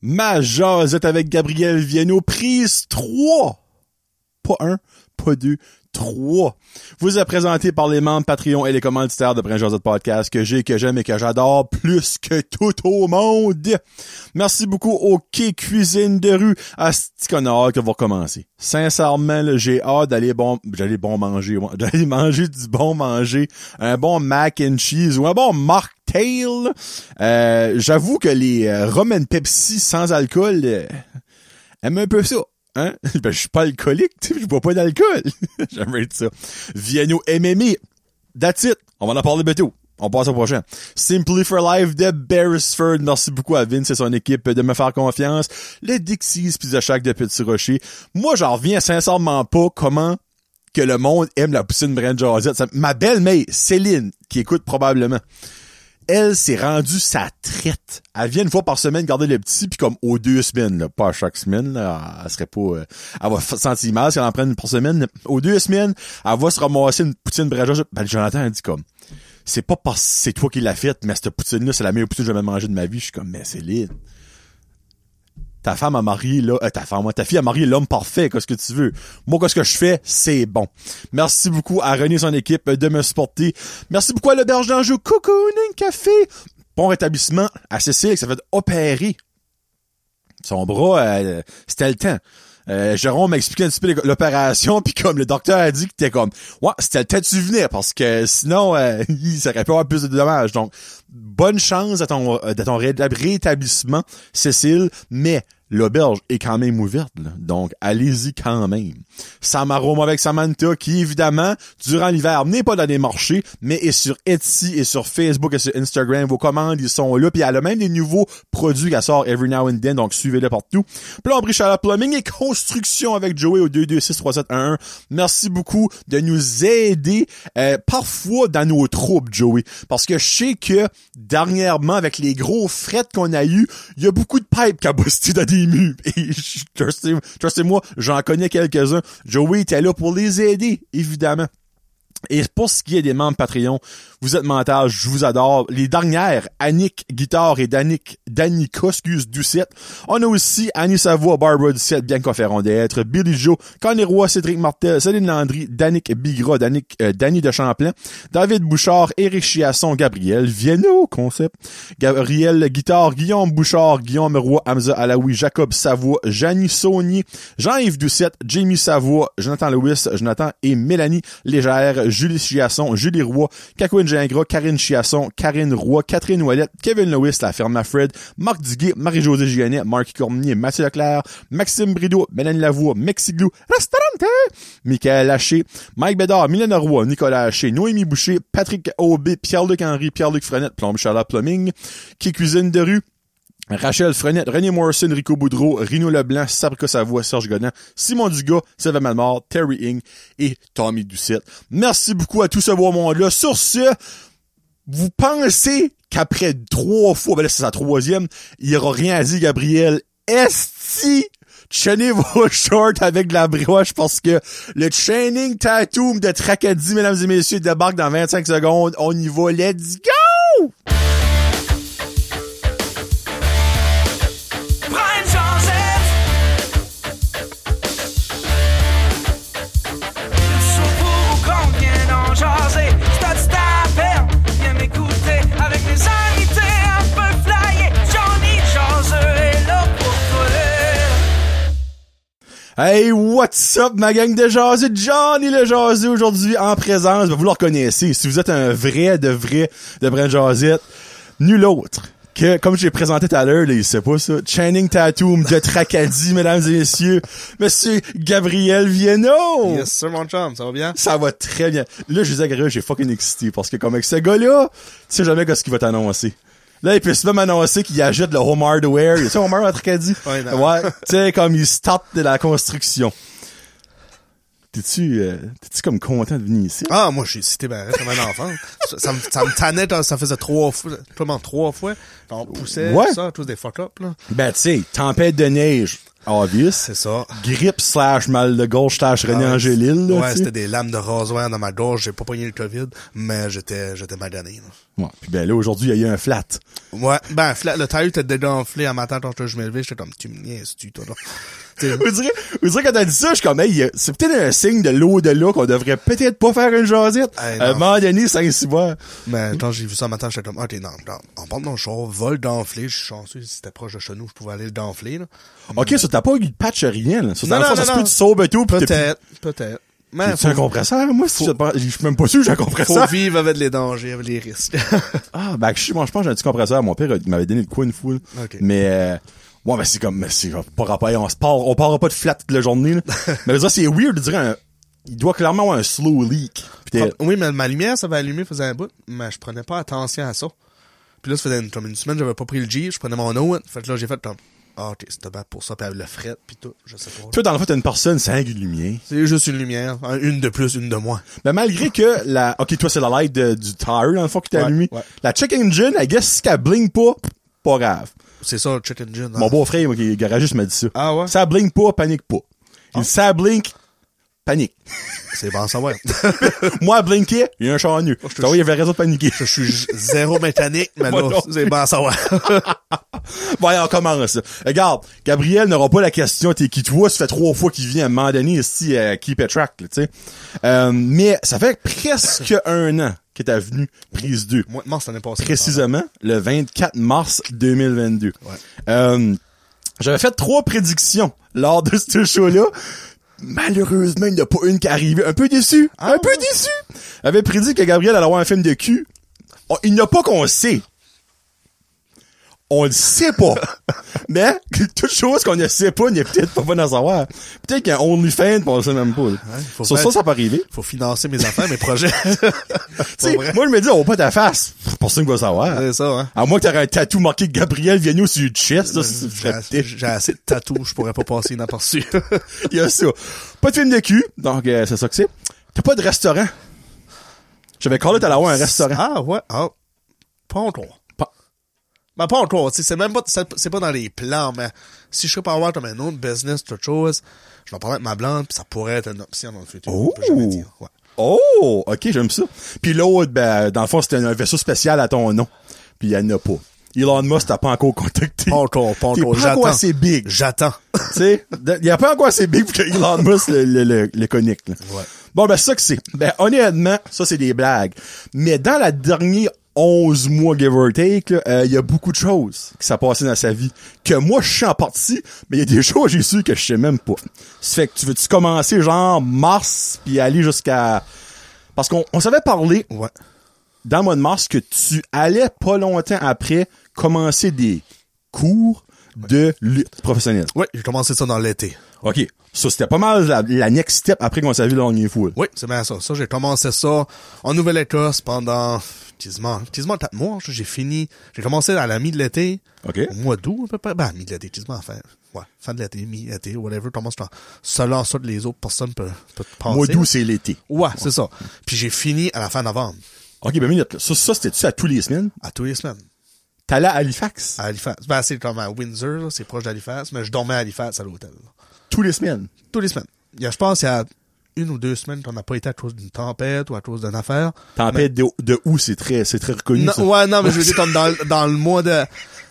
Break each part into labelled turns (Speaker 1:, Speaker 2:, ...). Speaker 1: Ma jasette avec Gabriel Viano, prise 3. Pas 1, pas 2, 3. Vous est présenté par les membres Patreon et les commanditaires de Prince Josette Podcast que j'ai, que j'aime et que j'adore plus que tout au monde. Merci beaucoup au Quai Cuisine de rue à Sticonard que vous recommencez. Sincèrement, là, j'ai hâte d'aller bon, j'allais bon manger, ouais, d'aller manger du bon manger, un bon mac and cheese ou un bon mocktail. Euh, j'avoue que les euh, Roman Pepsi sans alcool, euh, aiment un peu ça. Hein? Ben, je suis pas alcoolique, tu sais, je bois pas d'alcool. J'aimerais être ça. Viano MMI. That's it. On va en parler bientôt. On passe au prochain. Simply for Life de Beresford. Merci beaucoup à Vince et son équipe de me faire confiance. Le Dixies puis de chaque de Petit Rocher. Moi, j'en reviens sincèrement pas comment que le monde aime la poutine Brand Josette. Ça- Ma belle-mère, Céline, qui écoute probablement, elle s'est rendue sa traite. Elle vient une fois par semaine garder le petit, puis comme aux deux semaines, là, pas à chaque semaine, là, elle serait pas... euh, elle va f- sentir mal si elle en prend une par semaine. Aux deux semaines, elle va se ramasser une poutine brageuse. Ben, Jonathan a dit comme... C'est pas parce que c'est toi qui l'as faite, mais cette poutine-là, c'est la meilleure poutine que j'ai jamais mangée de ma vie. Je suis comme, mais Céline, ta femme a marié là, euh, ta femme, ouais, ta fille a marié l'homme parfait, qu'est-ce que tu veux. Moi, qu'est-ce que je fais, c'est bon. Merci beaucoup à René et son équipe euh, de me supporter. Merci beaucoup à l'auberge d'Anjou, Cocooning Café. Bon rétablissement à Cécile qui s'est fait opérer. Son bras, euh, c'était le temps. Euh, Jérôme m'a expliqué un petit peu l'opération, puis comme le docteur a dit que t'es comme, ouais, c'était le temps de souvenir, parce que sinon, euh, il serait pas avoir plus de dommages. Donc, bonne chance à ton, euh, de ton ré- rétablissement, Cécile, mais l'auberge est quand même ouverte, là. donc allez-y quand même. Samaroma avec Samantha, qui évidemment, durant l'hiver, n'est pas dans les marchés, mais est sur Etsy et sur Facebook et sur Instagram. Vos commandes, ils sont là, puis elle a même des nouveaux produits qu'elle sort every now and then, donc suivez-le partout. Plomberie Chaleur Plumbing et Construction avec Joey au 2263711. Merci beaucoup de nous aider euh, parfois dans nos troubles, Joey, parce que je sais que dernièrement, avec les gros frettes qu'on a eu, il y a beaucoup de pipes qui a busté dans des murs. Et je- trustez- trustez-moi, j'en connais quelques-uns. Joey était là pour les aider, évidemment. Et pour ce qui est des membres Patreon, vous êtes mental, je vous adore. Les dernières, Annick Guitare et Danick, Danica, excuse, Doucette. On a aussi Annie Savoie, Barbara Doucette, Bianca Ferron d'être, Billy Joe, Connie Roy, Cédric Martel, Céline Landry, Danick Bigra, Danick, euh, Danny de Champlain, David Bouchard, Éric Chiasson, Gabriel, Vienno, concept, Gabriel Guitare, Guillaume Bouchard, Guillaume Roy, Hamza Alaoui, Jacob Savoie, Janie Saunier, Jean-Yves Doucette, Jamie Savoie, Jonathan Lewis, Jonathan et Mélanie Légère, Julie Chiasson, Julie Roy, Cacouine Gingras, Karine Chiasson, Karine Roy, Catherine Ouellette, Kevin Lewis, La Ferme à Fred, Marc Diguet, Marie-Josée Gionnet, Marc Cormier, Mathieu Leclerc, Maxime Brideau, Mélanie Lavoie, Mexiglou, Restaurante, Michael Haché, Mike Bédard, Mylène Roy, Nicolas Haché, Noémie Boucher, Patrick Aubé, Pierre-Luc Henry, Pierre-Luc Frenette, Plombe Charlotte Plumbing, qui cuisine de rue, Rachel Frenette, René Morrison, Rico Boudreau, Rino Leblanc, Sabrica Savoie, Serge Godin, Simon Dugas, Sylvain Malmort, Terry Ing et Tommy Doucette. Merci beaucoup à tout ce beau monde-là. Sur ce, vous pensez qu'après trois fois, ben là, c'est sa troisième, il n'y aura rien à dire, Gabriel. Esti! Chaînez vos shorts avec de la broche parce que le chaining tattoo de Tracadie, mesdames et messieurs, débarque dans 25 secondes. On y va. Let's go!
Speaker 2: Brian Joseph. Sous pour ou contre, viens en jaser. C'est du tapin, viens m'écouter. Avec mes invités un peu flyés, Johnny Jaseux est là pour toi.
Speaker 1: Hey, what's up, ma gang de jaseux? Johnny le jaseux aujourd'hui en présence. Ben, vous le reconnaissez. Si vous êtes un vrai de vrai de Brent Jazette, nul autre que, comme j'ai présenté tout à l'heure, là, il sait pas ça, Channing Tatum de Tracadie, mesdames et messieurs, monsieur Gabriel Vienno!
Speaker 3: Yes, sir, mon chum, ça va bien?
Speaker 1: Ça va très bien. Là, je disais, Gabriel, j'ai fucking excité parce que, comme avec ce gars-là, tu sais jamais qu'est-ce qu'il va t'annoncer. Là, il peut se même annoncer qu'il achète le Home Hardware. Tu sais, Home Hardware, Tracadie?
Speaker 3: Ouais, non.
Speaker 1: ouais. Tu sais, comme il start de la construction. T'es-tu, euh, t'es-tu comme content de venir ici?
Speaker 3: Ah, moi, j'ai cité Barrette comme un enfant. ça, ça me, ça me tannait, quand ça faisait trois fois, probablement trois fois. On poussait,
Speaker 1: Ouais.
Speaker 3: tout ça, tous des fuck-up, là.
Speaker 1: Ben, tu sais, tempête de neige, obvious.
Speaker 3: C'est ça.
Speaker 1: Grippe slash mal de gauche slash René
Speaker 3: Ah,
Speaker 1: Angélil, là,
Speaker 3: Ouais,
Speaker 1: tu sais.
Speaker 3: c'était des lames de rasoir dans ma gorge, j'ai pas pogné le COVID, mais j'étais, j'étais magané, là.
Speaker 1: Ouais. Puis ben là, aujourd'hui, il y a eu un flat.
Speaker 3: Ouais. Ben, fla- le tire était dégonflé un matin quand je me levais. J'étais comme, tu me niaises-tu, toi, là? Tu sais,
Speaker 1: Vous direz, vous direz quand t'as dit ça, je suis comme, hey, c'est peut-être un signe de l'au-delà qu'on devrait peut-être pas faire une jasette.
Speaker 3: Hey, non. Mm.
Speaker 1: à un moment donné, ça ainsi va.
Speaker 3: Mais quand j'ai vu ça un matin, j'étais comme, ah, t'es dans, dans, on parle dans le char, vol d'enflé, je suis chanceux, si c'était proche de chez nous, je pouvais aller le d'enfler, là.
Speaker 1: OK, ça t'as pas eu de patch rien, là. Ça, dans
Speaker 3: Non,
Speaker 1: le fond,
Speaker 3: non,
Speaker 1: ça se
Speaker 3: non,
Speaker 1: peut
Speaker 3: non.
Speaker 1: que tu saubes et tout, pis t'as plus-
Speaker 3: Peut-être, peut-être. Mais
Speaker 1: J'ai-tu un
Speaker 3: faut,
Speaker 1: compresseur, moi, si je te parle- je suis même pas sûr que j'ai un
Speaker 3: faut
Speaker 1: compresseur.
Speaker 3: vivre avec les dangers, avec les risques.
Speaker 1: Ah, ben, je, moi, je pense que j'ai un petit compresseur. Mon père, il m'avait donné de quoi une foule.
Speaker 3: Ok.
Speaker 1: Mais, euh, ouais, ben, c'est comme, mais c'est pas rapport, on se parle, on parlera pas de flat toute la journée, là. mais ça, c'est weird de dire un, il doit clairement avoir un slow leak. Puis t'es-
Speaker 3: oui, mais ma lumière, ça va allumer, faisait un bout, mais je prenais pas attention à ça. Puis là, ça faisait une, comme une semaine, j'avais pas pris le G, je prenais mon autre. Fait que là, j'ai fait comme, ah, ok, c'était bien pour ça, puis avec le fret, puis tout, je sais pas.
Speaker 1: toi, dans le fond, t'es une personne, c'est un lumière.
Speaker 3: C'est juste une lumière, hein, une de plus, une de moins.
Speaker 1: Mais malgré que la, ok, toi, c'est la light de- du tire, dans le fond, qui t'a
Speaker 3: Ouais,
Speaker 1: allumé.
Speaker 3: ouais.
Speaker 1: La check engine, I guess, si qu'elle blink pas, pas grave.
Speaker 3: C'est ça, le chicken gin.
Speaker 1: Mon beau-frère, moi, qui est garagiste, m'a dit ça.
Speaker 3: Ah ouais? Ah.
Speaker 1: Ça blink pas, panique pas. Il ça blink, panique.
Speaker 3: C'est bon à savoir.
Speaker 1: Moi, à blinker, il y a un chat nu.
Speaker 3: te-
Speaker 1: Ça va, il y avait raison de paniquer.
Speaker 3: je suis j- zéro mécanique, mais
Speaker 1: Moi
Speaker 3: là,
Speaker 1: non
Speaker 3: c'est bon à savoir.
Speaker 1: Bon, allez, on commence. Regarde, Gabriel n'aura pas la question, t'es qui toi, ça fait trois fois qu'il vient à un moment donné ici à Keep It Track, là, tu sais. Euh, mais ça fait presque un an que t'as venu prise 2.
Speaker 3: Moi, moi, ça n'est pas
Speaker 1: Précisément, le 24 mars 2022.
Speaker 3: Ouais.
Speaker 1: Euh, j'avais fait trois prédictions lors de ce show-là. Malheureusement, il n'y en a pas une qui est arrivée. Un peu déçu.
Speaker 3: Ah
Speaker 1: un peu déçu. J'avais prédit que Gabriel allait avoir un film de cul. On- il n'y a pas qu'on sait. On le sait pas. Mais toute chose qu'on ne sait pas n'est peut-être pas bonne à savoir. Peut-être qu'un OnlyFans, on le sait même pas. là.
Speaker 3: faut
Speaker 1: Sur
Speaker 3: faire-
Speaker 1: ça, ça peut arriver.
Speaker 3: Faut financer mes affaires, mes projets.
Speaker 1: Tu sais,
Speaker 3: Pour vrai.
Speaker 1: moi, je me dis, on va pas ta face. Personne ne va savoir.
Speaker 3: C'est ça, hein.
Speaker 1: À moins que t'aurais un tatou marqué Gabriel Viano sur le chest, là, ça
Speaker 3: J'ai
Speaker 1: ferait
Speaker 3: assez, j'ai assez de tatous, je pourrais pas passer inaperçu.
Speaker 1: Il y a ça. Pas de film de cul, donc euh, c'est ça que c'est. T'as pas de restaurant. J'avais callé t'allais avoir un restaurant.
Speaker 3: ah, ouais, ah. Pas encore.
Speaker 1: Pas-
Speaker 3: Ben, pas encore, tu sais, c'est même pas, c'est c'est pas dans les plans, mais si je serais pas avoir comme un autre business, toute chose, je vais parler avec ma blonde, pis ça pourrait être une option dans le futur. On peut jamais dire, ouais.
Speaker 1: Oh! OK, j'aime ça. Puis l'autre, ben, dans le fond, c'était un vaisseau spécial à ton nom. Puis il y en a pas. Elon Musk t'a pas encore contacté.
Speaker 3: Pas encore, pas
Speaker 1: T'es
Speaker 3: encore,
Speaker 1: pas encore
Speaker 3: j'attends.
Speaker 1: assez big.
Speaker 3: J'attends.
Speaker 1: tu sais, il y a pas encore assez big pour que Elon Musk le, le, le, le connecte, là.
Speaker 3: Ouais.
Speaker 1: Bon, ben, c'est ça que c'est. Ben, honnêtement, ça, c'est des blagues. Mais dans la dernière 11 mois, give or take, là, euh, il y a beaucoup de choses qui s'est passé dans sa vie. Que moi, je suis en partie, mais il y a des choses, j'ai su que je sais même pas. Ça fait que tu veux-tu commencer, genre, mars, puis aller jusqu'à... Parce qu'on on savait parler
Speaker 3: Ouais.
Speaker 1: dans le mois de mars que tu allais pas longtemps après commencer des cours de lutte professionnelle.
Speaker 3: Ouais, j'ai commencé ça dans l'été.
Speaker 1: OK. Ça, c'était pas mal la, la next step après qu'on s'est vu le dernier fois.
Speaker 3: Oui, c'est bien ça. Ça, j'ai commencé ça en Nouvelle-Écosse pendant quasiment, quasiment quatre mois. J'ai fini, j'ai commencé à la mi de l'été.
Speaker 1: OK.
Speaker 3: Au mois d'août, à peu près. Ben, mi de l'été, quasiment fin. Ouais, fin de l'été, mi-été, whatever. Commence en, selon ça, les autres personnes peuvent, peuvent penser.
Speaker 1: Mois d'août, c'est l'été.
Speaker 3: Ouais, c'est ça. Puis j'ai fini à la fin novembre,
Speaker 1: OK, ben minute. là. Ça, ça c'était-tu à tous les semaines?
Speaker 3: à tous les semaines,
Speaker 1: T'allais à Halifax?
Speaker 3: à Halifax. Ben, c'est comme à Windsor, là, c'est proche d'Halifax, mais je dormais à Halifax à l'hôtel. là.
Speaker 1: Tous les semaines.
Speaker 3: Tous les semaines. Il y a, je pense, il y a une ou deux semaines qu'on n'a pas été à cause d'une tempête ou à cause d'une affaire.
Speaker 1: Tempête de, de où, c'est très, c'est très reconnu,
Speaker 3: Non,
Speaker 1: ça.
Speaker 3: ouais, non, mais je veux dire, comme dans, dans le mois de,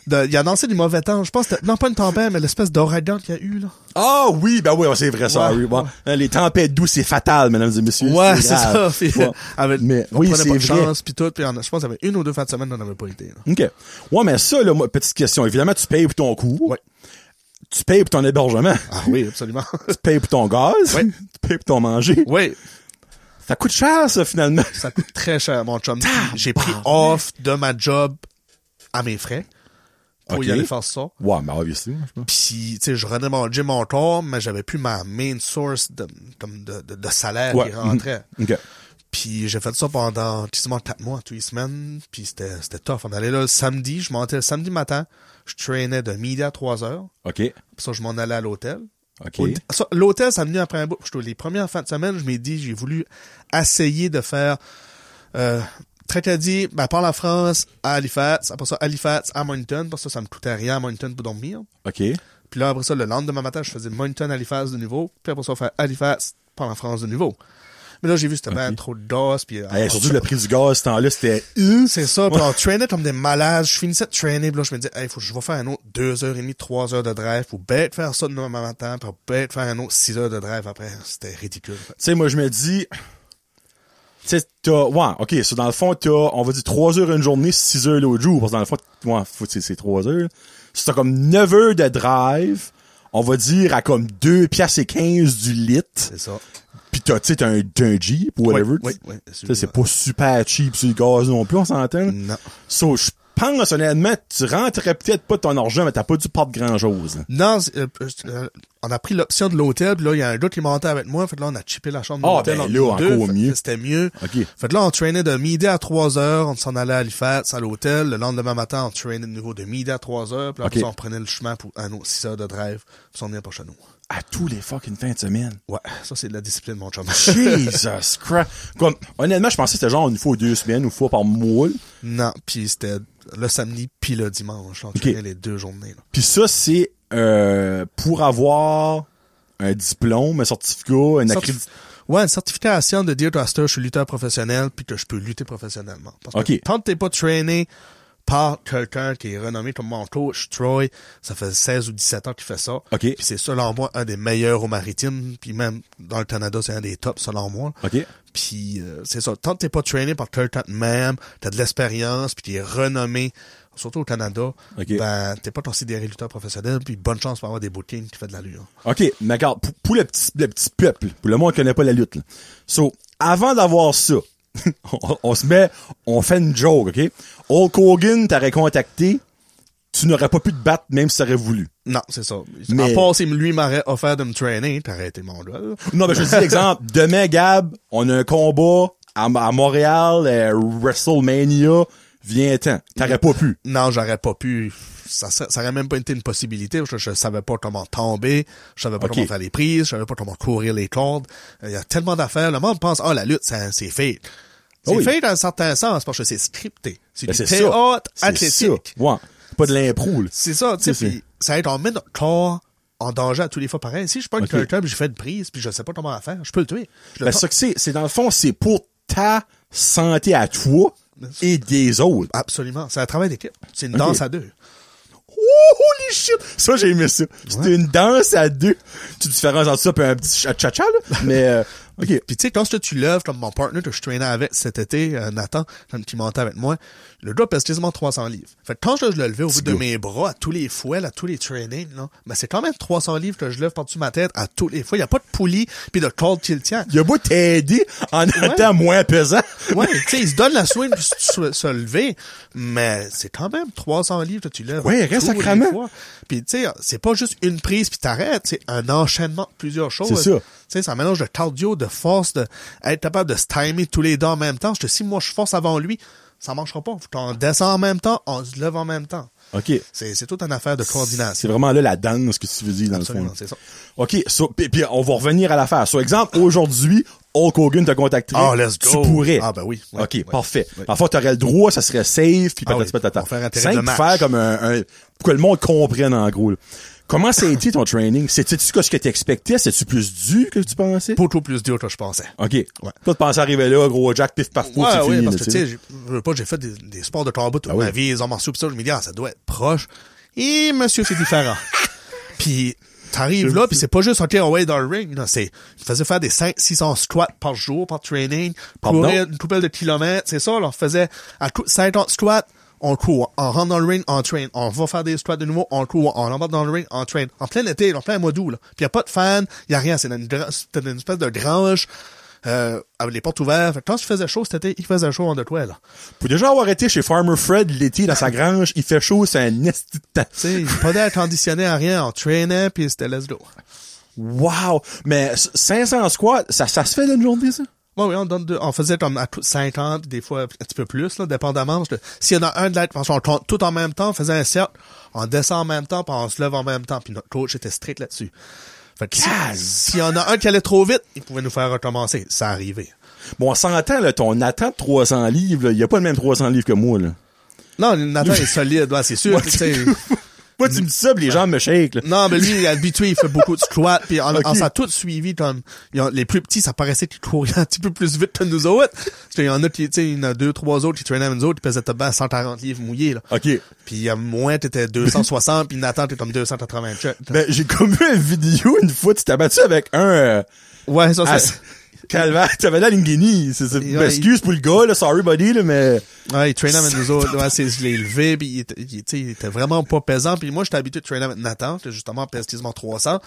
Speaker 3: de- il a dansé du mauvais temps. Je pense que, non, pas une tempête, mais l'espèce d'ouragan qu'il y a eu, là.
Speaker 1: Ah oui, ben oui, ouais, c'est vrai, ça.
Speaker 3: Ouais.
Speaker 1: oui, ouais. Hein, Les tempêtes d'où, c'est fatal, mesdames et messieurs.
Speaker 3: Ouais, c'est ça.
Speaker 1: grave.
Speaker 3: Puis,
Speaker 1: Ouais.
Speaker 3: avec-
Speaker 1: Mais
Speaker 3: on
Speaker 1: oui,
Speaker 3: prenait
Speaker 1: c'est
Speaker 3: pas
Speaker 1: vrai.
Speaker 3: de chance, puis tout. Puis, on a- je pense qu'il y avait une ou deux fins de semaine, on n'avait pas été. là.
Speaker 1: OK. Ouais, mais ça, là, moi, petite question. Évidemment, tu payes pour ton cours.
Speaker 3: Ouais.
Speaker 1: Tu payes pour ton hébergement.
Speaker 3: Ah oui, absolument.
Speaker 1: Tu payes pour ton gaz.
Speaker 3: Ouais.
Speaker 1: Tu payes pour ton manger.
Speaker 3: oui,
Speaker 1: Ça coûte cher, ça, finalement.
Speaker 3: ça coûte très cher, mon chum. J'ai pris off de ma job à mes frais pour
Speaker 1: Ok.
Speaker 3: y aller faire ça.
Speaker 1: Ouais, mais obviously, je pense.
Speaker 3: Puis, tu sais, je renais mon gym encore, mais j'avais plus ma main source de, comme de, de- de salaire
Speaker 1: Ouais. Mm.
Speaker 3: qui rentrait.
Speaker 1: OK.
Speaker 3: Puis j'ai fait ça pendant quasiment quatre mois, tous les semaines. Puis c'était, c'était tough. On allait là le samedi, je montais le samedi matin. Je traînais de midi à 3 heures.
Speaker 1: OK.
Speaker 3: Puis ça, je m'en allais à l'hôtel.
Speaker 1: OK.
Speaker 3: Au- ça, l'hôtel, ça me venait après un bout. Je trouve, Les premières fins de semaine, je m'ai dit, j'ai voulu essayer de faire euh, Tracadie, ben, par la France, à Halifax. Après ça, Halifax, à Moncton. Parce que ça, ça me coûtait rien à Moncton pour dormir.
Speaker 1: OK.
Speaker 3: Puis là, après ça, le lendemain matin, je faisais Moncton, Halifax de nouveau. Puis après ça, faire Halifax, par la France de nouveau. Mais là, j'ai vu, c'était ben trop de gaz. Puis, euh,
Speaker 1: Hey, surtout le prix du gaz, ce temps-là, c'était...
Speaker 3: C'est ça, puis on traînait comme des malades. Je finissais de traîner, puis là, je me disais, hey, faut que je vais faire un autre 2h30, 3 heures de drive pour bête faire ça demain matin, pour bête faire un autre 6 heures de drive après. C'était ridicule.
Speaker 1: Tu sais, moi, je me dis... Tu sais, t'as... Ouais, OK, so, dans le fond, t'as, on va dire, 3 heures une journée, 6 heures l'autre jour, parce que dans le fond, ouais, faut, c'est, c'est 3 heures. Si t'as comme 9 heures de drive, on va dire, à comme 2 piastres et 15 du litre,
Speaker 3: C'est ça.
Speaker 1: pis t'as, tu sais, t'as un, t'as un Jeep ou whatever.
Speaker 3: oui, oui,
Speaker 1: Tu sais, c'est pas super cheap sur le gaz non plus, on s'entend?
Speaker 3: Non.
Speaker 1: So, je pense, honnêtement, tu rentrais peut-être pas ton argent, mais t'as pas dû perdre grand-chose.
Speaker 3: Non, c'est- euh, euh, on a pris l'option de l'hôtel, puis là, il y a un gars qui est monté avec moi. Fait que là, on a chippé la chambre de
Speaker 1: Ah,
Speaker 3: l'hôtel.
Speaker 1: ben
Speaker 3: entre
Speaker 1: là,
Speaker 3: nous deux,
Speaker 1: encore
Speaker 3: fait-
Speaker 1: mieux.
Speaker 3: C'était mieux.
Speaker 1: OK.
Speaker 3: Fait que là, on traînait de midi à 3 heures, on s'en allait à Halifax, à l'hôtel. Le lendemain matin, on traînait de nouveau de midi à 3 heures, puis là,
Speaker 1: OK.
Speaker 3: après ça, on prenait le chemin pour un autre 6 heures de drive, puis on venait pas chez nous.
Speaker 1: À tous les fucking fins de semaine.
Speaker 3: Ouais, ça, c'est de la discipline, mon chum.
Speaker 1: Jesus Christ. Comme, honnêtement, je pensais que c'était genre une fois ou deux semaines, ou une fois par mois. là.
Speaker 3: non, puis c'était le samedi, puis le dimanche. On traînait les deux journées. là.
Speaker 1: Puis ça, c'est euh, pour avoir un diplôme, un certificat, un
Speaker 3: Certif-
Speaker 1: accréditation.
Speaker 3: Ouais, une certification de dire, Caster, je suis lutteur professionnel, puis que je peux lutter professionnellement. Parce que
Speaker 1: OK.
Speaker 3: tant que t'es pas traîné par quelqu'un qui est renommé comme mon coach, Troy, ça fait 16 ou 17 ans qu'il fait ça.
Speaker 1: OK.
Speaker 3: Puis c'est selon moi un des meilleurs au maritime, puis même dans le Canada, c'est un des tops selon moi.
Speaker 1: OK.
Speaker 3: Puis euh, c'est ça, tant que t'es pas traîné par quelqu'un de même, t'as de l'expérience, puis t'es renommé, surtout au Canada,
Speaker 1: OK.
Speaker 3: ben t'es pas considéré lutteur professionnel, puis bonne chance pour avoir des bookings qui fait de l'allure.
Speaker 1: OK, mais regarde, pour, pour le, petit, le petit peuple, pour le monde qui connaît pas la lutte, là. So, avant d'avoir ça, on, on se met, on fait une joke, OK? Hulk Hogan t'aurait contacté, tu n'aurais pas pu te battre même si t'aurais voulu.
Speaker 3: Non, c'est ça.
Speaker 1: Mais-
Speaker 3: À part si lui m'aurait offert de me traîner, t'aurais été mon duel.
Speaker 1: Non, mais je te dis l'exemple. Demain, Gab, on a un combat à, à Montréal, euh, WrestleMania, viens-t'en. T'aurais pas pu.
Speaker 3: Non, j'aurais pas pu. Ça, serait- ça aurait même pas été une possibilité. parce que Je, savais pas comment tomber. Je savais pas
Speaker 1: Ok.
Speaker 3: comment faire les prises. Je savais pas comment courir les cordes. Il y a tellement d'affaires. Le monde pense, ah, la lutte, ça- c'est fait. C'est
Speaker 1: Oui.
Speaker 3: fait dans un certain sens parce que c'est scripté. C'est
Speaker 1: Ben,
Speaker 3: du
Speaker 1: c'est ça.
Speaker 3: théâtre
Speaker 1: C'est ça.
Speaker 3: athlétique.
Speaker 1: Ouais. Pas de l'impro, là.
Speaker 3: C'est ça, tu sais,
Speaker 1: C'est-
Speaker 3: puis ça aide, on met notre corps en danger à tous les fois pareil. Si je pas
Speaker 1: Ok.
Speaker 3: quelqu'un, puis je fais une prise, puis je sais pas comment la faire, je peux le tuer. Je le
Speaker 1: Ben,
Speaker 3: tente.
Speaker 1: ça que c'est, c'est dans le fond, c'est pour ta santé à toi et des autres. Ah,
Speaker 3: Absolument. C'est un travail d'équipe. C'est une
Speaker 1: Ok.
Speaker 3: danse à deux.
Speaker 1: Oh, holy shit! Ça, j'ai aimé ça. C'était une danse à deux. Tu différences entre ça puis un petit cha- cha-cha, là. Mais, euh, OK.
Speaker 3: Puis tu sais, quand tu lèves, comme mon partner que je traînais avec cet été, euh, Nathan, comme qui montait avec moi, le gars pèse quasiment 300 livres. Fait que quand je le levais au bout de
Speaker 1: gars.
Speaker 3: mes bras, à tous les fois, là, à tous les trainings, là, ben c'est quand même 300 livres que je lève par-dessus ma tête à tous les fois. Il n'y a pas de poulie puis de corde qui le tient.
Speaker 1: Il a beau t'aider en étant moins pesant.
Speaker 3: Ouais, tu sais, il se donne la swing puis se, se- se lever, mais c'est quand même 300 livres que tu lèves.
Speaker 1: Ouais,
Speaker 3: à
Speaker 1: reste
Speaker 3: tous les
Speaker 1: sacrément.
Speaker 3: fois. Puis tu sais, c'est pas juste une prise puis t'arrêtes, c'est un enchaînement de plusieurs choses.
Speaker 1: C'est ça.
Speaker 3: Tu sais, ça mélange de cardio, de force, de être capable de se timer tous les deux en même temps. Je te si moi je force avant lui, ça marchera pas. Faut qu'on descend en même temps, on se lève en même temps.
Speaker 1: OK.
Speaker 3: C'est c'est toute une affaire de coordination.
Speaker 1: C'est vraiment là la danse que tu veux dire, dans le
Speaker 3: Ah, Absolument,
Speaker 1: fond.
Speaker 3: c'est ça.
Speaker 1: OK, so, puis, puis on va revenir à l'affaire. Sur exemple, aujourd'hui, Hulk Hogan t'a contacté.
Speaker 3: Ah, let's go.
Speaker 1: Tu pourrais.
Speaker 3: Ah, ben oui. Ouais,
Speaker 1: OK,
Speaker 3: ouais.
Speaker 1: parfait. Parfois, t'aurais le droit, ça serait safe, puis
Speaker 3: Ah
Speaker 1: patati
Speaker 3: oui,
Speaker 1: patata.
Speaker 3: pour faire un terrain
Speaker 1: Simple
Speaker 3: de match.
Speaker 1: faire comme un, un- pour que le monde comprenne, en gros. là. Comment ça a été ton training? C'était-tu ce que t'expectais? C'était-tu plus dur que tu pensais?
Speaker 3: Beaucoup plus dur que je pensais.
Speaker 1: OK. Toi, tu pensais arriver là, gros Jack, pif, paf, pouf,
Speaker 3: Ouais,
Speaker 1: c'est
Speaker 3: ouais,
Speaker 1: fini.
Speaker 3: parce
Speaker 1: là,
Speaker 3: que, tu sais, j'ai- je veux pas, j'ai fait des, des sports de combat toute
Speaker 1: Ah
Speaker 3: ma
Speaker 1: oui.
Speaker 3: vie, les arts martiaux, pis ça, je me dis, ah, ça doit être proche. Et monsieur, c'est différent. puis t'arrives là, puis c'est pas juste, OK, on va dans le ring, non, c'est, il faisait faire des 5 600 squats par jour, par training,
Speaker 1: Pardon?
Speaker 3: courir une couple de kilomètres, c'est ça, là, on faisait, à coup de 50 squats, on court, on rentre dans le ring, on train, on va faire des squats de nouveau, on court, on embarque dans le ring, on train, en plein été, en plein mois d'août, là. Puis y a pas de fan, y a rien, c'est dans une, gra- c'était dans une espèce de grange, euh, avec les portes ouvertes. Fait que quand je faisais chaud cet été, il faisait chaud en de toi, là.
Speaker 1: Pour déjà avoir été chez Farmer Fred l'été dans sa grange, il fait chaud, c'est un esti de temps.
Speaker 3: Tu sais, pas d'air conditionné à rien, on traînait, puis c'était let's go.
Speaker 1: Wow! Mais c- 500 squats, ça, ça se fait d'une journée, ça?
Speaker 3: Ouais, oui, on, donne deux- on faisait comme à tout- 50, des fois un petit peu plus, là, dépendamment. Parce que S'il y en a un de l'aide, parce qu'on compte tout en même temps, on faisait un cercle, on descend en même temps, puis on se lève en même temps, puis notre coach était strict là-dessus. Fait que si-
Speaker 1: Caz!
Speaker 3: s'il y en a un qui allait trop vite, il pouvait nous faire recommencer. Ça arrivait.
Speaker 1: Bon, on s'entend, là, ton attente de 300 livres, là, il y a pas le même 300 livres que moi, là.
Speaker 3: Non, Nathan est solide, ouais, c'est sûr.
Speaker 1: Ouais,
Speaker 3: tu sais.
Speaker 1: Moi, tu me dis ça, pis les gens me shake, là.
Speaker 3: Non, mais lui, il est habitué, il fait beaucoup de squats, puis on,
Speaker 1: Ok.
Speaker 3: on s'est tous suivis, comme, ils ont- les plus petits, ça paraissait qu'ils couraient un petit peu plus vite que nous autres. Parce qu'il y en a qui, tu sais, il y en a deux, trois autres qui traînaient avec nous autres, qui pesaient à 140 livres mouillés, là.
Speaker 1: OK.
Speaker 3: Puis euh, moi, t'étais 260, puis Nathan, t'es comme 287.
Speaker 1: Ben, j'ai comme vu une vidéo une fois, tu t'es battu avec un, euh,
Speaker 3: ouais, ça,
Speaker 1: as-
Speaker 3: c'est...
Speaker 1: Calvaire, t'avais la Linguini. C'est, c'est,
Speaker 3: Il-
Speaker 1: ben, excuse pour le gars, là, sorry buddy, là, mais...
Speaker 3: Ouais, il traînait avec nous autres. Ouais, c'est, je l'ai levé, puis il était, il, tu sais, il était vraiment pas pesant. Puis moi, j'étais habitué de traîner avec Nathan, qui justement pèse quasiment 300.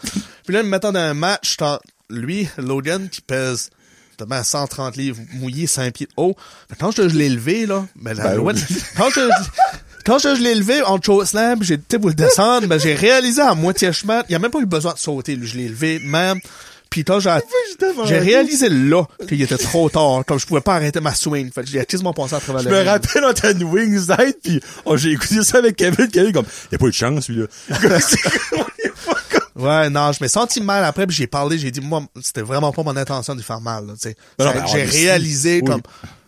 Speaker 3: Puis là, il me mettant dans un match, j'étais en- lui, Logan, qui pèse justement 130 livres mouillé, 5 pieds de haut. Mais quand je, je l'ai levé, là, mais la
Speaker 1: Ben
Speaker 3: loi...
Speaker 1: oui.
Speaker 3: Quand je... Quand je, je l'ai levé en choke slam, j'ai été pour le descendre, ben j'ai réalisé à moitié chemin, il n'y a même pas eu besoin de sauter, lui, je l'ai levé de même. Puis quand j'ai j'ai réalisé là qu'il était trop tard, comme je pouvais pas arrêter ma swing, fait que j'ai quasiment pensé à travers
Speaker 1: Je
Speaker 3: le
Speaker 1: me
Speaker 3: ring.
Speaker 1: rappelle, on était une Wings Night, pis oh, j'ai écouté ça avec Kevin, Kevin, comme, y a pas eu de chance, lui, là. Comme, c'est- on est pas comme-
Speaker 3: Ouais, non, je m'ai senti mal après, puis j'ai parlé, j'ai dit, moi, c'était vraiment pas mon intention de lui faire mal, là, tu sais.
Speaker 1: Non, non,
Speaker 3: Ça-
Speaker 1: ben,
Speaker 3: j'ai
Speaker 1: on est-
Speaker 3: réalisé,
Speaker 1: oui.
Speaker 3: comme,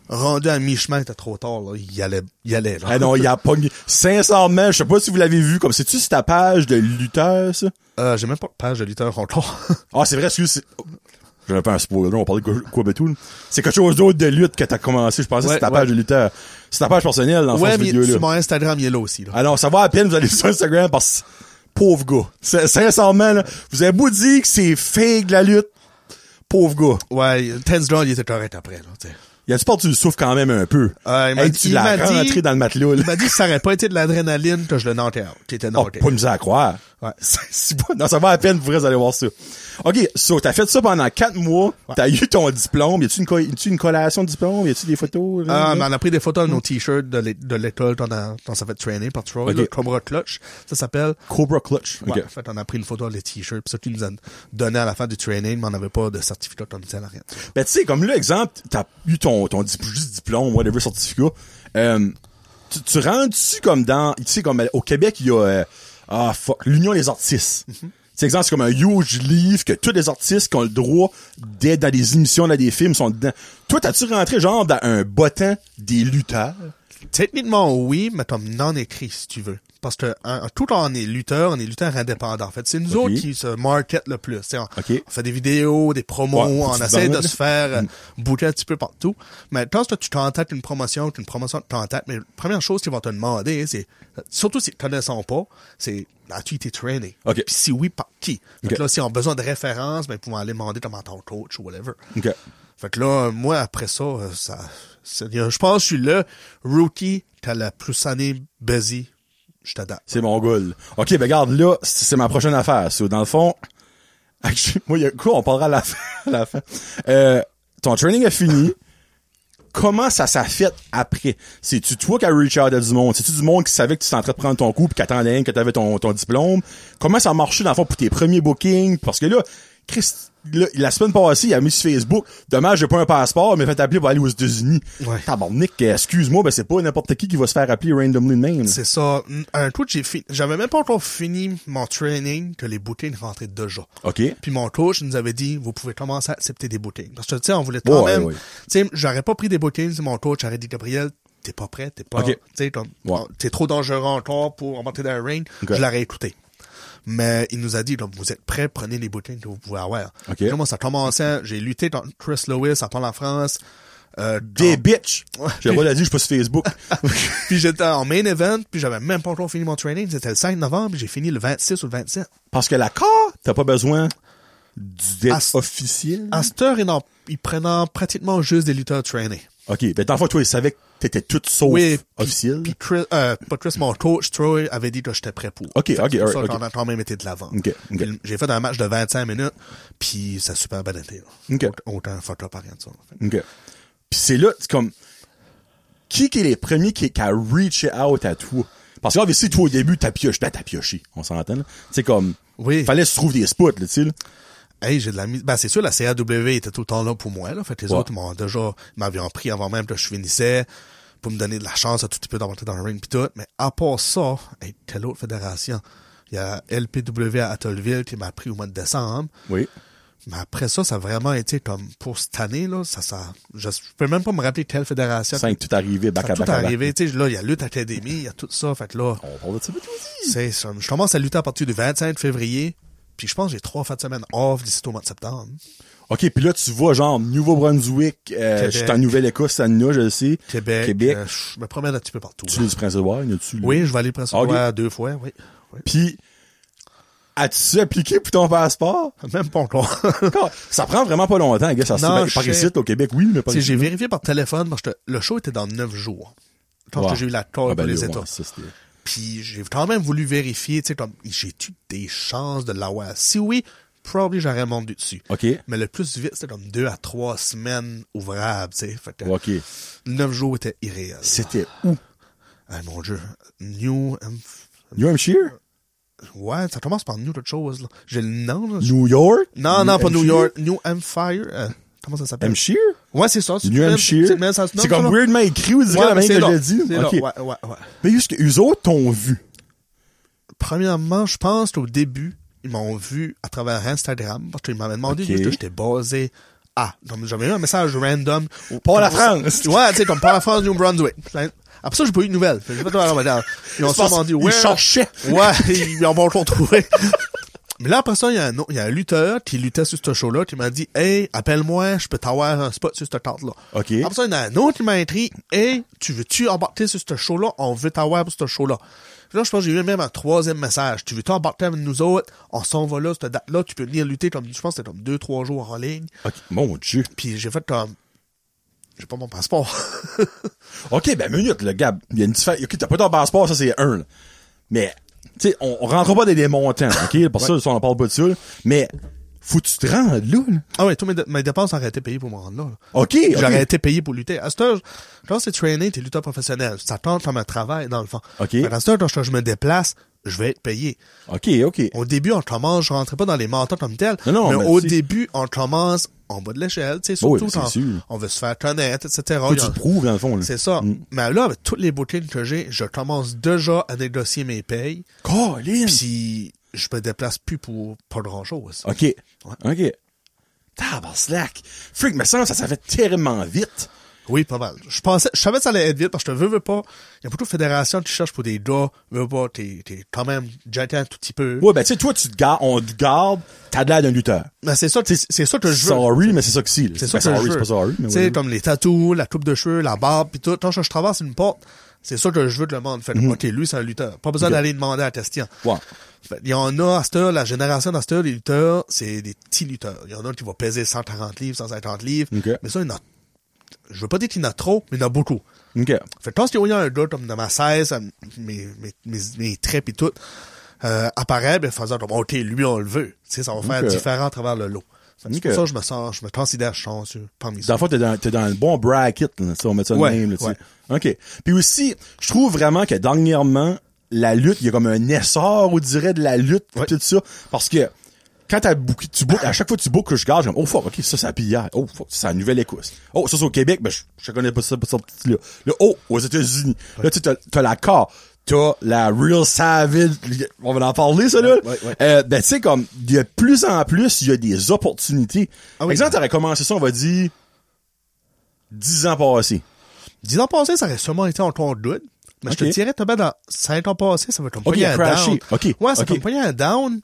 Speaker 3: rendu à mi-chemin, il était trop tard, là. Il allait, il allait, là.
Speaker 1: Ah non, il a pogné. Sincèrement, je sais pas si vous l'avez vu, comme, c'est-tu sur ta page de lutteur, ça?
Speaker 3: Euh, j'ai même pas de page de lutteur encore.
Speaker 1: Ah, c'est vrai, excuse, c'est... oh, J'avais pas un spoiler, on parlait de quoi- quoi, ben tout, là. C'est quelque chose d'autre de lutte que t'as commencé, je pensais que
Speaker 3: Ouais,
Speaker 1: c'était ta page
Speaker 3: ouais.
Speaker 1: de lutteur. C'est ta page personnelle, dans le fond,
Speaker 3: ouais,
Speaker 1: cette
Speaker 3: mais
Speaker 1: vidéo-là.
Speaker 3: sur mon Instagram, il est là aussi, là.
Speaker 1: Alors, ça va à peine, vous allez sur Instagram parce que, pauvre gars. Sin- Sincèrement, là, vous avez beau dire que c'est fake la lutte, pauvre gars.
Speaker 3: Ouais, Tense Down, il était correct après, là, tu sais.
Speaker 1: Il a du peur que tu le souffres quand même un peu.
Speaker 3: Euh, il m'a
Speaker 1: Hey,
Speaker 3: dit-
Speaker 1: tu
Speaker 3: il
Speaker 1: l'as
Speaker 3: m'a dit-
Speaker 1: rentré dans le matelas, là.
Speaker 3: Il m'a dit que ça aurait pas été de l'adrénaline que je le knockais out. Qu'il était
Speaker 1: Oh,
Speaker 3: knocké.
Speaker 1: pas de misère à croire.
Speaker 3: Ouais.
Speaker 1: C'est pas- non, ça va à peine, vous allez voir ça. OK, so, t'as fait ça pendant quatre mois, t'as eu ton diplôme, y a-tu une, co- y a-tu une collation de diplôme, y a-tu des photos? là,
Speaker 3: Ah, mais
Speaker 1: là?
Speaker 3: on a pris des photos de nos t-shirts de l'é- de l'école quand on, a- quand on s'est fait traîner par Troy,
Speaker 1: Ok.
Speaker 3: le Cobra Clutch, ça s'appelle.
Speaker 1: Cobra Clutch.
Speaker 3: Ouais,
Speaker 1: OK.
Speaker 3: En fait, on a pris une photo des t-shirts, pis ça qu'ils nous ont donné à la fin du training, mais on n'avait pas de certificat comme ça, rien.
Speaker 1: Ben, tu sais, comme là, exemple, t'as eu ton, ton dip- juste diplôme, whatever, certificat. Euh, tu, tu rentres-tu comme dans, tu sais, comme euh, au Québec, il y a, euh, ah, fuck, l'Union des artistes. C'est exemple, c'est comme un huge livre que tous les artistes qui ont le droit d'être dans des émissions, dans des films, sont dedans. Toi, t'as-tu rentré genre dans un bottin des lutteurs?
Speaker 3: Techniquement, oui, mais comme non écrit, si tu veux. Parce que hein, tout en est lutteur, on est lutteur indépendant. En fait, c'est nous
Speaker 1: Ok.
Speaker 3: autres qui se market le plus. tu sais, On,
Speaker 1: Ok.
Speaker 3: on fait des vidéos, des promos,
Speaker 1: Ouais, Mm. faut que
Speaker 3: on
Speaker 1: tu
Speaker 3: essaie de
Speaker 1: vendes.
Speaker 3: se faire euh, bouquer un petit peu partout. Mais quand tu contactes une promotion, qu'une promotion te contacte, mais la première chose qu'ils vont te demander, c'est surtout si ne connaissant pas, c'est as-tu été trainé
Speaker 1: Ok.
Speaker 3: Puis si oui, par qui Fait que
Speaker 1: Ok.
Speaker 3: Là, si on a besoin de références, ben ils pourront aller demander comment ton coach ou whatever.
Speaker 1: OK.
Speaker 3: Fait que là, moi, après ça, euh, ça, c'est- euh, je pense que je suis le rookie qui a la plus année busy. Je t'adapte.
Speaker 1: C'est mon goal. OK, ben regarde, là, c'est c'est ma prochaine affaire. So, dans le fond, actually, moi, il y a quoi? On parlera à la fin. à la fin. Euh, ton training est fini. Comment ça s'affecte après? C'est-tu toi qui as reach out à du monde? C'est-tu du monde qui savait que tu t'es en train de prendre ton coup pis qui attendait que t'avais ton, ton diplôme? Comment ça a marché, dans le fond, pour tes premiers bookings? Parce que là, Chris, là, la semaine passée, il a mis sur Facebook, dommage, j'ai pas un passeport, mais fait appeler pour aller aux États-Unis.
Speaker 3: Ouais.
Speaker 1: Tabarnak, excuse-moi, ben c'est pas n'importe qui qui va se faire appeler randomly de même.
Speaker 3: C'est ça. Mm, Un coup, j'ai fini. J'avais même pas encore fini mon training que les bookings rentraient déjà.
Speaker 1: OK.
Speaker 3: Puis mon coach nous avait dit, vous pouvez commencer à accepter des bookings. Parce que, tu sais, on voulait
Speaker 1: Ouais,
Speaker 3: quand même,
Speaker 1: ouais.
Speaker 3: tu sais, j'aurais pas pris des bookings si mon coach aurait dit, Gabriel, t'es pas prêt, t'es pas,
Speaker 1: Ok.
Speaker 3: tu sais, comme,
Speaker 1: Ouais.
Speaker 3: t'es trop dangereux encore pour remonter dans le ring.
Speaker 1: Ok.
Speaker 3: Je l'aurais écouté. Mais il nous a dit, donc, vous êtes prêts, prenez les bookings que vous pouvez avoir.
Speaker 1: Ok.
Speaker 3: Puis là, moi, ça commençait, j'ai lutté contre Chris Lewis en la France. Euh,
Speaker 1: Des
Speaker 3: contre-
Speaker 1: bitches. J'ai pas dit, je suis pas sur Facebook.
Speaker 3: puis j'étais en main event, puis j'avais même pas encore fini mon training. C'était le 5 novembre, puis j'ai fini le 26 ou le 27.
Speaker 1: Parce que l'accord, t'as pas besoin d'être
Speaker 3: Ah, c'est-
Speaker 1: officiel.
Speaker 3: À cette heure, ils n'en- ils prenaient pratiquement juste des lutteurs trainés.
Speaker 1: ok, ben dans le fond, toi, ils savaient que t'étais toute sauf
Speaker 3: Oui, puis-
Speaker 1: officiel.
Speaker 3: Puis Chris, euh, pas Chris, mon coach, Troy, avait dit que j'étais prêt pour.
Speaker 1: Ok,
Speaker 3: Fait que
Speaker 1: ok,
Speaker 3: c'est pour ça
Speaker 1: alright,
Speaker 3: qu'on a quand même été de l'avant.
Speaker 1: Ok, ok.
Speaker 3: Puis J'ai fait un match de 25 minutes, puis ça a super bien été. là.
Speaker 1: Ok.
Speaker 3: Aut- Autant fuck up à rien de ça. Fait que-
Speaker 1: Ok. Puis c'est là, c'est comme, qui qui est les premiers qui, qui a reaché out à toi? Parce que, obviously, toi, au début, t'as pioché, ben, t'as pioché, on s'entend, là. C'est comme,
Speaker 3: Oui.
Speaker 1: fallait se trouver des spots, là, tu sais, là.
Speaker 3: Hey, j'ai de la mise. Ben, c'est sûr, la CAW était tout le temps là pour moi, là. Fait que les
Speaker 1: Ouais.
Speaker 3: autres m'ont déjà, m'avaient pris avant même que je finissais pour me donner de la chance à tout petit peu d'entrer dans le ring pis tout. Mais à part ça, hey, telle autre fédération. Il y a LPW à Atollville qui m'a pris au mois de décembre.
Speaker 1: Oui.
Speaker 3: Mais après ça, ça a vraiment été comme pour cette année, là, ça, ça, je, je peux même pas me rappeler telle fédération.
Speaker 1: Cinq, tout arrivé, bac
Speaker 3: Ça
Speaker 1: à
Speaker 3: a tout
Speaker 1: bac à bac.
Speaker 3: arrivé, tu sais, là, il y a Lutte Academy, il y a tout ça, fait que là,
Speaker 1: On parle de ça, mais tout dit.
Speaker 3: c'est ça. Je commence à lutter à partir du 25 février, puis je pense que j'ai trois fins de semaine off d'ici au mois de septembre.
Speaker 1: OK, puis là, tu vois, genre, Nouveau-Brunswick, euh,
Speaker 3: Québec.
Speaker 1: je suis en Nouvelle-Écosse, à Nina, je le sais.
Speaker 3: Québec,
Speaker 1: Québec.
Speaker 3: euh, je me promène un petit peu partout. hein.
Speaker 1: tu l'as du Prince-Édouard, il y en a-tu, là?
Speaker 3: Oui, je vais aller prendre ça
Speaker 1: Ok.
Speaker 3: deux fois, oui. oui.
Speaker 1: Puis, as-tu appliqué pour ton passeport?
Speaker 3: Même pas encore.
Speaker 1: ça prend vraiment pas longtemps, gars. Ça se
Speaker 3: Non,
Speaker 1: ben, par
Speaker 3: je sais.
Speaker 1: ici, au Québec, oui, mais pas
Speaker 3: Tu sais, j'ai vérifié par téléphone parce que le show était dans neuf jours. Quand
Speaker 1: Ouais.
Speaker 3: que j'ai eu la corde
Speaker 1: Ah, ben,
Speaker 3: pour les
Speaker 1: là,
Speaker 3: États.
Speaker 1: ouais, ça, c'était-
Speaker 3: Puis j'ai quand même voulu vérifier, tu sais, comme j'ai-tu des chances de l'avoir? Si oui, probablement j'aurais monté dessus.
Speaker 1: OK.
Speaker 3: Mais le plus vite, c'était comme deux à trois semaines ouvrables, tu sais. Fait que
Speaker 1: OK.
Speaker 3: neuf jours était irréel.
Speaker 1: C'était où?
Speaker 3: Ah, mon Dieu. New... Inf-
Speaker 1: New Hampshire?
Speaker 3: Ouais, ça commence par New quelque chose, là. J'ai le nom, là.
Speaker 1: New York?
Speaker 3: Non, non, pas New
Speaker 1: Hampshire?
Speaker 3: York. New Empire. euh, comment ça s'appelle?
Speaker 1: Hampshire?
Speaker 3: Ouais, c'est ça.
Speaker 1: New Hampshire? C'est comme weirdement écrit, on dirait la même que j'ai dit.
Speaker 3: C'est
Speaker 1: OK.
Speaker 3: là, ouais, ouais, ouais.
Speaker 1: Mais juste que eux autres t'ont vu.
Speaker 3: Premièrement, je pense qu'au début, ils m'ont vu à travers Instagram parce qu'ils m'avaient demandé
Speaker 1: Ok.
Speaker 3: juste que j'étais basé à. Comme j'avais eu un message random.
Speaker 1: Pas la
Speaker 3: Comme ça-
Speaker 1: France.
Speaker 3: Ouais, tu sais, comme pas la France, New Brunswick. Après ça, j'ai pas eu de nouvelles. Fait que j'ai pas de nouvelles, madame. Ils ont
Speaker 1: C'est parce
Speaker 3: sûrement dit,
Speaker 1: qu'ils
Speaker 3: ouais.
Speaker 1: cherchaient.
Speaker 3: Ouais, ils ont pas encore trouvé. Mais là, après ça, il y, a un autre- il y a un lutteur qui luttait sur ce show-là, qui m'a dit, hey, appelle-moi, je peux t'avoir un spot sur cette carte-là.
Speaker 1: OK.
Speaker 3: Après ça, il y en a un autre qui m'a écrit Hey, tu veux-tu embarquer sur ce show-là On veut t'avoir pour ce show-là. Puis là, je pense que j'ai eu même un troisième message. Tu veux-tu embarquer avec nous autres On s'en va là, cette date-là. Tu peux venir lutter comme, je pense, que c'était comme deux, trois jours en ligne.
Speaker 1: OK. Mon Dieu.
Speaker 3: Puis j'ai fait comme J'ai pas mon passeport.
Speaker 1: OK, ben, minute, le Gab. Il y a une différence. OK, t'as pas ton passeport, ça, c'est un, là. Mais, tu sais, on, on rentre pas dans des montants, OK? Pour ça, ça, on en parle pas de ça, là. Mais, faut que tu te rendes là, là.
Speaker 3: ah ouais, tous mes, dé- mes dépenses auraient été payées pour me rendre là. là.
Speaker 1: OK. ok.
Speaker 3: J'aurais été payé pour lutter. À cette heure, quand c'est trainé, t'es lutteur professionnel. Ça compte comme un travail, dans le fond.
Speaker 1: OK.
Speaker 3: Fait que À cette heure, quand je me déplace, je vais être payé.
Speaker 1: OK, OK.
Speaker 3: Au début, on commence, je rentrais pas dans les mentons comme tel,
Speaker 1: Non, non,
Speaker 3: mais,
Speaker 1: mais
Speaker 3: au
Speaker 1: tu sais-
Speaker 3: début, on commence en bas de l'échelle, tu sais,
Speaker 1: Oui,
Speaker 3: surtout
Speaker 1: c'est
Speaker 3: quand
Speaker 1: sûr.
Speaker 3: on veut se faire connaître, etc.
Speaker 1: Faut
Speaker 3: Il
Speaker 1: que
Speaker 3: y a-
Speaker 1: tu te prouves, dans le fond, là. Mm.
Speaker 3: C'est ça. Mais là, avec toutes les bookings que j'ai, je commence déjà à négocier mes payes,
Speaker 1: Colin!
Speaker 3: puis je me déplace plus pour pas grand-chose.
Speaker 1: OK. OK. Tabarnak! Freak, mais ça, ça, ça fait terriblement vite.
Speaker 3: Oui, pas mal. Je pensais, je savais que ça allait être vite parce que je veux, veux pas. Il y a beaucoup de fédérations qui cherchent pour des gars, veux pas, t'es, t'es quand même jeté un tout petit peu.
Speaker 1: Ouais, ben, tu sais, toi, tu te gardes, on te garde, t'as de l'air d'un lutteur.
Speaker 3: Mais c'est ça, c'est, c'est ça que je veux.
Speaker 1: Sorry, mais c'est ça que c'est. là.
Speaker 3: C'est
Speaker 1: Ben,
Speaker 3: ça que je
Speaker 1: sorry,
Speaker 3: veux.
Speaker 1: c'est pas sorry, mais
Speaker 3: Tu sais,
Speaker 1: ouais.
Speaker 3: comme les tatous, la coupe de cheveux, la barbe, puis tout. Quand je, je traverse une porte, c'est ça que je veux que le monde fait. OK, lui, c'est un lutteur. Pas besoin
Speaker 1: Mm-hmm. Ok.
Speaker 3: d'aller demander à Testian.
Speaker 1: Ouais.
Speaker 3: Fait, Il y en a, à cette heure, la génération d'à cette heure, les lutteurs, c'est des petits lutteurs. Il y en a qui vont peser 140 livres, 150 livres.
Speaker 1: Ok.
Speaker 3: Mais ça, il y en a... Je veux pas dire qu'il y en a trop, mais il y en a beaucoup.
Speaker 1: OK.
Speaker 3: Fait que quand il y a un gars comme dans ma 16, euh, mes, mes, mes, mes traits et tout, euh, apparaît, ben, faisant comme, OK, lui, on le veut. Tu sais, ça va faire
Speaker 1: Ok.
Speaker 3: différent à travers le lot. Fait que C'est
Speaker 1: Ok.
Speaker 3: pour ça que je me sens, je me considère chanceux parmi
Speaker 1: Dans
Speaker 3: ça.
Speaker 1: le fond, t'es dans, t'es dans le bon bracket, là, si on met ça de
Speaker 3: Ouais,
Speaker 1: même, là, tu sais.
Speaker 3: ouais.
Speaker 1: OK. Puis aussi, je trouve vraiment que dernièrement, la lutte, il y a comme un essor, on dirait, de la lutte, pis
Speaker 3: Ouais.
Speaker 1: tout ça. Parce que, quand t'as booké, tu bookes, à chaque fois que tu bookes, que je garde, je suis comme, oh fuck, ok, ça, c'est à Pillard. Oh fuck, ça, c'est à Nouvelle-Écosse. Oh, ça, c'est au Québec, ben, je, je connais pas ça, pas ça, petit, là. Là, oh, aux États-Unis. Là, tu sais, t'as, t'as la car. T'as la Real Savage. On va en parler, ça, là.
Speaker 3: ouais, ouais.
Speaker 1: Euh, ben, tu sais, comme, il y a de plus en plus, il y a des opportunités.
Speaker 3: Ah oui.
Speaker 1: Exemple, t'aurais commencé ça, on va dire, 10 ans passés.
Speaker 3: Dix ans passés, ça aurait sûrement été encore good. Mais je
Speaker 1: Ok.
Speaker 3: te dirais, t'as bien dans cinq ans passés, ça va comme
Speaker 1: Ok,
Speaker 3: pogner un
Speaker 1: crashé.
Speaker 3: down.
Speaker 1: Ok,
Speaker 3: Ouais, ça
Speaker 1: ok.
Speaker 3: va comme pogner un down.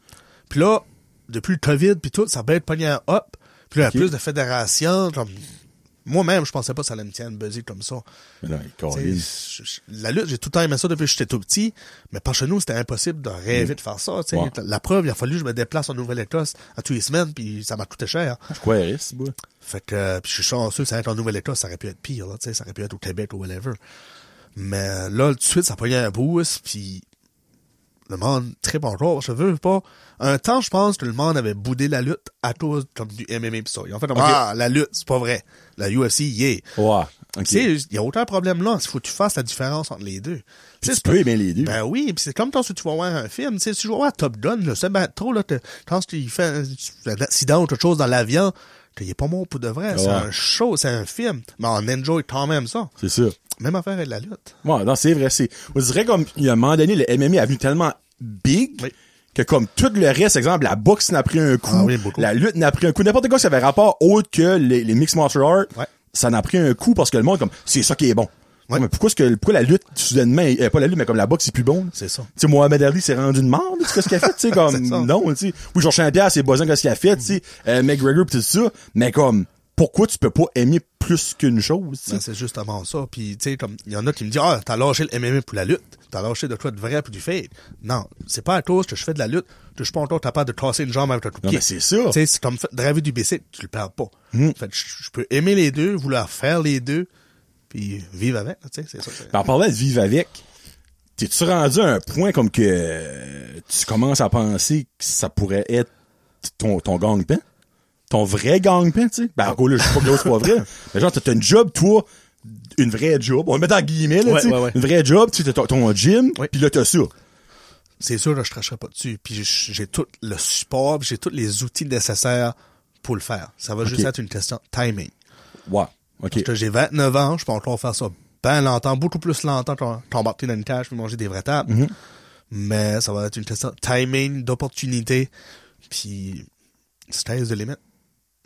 Speaker 3: Puis là, depuis le COVID puis tout, ça va être pogné un up. Puis là, il y a plus de fédérations, comme, moi-même, je pensais pas que ça allait me tienne buzzer comme ça.
Speaker 1: Mais non,
Speaker 3: T'sais,
Speaker 1: Colin.
Speaker 3: je- je- La lutte, j'ai tout le temps aimé ça depuis que j'étais tout petit, mais par chez nous, c'était impossible de rêver de faire ça. t'sais.
Speaker 1: Ouais.
Speaker 3: La preuve, il a fallu que je me déplace en Nouvelle-Écosse à tous les semaines, puis ça m'a coûté cher.
Speaker 1: Je crois à risque, moi.
Speaker 3: Fait que euh, puis je suis chanceux, ça va être en Nouvelle-Écosse, ça aurait pu être pire, là, t'sais, ça aurait pu être au Québec ou whatever. Mais là, tout de suite, ça a pogné un boost, puis le monde très encore, je veux pas. Un temps, je pense que le monde avait boudé la lutte à cause comme du MMA pis ça. Ils ont fait comme, Ah, la lutte, c'est pas vrai. La UFC, yeah.
Speaker 1: Ouais. OK.
Speaker 3: Tu sais, il y a aucun problème là. Il faut que tu fasses la différence entre les deux. Tu sais,
Speaker 1: Tu
Speaker 3: c'est
Speaker 1: peux aimer les deux.
Speaker 3: ben oui, puis c'est comme quand tu vas voir un film, tu sais, si tu vas voir Top Gun, je sais ben trop, là, que- quand il fait un, un accident ou quelque chose dans l'avion, qu'il est pas mort pour de vrai, c'est
Speaker 1: Ouais.
Speaker 3: un show, c'est un film, mais on enjoy quand même ça.
Speaker 1: C'est ça.
Speaker 3: Même affaire avec la lutte.
Speaker 1: Ouais, non, c'est vrai, c'est. On dirait comme, il y a un moment donné, le MMA est venu tellement big
Speaker 3: Oui.
Speaker 1: que comme tout le reste, exemple, la boxe n'a pris un coup,
Speaker 3: Ah oui, beaucoup.
Speaker 1: la lutte n'a pris un coup, n'importe quoi, ça avait rapport autre que les, les mixed martial arts,
Speaker 3: Ouais.
Speaker 1: ça n'a pris un coup parce que le monde, comme, c'est ça qui est bon.
Speaker 3: Ouais.
Speaker 1: Mais pourquoi, est-ce que, pourquoi la lutte, soudainement, est- euh, pas la lutte, mais comme la boxe, c'est plus bon? là?
Speaker 3: C'est ça.
Speaker 1: Tu sais, Mohamed Ali s'est rendu de mort, là, tu sais, ce qu'il a fait, tu sais, comme,
Speaker 3: C'est ça.
Speaker 1: non, tu sais. Oui, Georges Saint-Pierre, c'est Bozin, qu'est-ce qu'il a fait, tu sais, euh, McGregor, pis tout ça, mais comme, pourquoi tu peux pas aimer plus qu'une chose, tu sais?
Speaker 3: Ben, c'est juste avant ça. Puis, tu sais, comme, il y en a qui me disent, ah, t'as lâché le MMA pour la lutte. T'as lâché de quoi de vrai pour du fake. Non, c'est pas à cause que je fais de la lutte que je suis pas encore capable de casser une jambe avec un coup de
Speaker 1: Non,
Speaker 3: pied.
Speaker 1: mais c'est ça.
Speaker 3: Tu sais, c'est comme fait- driver du BC, tu le perds pas. Fait que je je peux aimer les deux, vouloir faire les deux, puis vivre avec, tu sais, c'est ça. c'est-
Speaker 1: Puis Ben, en parlant de vivre avec, t'es-tu rendu à un point comme que euh, tu commences à penser que ça pourrait être ton, ton gang-pain? Ton vrai gang-pain, tu sais? Ben, encore là, je sais pas que l'autre c'est pas vrai. Mais genre, t'as- t'as une job, toi, une vraie job. On le met dans guillemets, là,
Speaker 3: Ouais,
Speaker 1: tu sais.
Speaker 3: ouais, ouais.
Speaker 1: Une vraie job, tu sais, t'as ton, ton gym,
Speaker 3: Ouais.
Speaker 1: puis là, t'as ça.
Speaker 3: C'est sûr que je cracherai pas dessus. Puis j'ai j'ai tout le support, puis j'ai tous les outils nécessaires pour le faire. Ça va juste être une question de timing.
Speaker 1: Ouais. OK.
Speaker 3: Parce que j'ai 29 ans, je peux encore faire ça bien longtemps, beaucoup plus longtemps qu'en- qu'embarquer dans une cage puis manger des vrais tables. Mais ça va être une question de timing, d'opportunité, puis stress de limite.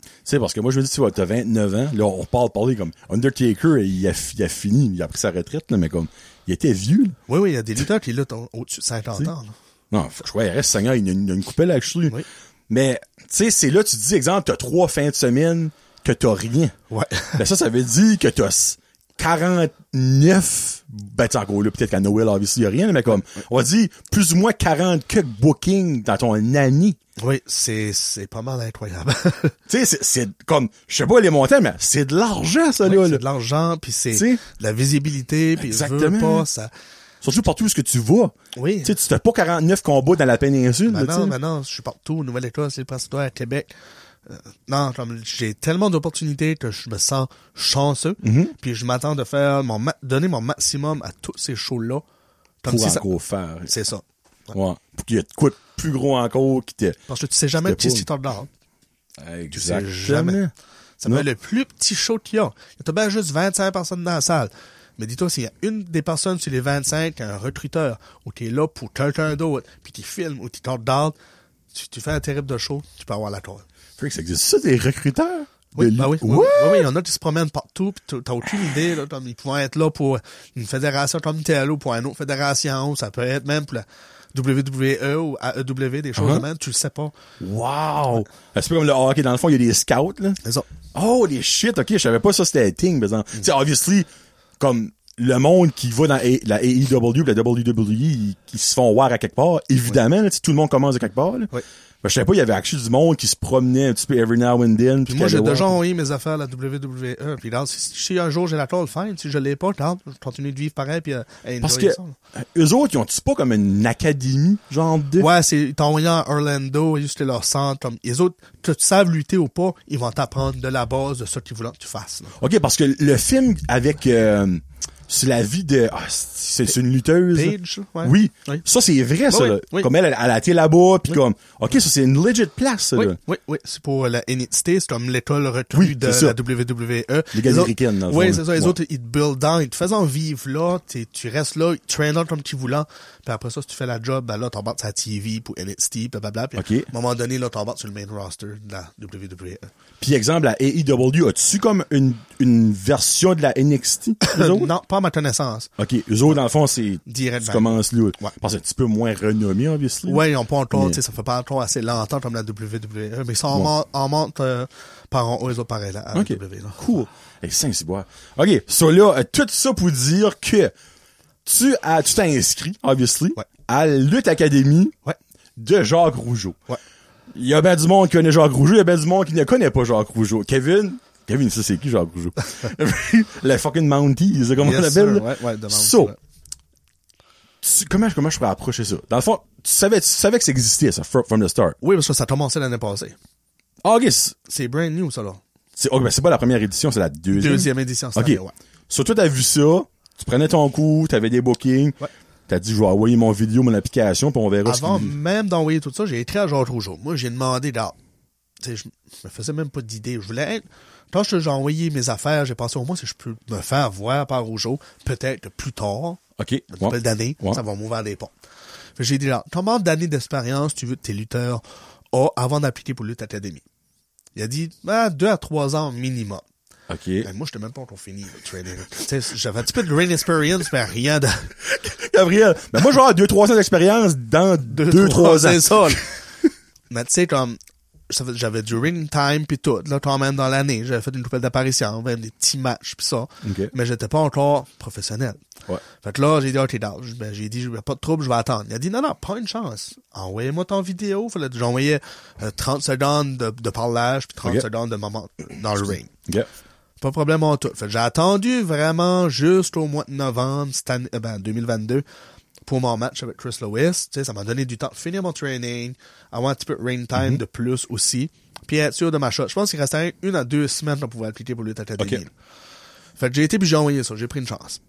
Speaker 1: Tu sais, parce que moi, je me dis, tu vois, t'as 29 ans, là, on parle, parler comme Undertaker, il a, fi- il a fini, il a pris sa retraite, là, mais comme, il était vieux, là.
Speaker 3: Oui, oui, il y a des lutteurs qui luttent au- au-dessus de 50 ans. là.
Speaker 1: Non, faut- je crois, il reste Seigneur, il y a une, il y a une coupelle à cheveux.
Speaker 3: Oui.
Speaker 1: Mais, tu sais, c'est là, tu dis, exemple, t'as trois fins de semaine que t'as rien.
Speaker 3: Ouais.
Speaker 1: Ben ça, ça veut dire que t'as s- 49, ben, t'es encore là, peut-être qu'à Noël, obviously, il y a rien, mais comme, on va dire, plus ou moins 40 quelques bookings dans ton année.
Speaker 3: Oui, c'est c'est pas mal incroyable.
Speaker 1: Tu sais, c'est- c'est comme, je sais pas les montants, mais c'est de l'argent, ça, là,
Speaker 3: c'est
Speaker 1: là.
Speaker 3: de l'argent, puis c'est
Speaker 1: Tu sais.
Speaker 3: de la visibilité, puis je veux
Speaker 1: Exactement.
Speaker 3: pas, ça...
Speaker 1: Surtout partout où est-ce que tu vas.
Speaker 3: Oui. Ben
Speaker 1: Tu sais, tu fais pas 49 combats dans la péninsule, là, tu
Speaker 3: Maintenant,
Speaker 1: sais.
Speaker 3: maintenant, je suis partout, Nouvelle-Écosse, les Principautés, à Québec. Euh, non, comme j'ai tellement d'opportunités que je me sens chanceux.
Speaker 1: Mm-hmm.
Speaker 3: Puis je m'attends de faire mon ma- donner mon maximum à tous ces shows-là. Comme
Speaker 1: Pour
Speaker 3: si ça-
Speaker 1: encore faire.
Speaker 3: C'est ça. Ouais.
Speaker 1: Ouais. Pour qu'il y ait de quoi de plus gros encore qui te...
Speaker 3: Parce que tu sais jamais le
Speaker 1: C'était
Speaker 3: petit
Speaker 1: pas-
Speaker 3: site d'or. Tu sais
Speaker 1: Exactement.
Speaker 3: jamais. Ça peut
Speaker 1: Non.
Speaker 3: être le plus petit show qu'il y a. Il y a tout bien juste 25 personnes dans la salle. Mais dis-toi, s'il y a une des personnes sur les 25 qui a un recruteur ou qui est là pour quelqu'un d'autre, puis qui filme ou qui corde d'ordre, tu, tu fais un terrible de show, tu peux avoir la toile.
Speaker 1: Fait que ça existe ça, des recruteurs?
Speaker 3: Oui,
Speaker 1: De-
Speaker 3: bah oui, oui,
Speaker 1: What?
Speaker 3: oui, oui, il y en a qui se promènent partout, pis t'as t'as aucune idée, là, comme ils pouvaient être là pour une fédération comme telle ou pour une autre fédération, ça peut être même pour la WWE ou AEW, des choses
Speaker 1: Uh-huh.
Speaker 3: de même, tu le sais pas.
Speaker 1: Wow! Ben, C'est pas comme le hockey. Dans le fond, il y a des scouts, là.
Speaker 3: C'est ça.
Speaker 1: Oh, les shit, ok, je savais pas ça, c'était un thing, mais
Speaker 3: Mm.
Speaker 1: Tu sais, obviously, comme le monde qui va dans A- la AEW ou la WWE, ils, ils se font voir à quelque part, évidemment, là, tu sais, tout le monde commence de quelque part, là.
Speaker 3: Oui.
Speaker 1: Ben, je savais pas, il y avait actuellement du monde qui se promenait un petit peu every now and then.
Speaker 3: Puis
Speaker 1: puis
Speaker 3: moi,
Speaker 1: qui
Speaker 3: j'ai
Speaker 1: allait
Speaker 3: déjà
Speaker 1: voir.
Speaker 3: envoyé mes affaires à la WWE, puis regarde, si, si un jour j'ai la toile, fine, si je l'ai pas, regarde, je continue de vivre pareil, puis euh, à
Speaker 1: Parce que,
Speaker 3: enjoyer ça, là.
Speaker 1: euh, eux autres, ils ont-tu pas comme une académie, genre de...
Speaker 3: Ouais, c'est, ils t'ont envoyé à Orlando, juste leur centre, comme, les autres, que tu saves lutter ou pas, ils vont t'apprendre de la base de ce qu'ils voulaient que tu fasses, là.
Speaker 1: OK, parce que le film avec euh, sur la vie de ah, c'est c'est une lutteuse.
Speaker 3: Paige, ouais.
Speaker 1: Oui.
Speaker 3: Oui.
Speaker 1: Ça c'est vrai ça.
Speaker 3: Oui,
Speaker 1: là.
Speaker 3: oui.
Speaker 1: Comme elle elle a été là-bas puis comme OK, ça c'est une legit place ça,
Speaker 3: Oui,
Speaker 1: là.
Speaker 3: oui, oui. C'est pour la NXT, c'est comme l'école recrue
Speaker 1: Oui,
Speaker 3: de
Speaker 1: c'est ça.
Speaker 3: la WWE.
Speaker 1: Les gars
Speaker 3: autres-
Speaker 1: américaines, dans le fond,
Speaker 3: Oui, c'est ça.
Speaker 1: là.
Speaker 3: Les
Speaker 1: Ouais.
Speaker 3: autres, ils te build down, ils te faisant vivre là, t'es- tu restes là, ils te traînent comme tu voulais. Puis après ça, si tu fais la job, ben là, t'embarques sur la TV pour NXT, blablabla. Puis
Speaker 1: OK.
Speaker 3: à un moment donné, là, t'embarques sur le main roster de la E. WWE.
Speaker 1: Puis exemple la AEW a-tu comme une une version de la NXT eux autres?
Speaker 3: Euh, non, pas à ma connaissance.
Speaker 1: OK, eux autres dans le fond c'est
Speaker 3: Directement.
Speaker 1: Tu commences là.
Speaker 3: Ouais.
Speaker 1: Parce que un petit peu moins renommé obviously.
Speaker 3: Ouais, ils ont pas encore,
Speaker 1: Mais-
Speaker 3: tu sais, ça fait pas encore assez longtemps comme la WWE, mais ça en, monte, en monte euh, par en haut, ils ont pareil, là, à la
Speaker 1: OK.
Speaker 3: WWE, là.
Speaker 1: Cool. Et c'est bois. OK, so là euh, tout ça pour dire que tu as tu t'es inscrit obviously
Speaker 3: Ouais.
Speaker 1: à Lutte Academy.
Speaker 3: Ouais.
Speaker 1: de Jacques Rougeau.
Speaker 3: Ouais.
Speaker 1: Il y a bien du monde qui connaît Jacques Rougeau, il y a bien du monde qui ne connaît pas Jacques Rougeau. Kevin, Kevin, ça c'est qui Jacques Rougeau? Le fucking Mountie, c'est comment
Speaker 3: Yes,
Speaker 1: on l'appelle? là?
Speaker 3: sir. Ouais, ouais, de Mountie,
Speaker 1: So,
Speaker 3: ouais.
Speaker 1: tu- comment, comment je pourrais approcher ça? Dans le fond, tu savais, tu savais que ça existait, ça, fro- from the start.
Speaker 3: Oui, parce que ça a commencé l'année passée.
Speaker 1: Ah, ok, c'est,
Speaker 3: C'est brand new, ça, là.
Speaker 1: c'est- oh, ben, c'est pas la première édition, c'est la deuxième.
Speaker 3: Deuxième édition, cette
Speaker 1: Ok.
Speaker 3: année, ouais.
Speaker 1: So, toi, t'as vu ça, tu prenais ton coup, t'avais des bookings,
Speaker 3: Ouais.
Speaker 1: t'as dit, je vais envoyer mon vidéo, mon application, puis on verra ce
Speaker 3: Avant
Speaker 1: qu'il-
Speaker 3: même d'envoyer tout ça, j'ai écrit à Georges Rougeau. Moi, j'ai demandé d'art. Tu sais, je me faisais même pas d'idée. Je voulais être. Quand je- j'ai envoyé mes affaires, j'ai pensé au moins si je peux me faire voir par Rougeau, peut-être plus tard,
Speaker 1: Ok.
Speaker 3: une nouvelle
Speaker 1: ouais.
Speaker 3: d'année,
Speaker 1: Ouais.
Speaker 3: ça va m'ouvrir des ponts. Fait que J'ai dit, là, combien d'années d'expérience tu veux que tes lutteurs ont avant d'appliquer pour Lutte Academy? Il a dit, ah, deux à trois ans minimum.
Speaker 1: OK.
Speaker 3: Ben, moi, j'étais même pas encore fini le training. Tu sais, J'avais un petit peu de green experience, mais rien de...
Speaker 1: Gabriel, ben moi, je vais avoir 2-3 ans d'expérience dans 2-3 ans.
Speaker 3: C'est ça. là. Mais tu sais, comme, ça fait- j'avais du ring time puis tout, là, quand même dans l'année. J'avais fait une couple d'apparitions, même des petits matchs puis ça.
Speaker 1: Ok.
Speaker 3: Mais j'étais pas encore professionnel.
Speaker 1: Ouais.
Speaker 3: Fait que là, j'ai dit, OK, d'âge. Ben, j'ai dit, j'ai pas de trouble, je vais attendre. Il a dit, non, non, prends une chance. Envoyez-moi ton vidéo. Fallait que j'envoyais euh, 30 secondes de, de parlage puis 30
Speaker 1: Ok.
Speaker 3: secondes de moment dans le ring.
Speaker 1: OK.
Speaker 3: Pas de problème en tout. Fait que j'ai attendu vraiment jusqu'au mois de novembre, cette année- euh, ben, 2022, pour mon match avec Chris Lewis. Tu sais, ça m'a donné du temps de finir mon training, avoir un petit peu de rain time
Speaker 1: Mhm.
Speaker 3: de plus aussi, puis être sûr de ma shot. Je pense qu'il restait une à deux semaines pour pouvoir appliquer pour le Academy.
Speaker 1: Ok.
Speaker 3: là. Fait que j'ai été puis j'ai envoyé ça, j'ai pris une chance.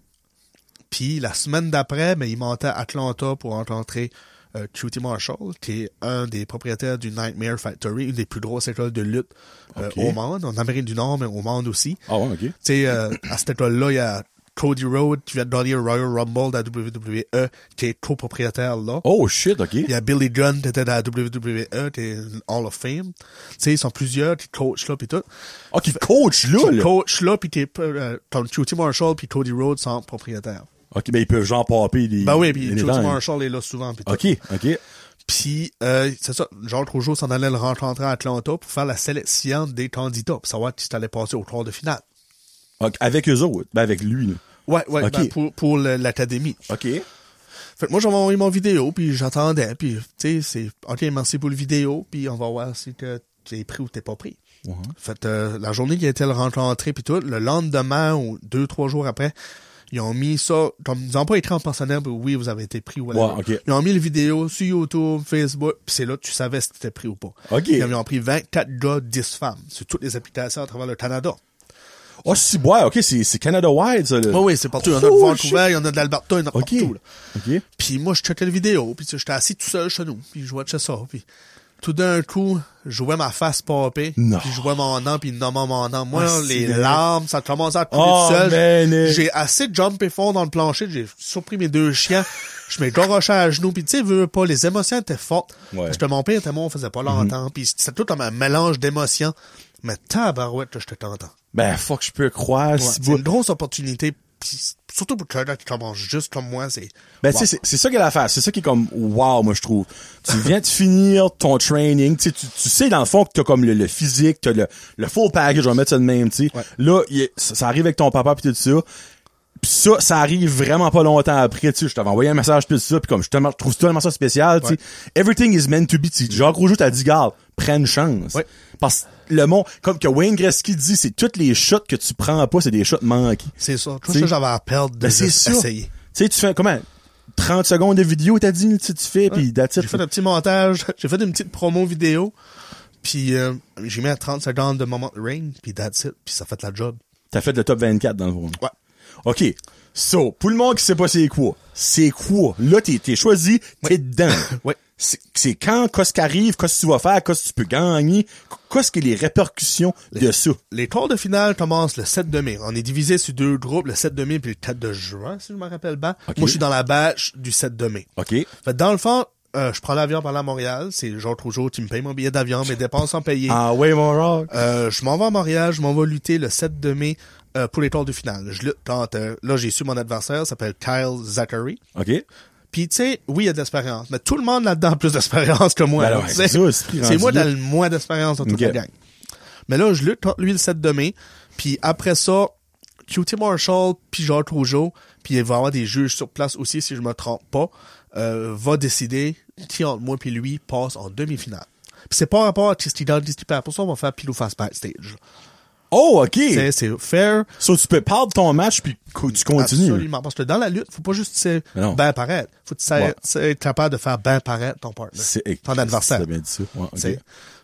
Speaker 3: Puis la semaine d'après, ben, il montait à Atlanta pour rencontrer euh, QT Marshall, qui est un des propriétaires du Nightmare Factory, une des plus grosses écoles de lutte euh,
Speaker 1: Ok.
Speaker 3: au monde, en Amérique du Nord, mais au monde aussi.
Speaker 1: Ah ouais, OK.
Speaker 3: Tu sais, euh, à cette école-là, il y a Cody Rhodes qui vient de gagner le Royal Rumble de la WWE, E, qui est copropriétaire là.
Speaker 1: Oh, shit, OK.
Speaker 3: Il y a Billy Gunn qui était dans la WWE, qui est Hall of Fame. Tu sais, ils sont plusieurs qui coachent là pis tout.
Speaker 1: Ah, qui coach là,
Speaker 3: Qui
Speaker 1: là.
Speaker 3: coachent là pis t'es, euh, comme QT Marshall pis Cody Rhodes sont propriétaires.
Speaker 1: OK, ben ils peuvent genre popper des...
Speaker 3: Ben oui, pis
Speaker 1: des
Speaker 3: QT
Speaker 1: dents.
Speaker 3: Marshall est là souvent pis tout.
Speaker 1: OK, OK.
Speaker 3: Puis, euh, c'est ça, Georges Rougeau s'en allait le rencontrer à Atlanta pour faire la sélection des candidats, pour savoir qui allait passer au tour de finale.
Speaker 1: Ok, Avec eux autres. Ben avec lui, là.
Speaker 3: Ouais, ouais,
Speaker 1: Ok.
Speaker 3: ben, pour, pour le- l'académie.
Speaker 1: OK.
Speaker 3: Fait que moi, j'avais envoyé mon vidéo, puis j'attendais, puis tu sais, c'est « OK, merci pour le vidéo, puis on va voir si que t'es pris ou t'es pas pris.
Speaker 1: Ouais.
Speaker 3: Fait euh, la journée qui a été le rencontré, puis tout, le lendemain ou deux, trois jours après, ils ont mis ça, comme ils n'ont pas écrit en personnel, puis oui, vous avez été pris ou
Speaker 1: Ouais, ok.
Speaker 3: Ils ont mis le vidéo sur YouTube, Facebook, puis c'est là que tu savais si t'étais pris ou pas.
Speaker 1: Ok.
Speaker 3: Ils ont pris 24 gars, 10 femmes, sur toutes les applications à travers le Canada.
Speaker 1: Ah, si, ouais, OK, c'est c'est Canada-wide, ça, là.
Speaker 3: Oui, oui, c'est partout. Il y en a de
Speaker 1: Oh,
Speaker 3: Vancouver, il y en a de l'Alberta, il y en a
Speaker 1: OK.
Speaker 3: partout. là.
Speaker 1: OK.
Speaker 3: Puis moi, je checkais la vidéo, puis tu sais, j'étais assis tout seul chez nous, puis je watchais ça, puis tout d'un coup, je vois ma face popper,
Speaker 1: Non.
Speaker 3: puis je vois mon nom, puis nommant mon nom. Moi,
Speaker 1: Ah,
Speaker 3: les
Speaker 1: c'est vrai.
Speaker 3: larmes, ça commençait à couler
Speaker 1: Oh,
Speaker 3: tout seul.
Speaker 1: man, eh.
Speaker 3: J'ai assez jumpé fort dans le plancher, j'ai surpris mes deux chiens, je m'ai goroché à genoux, puis tu sais, veux veux pas, les émotions étaient fortes.
Speaker 1: Ouais. Mhm.
Speaker 3: Parce que mon père était moi, on faisait pas longtemps, puis c'était tout comme un mélange d'émotions. Mais tabarouette, que je te t'entends.
Speaker 1: Ben, fuck, je peux croire.
Speaker 3: Ouais,
Speaker 1: si
Speaker 3: c'est
Speaker 1: vous-
Speaker 3: une grosse opportunité, puis surtout pour quelqu'un qui commence juste comme moi, c'est...
Speaker 1: Ben, tu sais, c'est- c'est ça qui est l'affaire. C'est ça qui est comme, wow, moi, je trouve. Tu viens de finir ton training. Tu sais, tu, tu sais, dans le fond, que t'as comme le, le physique, t'as le, le full package, on va mettre ça de même, tu sais.
Speaker 3: Ouais.
Speaker 1: Là, il est- ça, ça arrive avec ton papa pis tout ça. Pis ça, ça arrive vraiment pas longtemps après, tu sais. Je t'avais envoyé un message pis tout ça, pis comme, je, tellement- je trouve tellement ça spécial, tu
Speaker 3: Ouais.
Speaker 1: sais. Everything is meant to be, tu sais. Jacques Rougeau t'a dit, garde, prends une chance.
Speaker 3: Ouais.
Speaker 1: Parce que le monde, comme que Wayne Gretzky dit, c'est toutes les shots que tu prends pas, c'est des shots manqués.
Speaker 3: C'est ça. Tout
Speaker 1: T'sais,
Speaker 3: ça, j'avais à perdre de
Speaker 1: Ben, c'est
Speaker 3: juste
Speaker 1: sûr.
Speaker 3: essayer.
Speaker 1: Tu sais, tu fais comment 30 secondes de vidéo, t'as dit, tu, tu fais, puis that's it.
Speaker 3: J'ai fait un petit montage, j'ai fait une petite promo vidéo, puis euh, j'ai mis à 30 secondes de moment de ring, puis that's it, puis ça fait la job.
Speaker 1: T'as fait le top 24 dans le fond.
Speaker 3: Ouais.
Speaker 1: OK. So, pour le monde qui sait pas c'est quoi, c'est quoi? Là, t'es, t'es choisi, t'es dedans.
Speaker 3: Ouais.
Speaker 1: C'est, c'est quand, qu'est-ce qui arrive, qu'est-ce que tu vas faire, qu'est-ce que tu peux gagner, qu'est-ce que les répercussions de ça.
Speaker 3: Les quarts de finale commencent le 7 de mai. On est divisé sur deux groupes, le 7 de mai puis le 4 de juin, si je me rappelle bien.
Speaker 1: Ok. Ah.
Speaker 3: Moi, je suis dans la batch du 7 de mai.
Speaker 1: OK.
Speaker 3: Fait que dans le fond, euh, je prends l'avion par la Montréal. C'est genre toujours, tu me payes mon billet d'avion, mes dépenses sont payées.
Speaker 1: Ah ouais, mon rock.
Speaker 3: Euh, je m'en vais à Montréal, je m'en vais lutter le 7 de mai euh, pour les quarts de finale. Je lutte contre, euh, là, j'ai su mon adversaire, il s'appelle Kyle Zachary.
Speaker 1: OK.
Speaker 3: Puis, tu sais, oui, il y a de l'expérience, mais tout le monde là-dedans a plus d'expérience que moi.
Speaker 1: Ben
Speaker 3: là,
Speaker 1: ouais,
Speaker 3: tu sais.
Speaker 1: c'est ça, c'est
Speaker 3: c'est moi
Speaker 1: rendu
Speaker 3: qui
Speaker 1: là.
Speaker 3: ai le moins d'expérience dans toute
Speaker 1: Ok.
Speaker 3: la gang. Mais là, je lutte contre lui le 7 de mai. Puis après ça, QT Marshall, puis Jacques Rougeau, puis il va y avoir des juges sur place aussi, si je me trompe pas, euh, va décider qui entre moi puis lui passe en demi-finale. Puis c'est pas rapport à qui ce qui gagne, qui ce qui perd. Pour ça, on va faire pile ou face backstage.
Speaker 1: Oh, OK.
Speaker 3: Tu sais, C'est fair,
Speaker 1: So, tu peux perdre ton match, puis co- tu continues.
Speaker 3: Absolument. Parce que dans la lutte, faut pas juste tu sais,
Speaker 1: Mais non.
Speaker 3: bien paraître. Faut que tu sais-
Speaker 1: Ouais.
Speaker 3: tu sais, être capable de faire bien paraître ton partner.
Speaker 1: C'est,
Speaker 3: ton adversaire.
Speaker 1: C'est bien dit ça. Ouais, OK.
Speaker 3: Tu sais.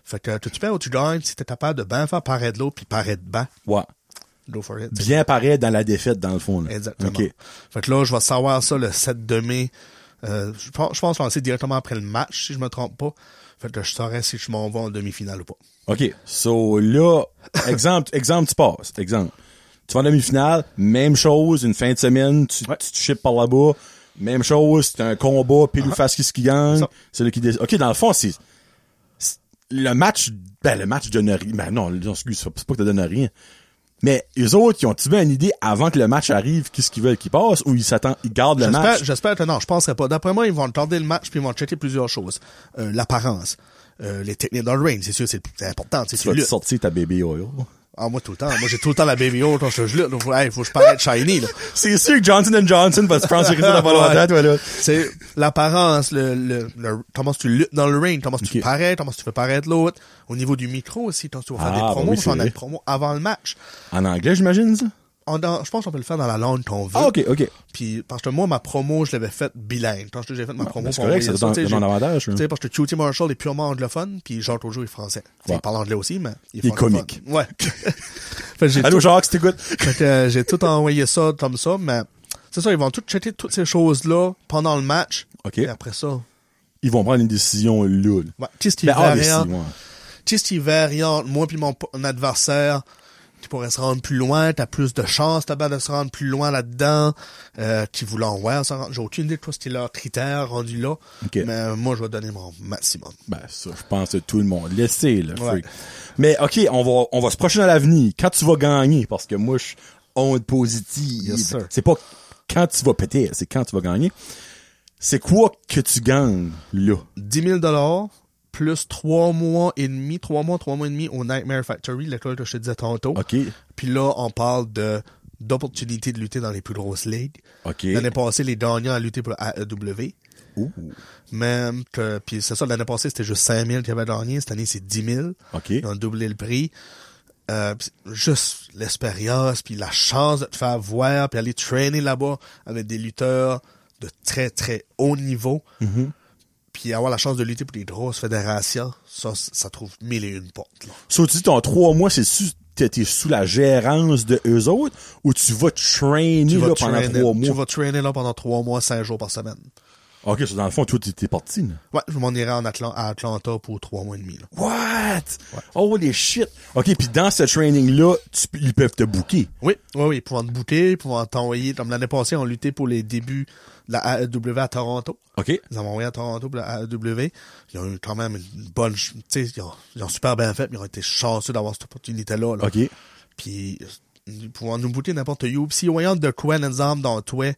Speaker 3: Fait que que tu perds ou tu gagnes, si t'es capable de bien faire paraître l'autre puis paraître bien,
Speaker 1: Ouais.
Speaker 3: go for it.
Speaker 1: Bien paraître dans la défaite, dans le fond. Là.
Speaker 3: Exactement.
Speaker 1: OK.
Speaker 3: Fait que là, je vais savoir ça le 7 de mai. Euh, je pense, je pense lancer directement après le match, si je me trompe pas. Fait que je saurais si je m'en vais en demi-finale ou pas.
Speaker 1: OK. So, là, exemple, exemple, tu passes. Exemple. Tu vas en demi-finale, même chose, une fin de semaine, tu, tu, te chippes par là-bas, Même chose, c'est un combat, Pilou Faskis qui gagne.
Speaker 3: Ah. Ça.
Speaker 1: C'est lui qui décide. OK, dans le fond, c'est, c'est- le match, ben, le match donne rien. Ben, non, non, excuse, c'est pas que ça donne rien. Mais eux autres, ils ont-tu bien une idée avant que le match arrive, qu'est-ce qu'ils veulent qu'il passe, ou ils s'attendent, ils gardent le match?
Speaker 3: J'espère, j'espère que non, je penserais pas. D'après moi, ils vont regarder le match puis ils vont checker plusieurs choses. Euh, l'apparence, euh, les techniques dans le ring, c'est sûr, c'est, c'est important. C'est
Speaker 1: Tu vas te sortir ta bébé oil.
Speaker 3: Ah, moi, tout le temps. Moi, j'ai tout le temps la baby oil quand je je lutte. là. Faut, hey, faut que je paraisse shiny, là.
Speaker 1: C'est sûr que Johnson Johnson va se prendre sur la volonté, toi, là.
Speaker 3: C'est l'apparence, le, le, le- comment tu luttes dans le ring, comment tu
Speaker 1: Ok.
Speaker 3: parais, comment tu fais paraître l'autre. Au niveau du micro aussi, quand tu vas faire
Speaker 1: Ah,
Speaker 3: des
Speaker 1: bah
Speaker 3: promos,
Speaker 1: oui,
Speaker 3: tu
Speaker 1: c'est
Speaker 3: vas faire
Speaker 1: vrai.
Speaker 3: des promos avant le match.
Speaker 1: En anglais, j'imagine, ça?
Speaker 3: On- dans- je pense qu'on peut le faire dans la langue qu'on veut.
Speaker 1: Ah, OK, OK.
Speaker 3: Puis, parce que moi, ma promo, je l'avais faite bilingue. Quand j'ai fait ma promo,
Speaker 1: ben, c'est
Speaker 3: pour
Speaker 1: correct,
Speaker 3: envoyer
Speaker 1: ça donne-
Speaker 3: tu sais,
Speaker 1: donne
Speaker 3: j'ai-
Speaker 1: un avantage,
Speaker 3: Tu
Speaker 1: hein.
Speaker 3: sais, parce que Cutie Marshall est purement anglophone, puis Jean Tojo est français. Tu sais,
Speaker 1: Ouais.
Speaker 3: Il parle anglais aussi, mais
Speaker 1: Il est
Speaker 3: francophone.
Speaker 1: comique.
Speaker 3: Ouais. Fait que j'ai
Speaker 1: Allô,
Speaker 3: tout-
Speaker 1: Jacques, t'écoutes?
Speaker 3: fait que, euh, j'ai tout envoyé ça comme ça, mais c'est ça, ils vont tout checker toutes ces choses-là pendant le match.
Speaker 1: OK.
Speaker 3: Et après ça,
Speaker 1: Ils vont prendre une décision lourde.
Speaker 3: ouais. qu'est-ce qui
Speaker 1: Ben, ah, mais
Speaker 3: varie
Speaker 1: si,
Speaker 3: entre-
Speaker 1: ouais.
Speaker 3: qu'est-ce qui varie entre moi puis mon p- mon adversaire qui pourrait se rendre plus loin, t'as plus de chances là-bas de se rendre plus loin là-dedans, euh, qui voulant ouais, ça rend- j'ai aucune idée de quoi c'était leur critère rendu là,
Speaker 1: OK.
Speaker 3: mais euh, moi je vais donner mon maximum.
Speaker 1: Ben, ça, je pense que tout le monde. Laissez, là,
Speaker 3: Ouais.
Speaker 1: freak. Mais, OK, on va, on va se projeter dans l'avenir. Quand tu vas gagner, parce que moi, je suis onde positive.
Speaker 3: Yes, sir.
Speaker 1: c'est pas quand tu vas péter, c'est quand tu vas gagner. C'est quoi que tu gagnes, là?
Speaker 3: 10 000 dollars plus trois mois et demi, trois mois, trois mois et demi au Nightmare Factory, l'école que je te disais tantôt.
Speaker 1: OK.
Speaker 3: Puis là, on parle de d'opportunité de lutter dans les plus grosses ligues.
Speaker 1: OK.
Speaker 3: L'année passée, les gagnants à lutter pour la AEW.
Speaker 1: Ouh.
Speaker 3: Même que, puis c'est ça, l'année passée, c'était juste 5 000 qu'il y avait gagné. Cette année, c'est 10 000.
Speaker 1: OK.
Speaker 3: Ils ont doublé le prix. Euh, puis c'est juste l'expérience, puis la chance de te faire voir, puis aller traîner là-bas avec des lutteurs de très, très haut niveau.
Speaker 1: Mm-hmm.
Speaker 3: Puis avoir la chance de lutter pour les grosses fédérations, ça, c- ça trouve mille et une portes. là.
Speaker 1: Soit tu dis, ton trois mois, c'est sous, t'es, t'es sous la gérance de eux autres, ou tu vas trainer,
Speaker 3: Tu,
Speaker 1: là,
Speaker 3: vas
Speaker 1: pendant
Speaker 3: traîner,
Speaker 1: trois
Speaker 3: tu
Speaker 1: mois?
Speaker 3: vas traîner là pendant trois mois, cinq jours par semaine.
Speaker 1: OK, so dans le fond, toi, t'es, t'es parti, là.
Speaker 3: Ouais, je m'en irai en Atlan- à Atlanta pour trois mois et demi. là.
Speaker 1: What? Holy shit! OK, puis dans ce training-là, tu peux- ils peuvent te booker.
Speaker 3: Oui, oui, oui, pouvoir te bouter, pouvoir t'envoyer. Comme l'année passée, on luttait pour les débuts de la AEW à Toronto.
Speaker 1: OK.
Speaker 3: Ils ont envoyé à Toronto pour la AEW. Ils ont eu quand même une bonne. ch- Tu sais, ils ont, ils ont super bien fait, mais ils ont été chanceux d'avoir cette opportunité-là. là.
Speaker 1: OK.
Speaker 3: Puis, euh, pouvoir nous bouter n'importe où. Puis, s'ils voyant de quoi, nous armes dans toi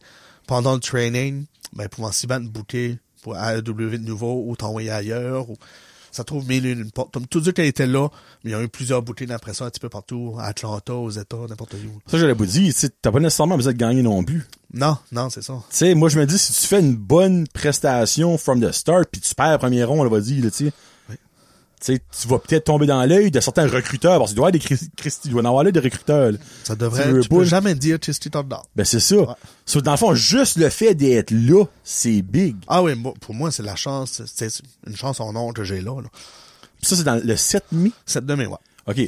Speaker 3: pendant le training, ben, pouvoir si bien te bouter pour AEW de nouveau ou t'envoyer ailleurs. Ou... Ça trouve mille et une portes. Comme tout ceux qui étaient là, mais ils ont eu plusieurs boutines après ça un petit peu partout, à Atlanta, aux États, n'importe où.
Speaker 1: Ça, je l'ai pas dit. tu sais, T'as pas nécessairement besoin de gagner non plus.
Speaker 3: Non, non, c'est ça.
Speaker 1: Tu sais, moi, je me dis, si tu fais une bonne prestation from the start, puis tu perds la première ronde, on va dire, là, tu sais, tu sais, tu vas peut-être tomber dans l'œil de certains recruteurs, parce qu'il doit y avoir des Christi, Christi- il doit y en avoir là, des recruteurs. là.
Speaker 3: Ça
Speaker 1: Tu
Speaker 3: devrait.
Speaker 1: veux
Speaker 3: Tu peux
Speaker 1: pas-
Speaker 3: jamais dire que c'est dedans.
Speaker 1: Ben, c'est ça. So, dans le fond, juste le fait d'être là, c'est big.
Speaker 3: Ah oui, moi, pour moi, c'est la chance. C'est une chance en or que j'ai là. là.
Speaker 1: Puis ça, c'est dans le 7 mai.
Speaker 3: Cette demain, ouais.
Speaker 1: OK.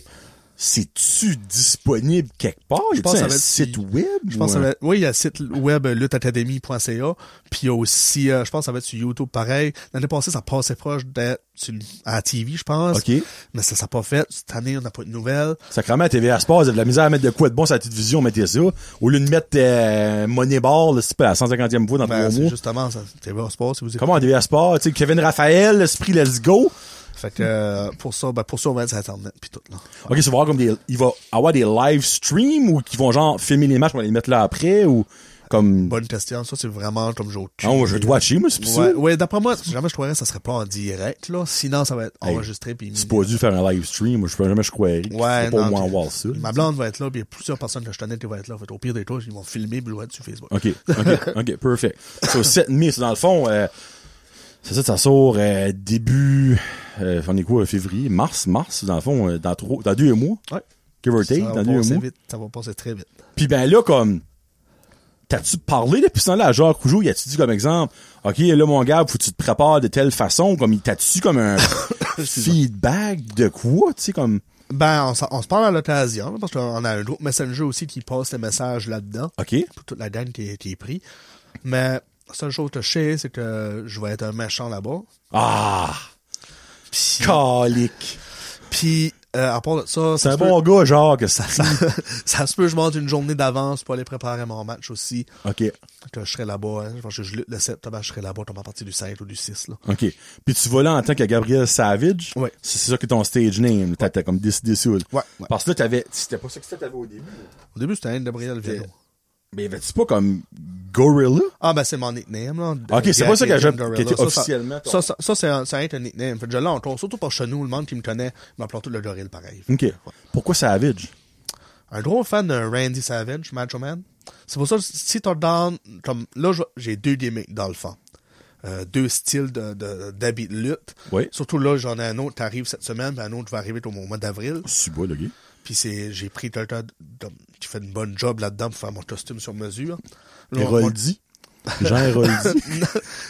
Speaker 1: C'est-tu disponible quelque part? Je
Speaker 3: pense que ça
Speaker 1: un
Speaker 3: va être-
Speaker 1: site web?
Speaker 3: Je pense
Speaker 1: ou
Speaker 3: que ça
Speaker 1: un-
Speaker 3: va être- oui, il y a le site web euh, lutteacademy.ca, puis il y a aussi, euh, je pense que ça va être sur YouTube pareil. L'année passée, ça passait proche d'être sur une- à la TV, je pense.
Speaker 1: OK.
Speaker 3: Mais ça ça n'a pas fait. Cette année, on n'a pas eu de nouvelles.
Speaker 1: Sacrement, TVA Sports, vous avez de la misère à mettre de quoi de bon sur la petite vision, mettez ça. Au lieu de mettre euh, Moneyball, là, c'est pas la 150e fois dans
Speaker 3: Ben,
Speaker 1: trois
Speaker 3: c'est
Speaker 1: mois.
Speaker 3: justement, ça, TV Sport, si vous écoutez.
Speaker 1: Ah, Comment TVA Sports, tu sais, Kevin Raphaël, Spree Let's Go.
Speaker 3: Fait que, euh, pour ça, ben, pour ça, on va être sur Internet, puis tout, là.
Speaker 1: OK, ça va avoir comme des, il va avoir des live streams ou qui vont genre filmer les matchs, on va les mettre là après ou comme,
Speaker 3: Bonne question. Ça, c'est vraiment comme j'ai aucune
Speaker 1: non, moi, Ah, je
Speaker 3: idée.
Speaker 1: dois watcher, moi, c'est pour ça.
Speaker 3: Ouais, ouais, d'après moi, si jamais je croirais, ça serait pas en direct, là. Sinon, ça va être
Speaker 1: Hey,
Speaker 3: enregistré, puis
Speaker 1: C'est pas dû faire un live stream, moi, je peux jamais, je croirais.
Speaker 3: Ouais,
Speaker 1: C'est pas
Speaker 3: non,
Speaker 1: moi en
Speaker 3: t'es-
Speaker 1: voir ça.
Speaker 3: Ma blonde va être là, puis il y a plusieurs personnes que je connais qui vont être là. Fait que au pire des cas, ils vont filmer puis le mettre sur Facebook.
Speaker 1: OK, OK, OK, perfect. So, 7 mai, c'est dans le fond, euh, c'est ça, ça sort euh, début, euh, on est quoi, février, mars, mars, dans le fond, euh, dans, trois, dans deux mois,
Speaker 3: Ouais.
Speaker 1: give or take,
Speaker 3: Ça va
Speaker 1: dans deux
Speaker 3: passer
Speaker 1: mois.
Speaker 3: vite. Ça va passer très vite.
Speaker 1: Puis ben là, comme, t'as-tu parlé depuis ça là à Jacques Rougeau, il a-tu dit comme exemple, OK, là, mon gars, faut que tu te prépares de telle façon, comme, il t'as-tu comme un feedback de quoi, tu sais, comme,
Speaker 3: Ben, on, s'en- on se parle à l'occasion, là, parce qu'on a un groupe Messenger aussi qui passe les messages là-dedans.
Speaker 1: OK,
Speaker 3: Pour toute la gang qui est, qui est pris. Mais, la seule chose que je sais, c'est que je vais être un méchant là-bas.
Speaker 1: ah,
Speaker 3: Puis,
Speaker 1: calique.
Speaker 3: puis euh, à part de ça,
Speaker 1: C'est
Speaker 3: ça
Speaker 1: un
Speaker 3: se peut-
Speaker 1: bon gars, genre, que ça...
Speaker 3: ça se peut, je monte une journée d'avance pour aller préparer mon match aussi.
Speaker 1: OK,
Speaker 3: Que je serai là-bas, hein. Je pense que je lutte le 7 octobre, je serai là-bas, comme à partir du 7 ou du 6, là.
Speaker 1: OK. Puis tu vas là en tant que Gabriel Savage.
Speaker 3: Ouais.
Speaker 1: C'est c'est ça que ton stage name. T'as t'as comme décidé ça. là.
Speaker 3: Ouais, ouais.
Speaker 1: Parce que là, t'avais... C'était pas ça que t'avais au début. là.
Speaker 3: Au début, c'était un Gabriel Vino.
Speaker 1: Mais avais-tu pas comme Gorilla?
Speaker 3: Ah, ben, c'est mon nickname, là.
Speaker 1: Ok, c'est
Speaker 3: Gabriel
Speaker 1: pas ça que j'ai-
Speaker 3: Gorilla.
Speaker 1: qui était
Speaker 3: Ça, ça-
Speaker 1: officiellement ton-
Speaker 3: Ça, ça, ça, c'est un- ça, a été un nickname. Fait que je l'ai encore, surtout par chez nous, le monde qui me connaît m'appelle tout le Gorille pareil.
Speaker 1: OK. Pourquoi Savage?
Speaker 3: un gros fan de Randy Savage, Macho Man. C'est pour ça que si t'as dans, comme, là, je- j'ai deux gimmicks dans le fond. Euh, deux styles de, de, d'habits de lutte.
Speaker 1: Oui.
Speaker 3: Surtout là, j'en ai un autre qui arrive cette semaine, puis un autre qui va arriver au mois d'avril.
Speaker 1: C'est beau, le gars.
Speaker 3: Puis c'est, j'ai pris quelqu'un de- de- qui fait une bonne job là-dedans pour faire mon costume sur mesure. Là, on-
Speaker 1: Héroldi. Jean Héroldi.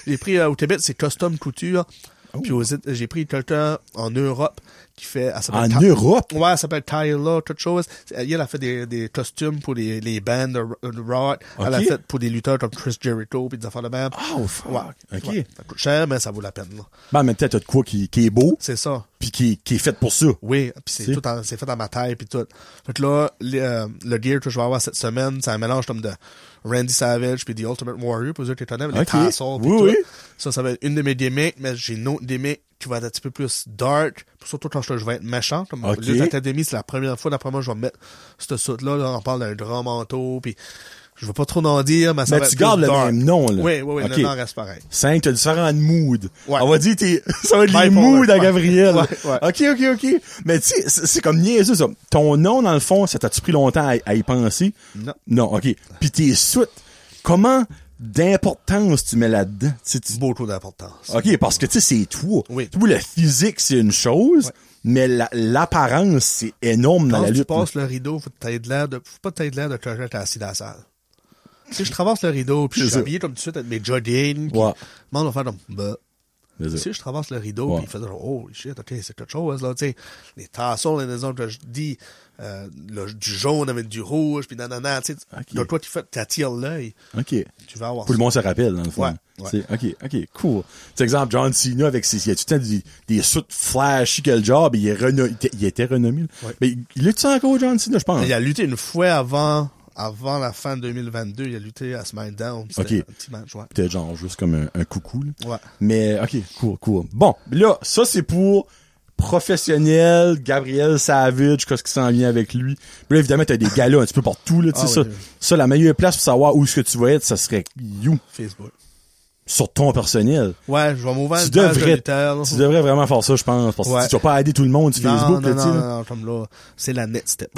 Speaker 3: j'ai pris euh, au Québec, c'est Custom Couture.
Speaker 1: Oh.
Speaker 3: Puis aux Éta- j'ai pris quelqu'un en Europe qui fait. elle s'appelle
Speaker 1: En
Speaker 3: Ka-
Speaker 1: Europe?
Speaker 3: Ouais, elle s'appelle Tyler, toute chose. Elle, elle a fait des, des costumes pour les, les bands de, ro- de rock. Elle a
Speaker 1: Ok.
Speaker 3: fait pour des lutteurs comme Chris Jericho puis des affaires de même.
Speaker 1: Oh, fuck.
Speaker 3: Ouais.
Speaker 1: Ok.
Speaker 3: Ouais. Ça coûte cher, mais ça vaut la peine. là.
Speaker 1: Ben, en même temps, t'as de quoi qui, qui est beau,
Speaker 3: C'est ça.
Speaker 1: puis qui, qui est fait pour ça.
Speaker 3: Oui, puis c'est
Speaker 1: Si.
Speaker 3: tout en- c'est fait à ma taille puis tout. Fait que là, les, euh, le gear que je vais avoir cette semaine, c'est un mélange comme de Randy Savage puis The Ultimate Warrior pour ceux qui les connaissent, les
Speaker 1: Ok.
Speaker 3: tassels puis
Speaker 1: Oui,
Speaker 3: tout.
Speaker 1: oui.
Speaker 3: Ça, ça va être une de mes gimmicks, mais j'ai une autre gimmick qui va être un petit peu plus dark, surtout quand je, je vais être méchant. Comme
Speaker 1: Ok.
Speaker 3: Lutte Academy, c'est la première fois, d'après moi, je vais me mettre cette soute-là, là, on parle d'un grand manteau, puis je veux pas trop en dire, mais ça
Speaker 1: Mais
Speaker 3: va
Speaker 1: tu
Speaker 3: être plus
Speaker 1: gardes le
Speaker 3: dark.
Speaker 1: même nom, là.
Speaker 3: Oui, oui, oui,
Speaker 1: Ok.
Speaker 3: le nom reste pareil.
Speaker 1: 5, t'as différents moods.
Speaker 3: Ouais.
Speaker 1: On va dire, t'es, ça va être les
Speaker 3: Bipolar.
Speaker 1: moods à
Speaker 3: Ouais.
Speaker 1: Gabriel.
Speaker 3: Ouais, ouais.
Speaker 1: OK, OK, OK. Mais tu sais, c'est c'est comme niaiseux, ça. Ton nom, dans le fond, ça t'a-tu pris longtemps à, à y penser?
Speaker 3: Non.
Speaker 1: Non, OK. Puis tes soutes, comment d'importance tu mets là-dedans? Tu sais, tu-
Speaker 3: Beaucoup d'importance.
Speaker 1: OK, parce que, tu sais, c'est toi.
Speaker 3: Oui.
Speaker 1: Tu vois, le physique, c'est une chose,
Speaker 3: Ouais.
Speaker 1: mais la- l'apparence, c'est énorme dans
Speaker 3: Quand
Speaker 1: la
Speaker 3: tu
Speaker 1: lutte.
Speaker 3: passes le rideau, faut que t'aies de l'air de, faut pas que t'aies de l'air de quelqu'un qui est assis dans la salle. Tu sais, je traverse le rideau, puis je
Speaker 1: C'est
Speaker 3: suis
Speaker 1: ça.
Speaker 3: habillé comme tout de suite avec mes jogging, puis
Speaker 1: Ouais.
Speaker 3: le monde va faire comme, bah.
Speaker 1: C'est
Speaker 3: Tu
Speaker 1: ça.
Speaker 3: sais, je traverse le rideau,
Speaker 1: Ouais.
Speaker 3: puis il fait genre, oh shit, ok, c'est quelque chose, là, tu sais. Les tassons, les autres, que je dis, euh, le- du jaune avec du rouge, puis nanana, tu sais.
Speaker 1: Ok.
Speaker 3: De quoi tu fais, t'attires l'œil,
Speaker 1: OK.
Speaker 3: tu vas avoir
Speaker 1: Tout le monde se rappelle, dans le fond.
Speaker 3: Ouais, ouais.
Speaker 1: C'est- OK, OK, cool. C'est exemple, John Cena, avec ses, il a tout le temps des, des suits flashy que le job, il, est reno- il était- il était renommé. là.
Speaker 3: Ouais.
Speaker 1: Mais il est-tu encore, John Cena, je pense?
Speaker 3: Il a lutté une fois avant, avant la fin 2022, il a lutté à SmackDown. C'était
Speaker 1: Ok.
Speaker 3: un petit match, ouais.
Speaker 1: Peut-être genre juste comme un, un coucou. là.
Speaker 3: Ouais.
Speaker 1: Mais, OK, cool, cool. Bon, là, ça, c'est pour professionnel, Gabriel Savage, qu'est-ce qui s'en vient avec lui. Puis là, évidemment, t'as des galas un petit peu partout, là, tu sais,
Speaker 3: Ah
Speaker 1: ça,
Speaker 3: oui, oui.
Speaker 1: ça, la meilleure place pour savoir où est-ce que tu vas être, ça serait you,
Speaker 3: Facebook.
Speaker 1: sur ton personnel.
Speaker 3: Ouais, je vais m'ouvrir
Speaker 1: tu
Speaker 3: une page de
Speaker 1: devrais,
Speaker 3: lutteur, là.
Speaker 1: tu devrais vraiment faire ça, je pense, parce que
Speaker 3: Ouais.
Speaker 1: tu vas pas aider tout le monde sur Facebook,
Speaker 3: non,
Speaker 1: là, tu sais,
Speaker 3: non,
Speaker 1: là.
Speaker 3: non, non, comme là, c'est la net step.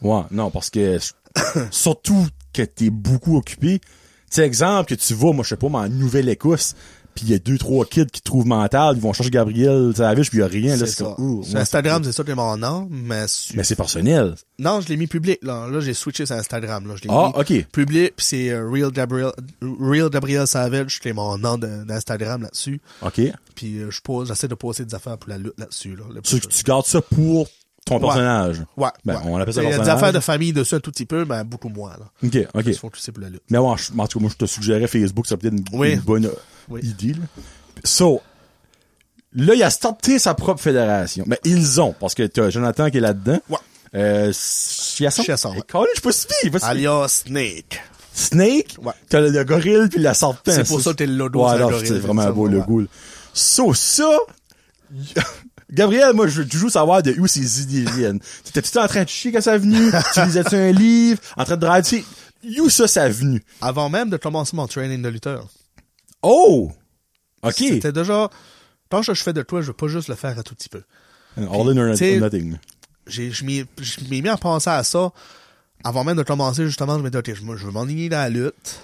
Speaker 1: Ouais, non, parce que je- surtout que t'es beaucoup occupé. Tu sais, exemple, que tu vas, moi, je sais pas, mais en Nouvelle-Écosse, puis il y a deux, trois kids qui te trouvent mental, ils vont chercher Gabriel Savage, puis il y a rien, là,
Speaker 3: c'est
Speaker 1: c'est
Speaker 3: ça.
Speaker 1: comme, ouh,
Speaker 3: Sur
Speaker 1: ouais,
Speaker 3: Instagram, c'est ça que mon nom, mais, sur-
Speaker 1: Mais c'est personnel.
Speaker 3: non, je l'ai mis public, là. Là, j'ai switché sur Instagram, là. Je l'ai
Speaker 1: Ah,
Speaker 3: mis
Speaker 1: ok.
Speaker 3: public, puis c'est euh, Real Gabriel, Real Gabriel Savage, c'est mon nom de- d'Instagram là-dessus.
Speaker 1: OK?
Speaker 3: Puis euh, je pose, j'essaie de poser des affaires pour la lutte là-dessus, là. le
Speaker 1: Tu,
Speaker 3: plus-
Speaker 1: tu gardes ça pour ton personnage.
Speaker 3: Ouais.
Speaker 1: Ben,
Speaker 3: ouais.
Speaker 1: on appelle ça
Speaker 3: Il y a des
Speaker 1: personnage.
Speaker 3: affaires de famille dessus un tout petit peu, mais beaucoup moins, là.
Speaker 1: OK, OK.
Speaker 3: Ils se font tous pour la lutte.
Speaker 1: Mais bon, je- en tout cas, moi, je te suggérais Facebook, ça peut être une,
Speaker 3: Oui.
Speaker 1: une bonne euh,
Speaker 3: Oui.
Speaker 1: idée. Là. So, là, il a starté sa propre fédération. Mais ils ont, parce que t'as Jonathan qui est là-dedans.
Speaker 3: Ouais.
Speaker 1: Euh, Chiasson.
Speaker 3: Chiasson, ouais.
Speaker 1: Eh, Colin, je peux suivre. vas-y.
Speaker 3: Alias Snake.
Speaker 1: Snake.
Speaker 3: Ouais.
Speaker 1: T'as le, le gorille puis la serpente.
Speaker 3: C'est pour ça que t'es le logo,
Speaker 1: Ouais,
Speaker 3: c'est un
Speaker 1: non,
Speaker 3: gorille,
Speaker 1: c'est vraiment
Speaker 3: ça,
Speaker 1: beau, le
Speaker 3: ouais.
Speaker 1: goût. là. So, ça, Gabriel, moi, je veux toujours savoir de où ces idées viennent. T'étais-tu en train de chier quand ça est venu? tu lisais-tu un livre? En train de draguer? Tu sais, Où ça, ça est venu?
Speaker 3: Avant même de commencer mon training de lutteur.
Speaker 1: Oh! OK.
Speaker 3: C'était déjà, quand je je fais de toi, je veux pas juste le faire un tout petit peu.
Speaker 1: All in or
Speaker 3: tu sais-
Speaker 1: nothing.
Speaker 3: j'ai, je m'y, je m'y ai mis à penser à ça avant même de commencer, justement. Je me disais, OK, je, me- je veux m'enligner dans la lutte.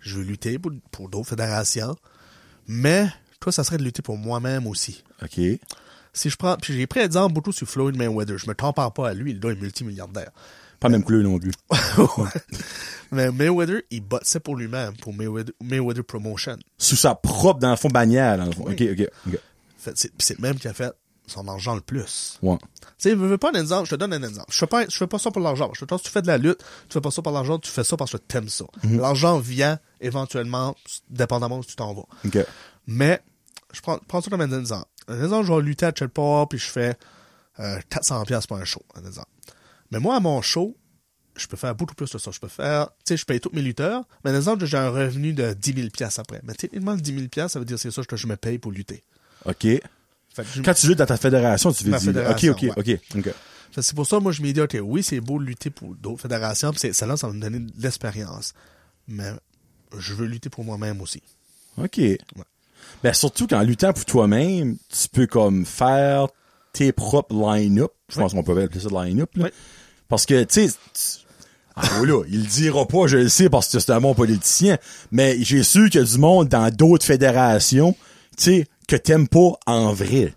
Speaker 3: Je veux lutter pour, pour d'autres fédérations. Mais, toi, ça serait de lutter pour moi-même aussi.
Speaker 1: OK.
Speaker 3: Si je prends, puis j'ai pris exemple beaucoup sur Floyd Mayweather. Je me compare pas à lui, le gars est multimilliardaire.
Speaker 1: Pas même couleur non plus.
Speaker 3: Mais Mayweather, il bossait pour lui-même, pour Mayweather, Mayweather Promotion.
Speaker 1: Sous sa propre, dans le fond, bannière, dans le fond. OK, OK, OK.
Speaker 3: Fait, c'est, puis c'est le même qui a fait son argent le plus.
Speaker 1: Ouais.
Speaker 3: Tu sais, veux, veux pas un exemple, je te donne un exemple. Je fais pas, je fais pas ça pour l'argent. Je te dis, tu fais de la lutte, tu fais pas ça pour l'argent, tu fais ça parce que t'aimes ça. L'argent vient éventuellement, dépendamment où tu t'en vas.
Speaker 1: OK.
Speaker 3: Mais, je prends, prends ça comme un exemple. Un exemple, je vais lutter à Chelsea, puis je fais, euh, 400$ pour un show, en disant. Mais moi, à mon show, je peux faire beaucoup plus de ça. Je peux faire, tu sais, je paye tous mes lutteurs, mais disons que j'ai un revenu de 10 000$ après. Mais techniquement, 10 000$, ça veut dire c'est ça que je me paye pour lutter.
Speaker 1: OK.
Speaker 3: Fait que je-
Speaker 1: Quand tu luttes dans ta fédération, tu veux
Speaker 3: Ma
Speaker 1: dire.
Speaker 3: fédération,
Speaker 1: OK, OK, OK. OK.
Speaker 3: Fait que C'est pour ça, moi, je me dis, OK, oui, c'est beau de lutter pour d'autres fédérations, puis c'est- celle-là, ça va me donner de l'expérience. Mais je veux lutter pour moi-même aussi.
Speaker 1: OK. Ben, surtout qu'en luttant pour toi-même, tu peux comme faire tes propres line-up. Je pense qu'on peut appeler ça de line-up. là.
Speaker 3: Oui.
Speaker 1: Parce que, tu sais, tu- ah, voilà, il le dira pas, je le sais, parce que c'est un bon politicien, mais j'ai su qu'il y a du monde dans d'autres fédérations, tu sais, que t'aimes pas en vrai.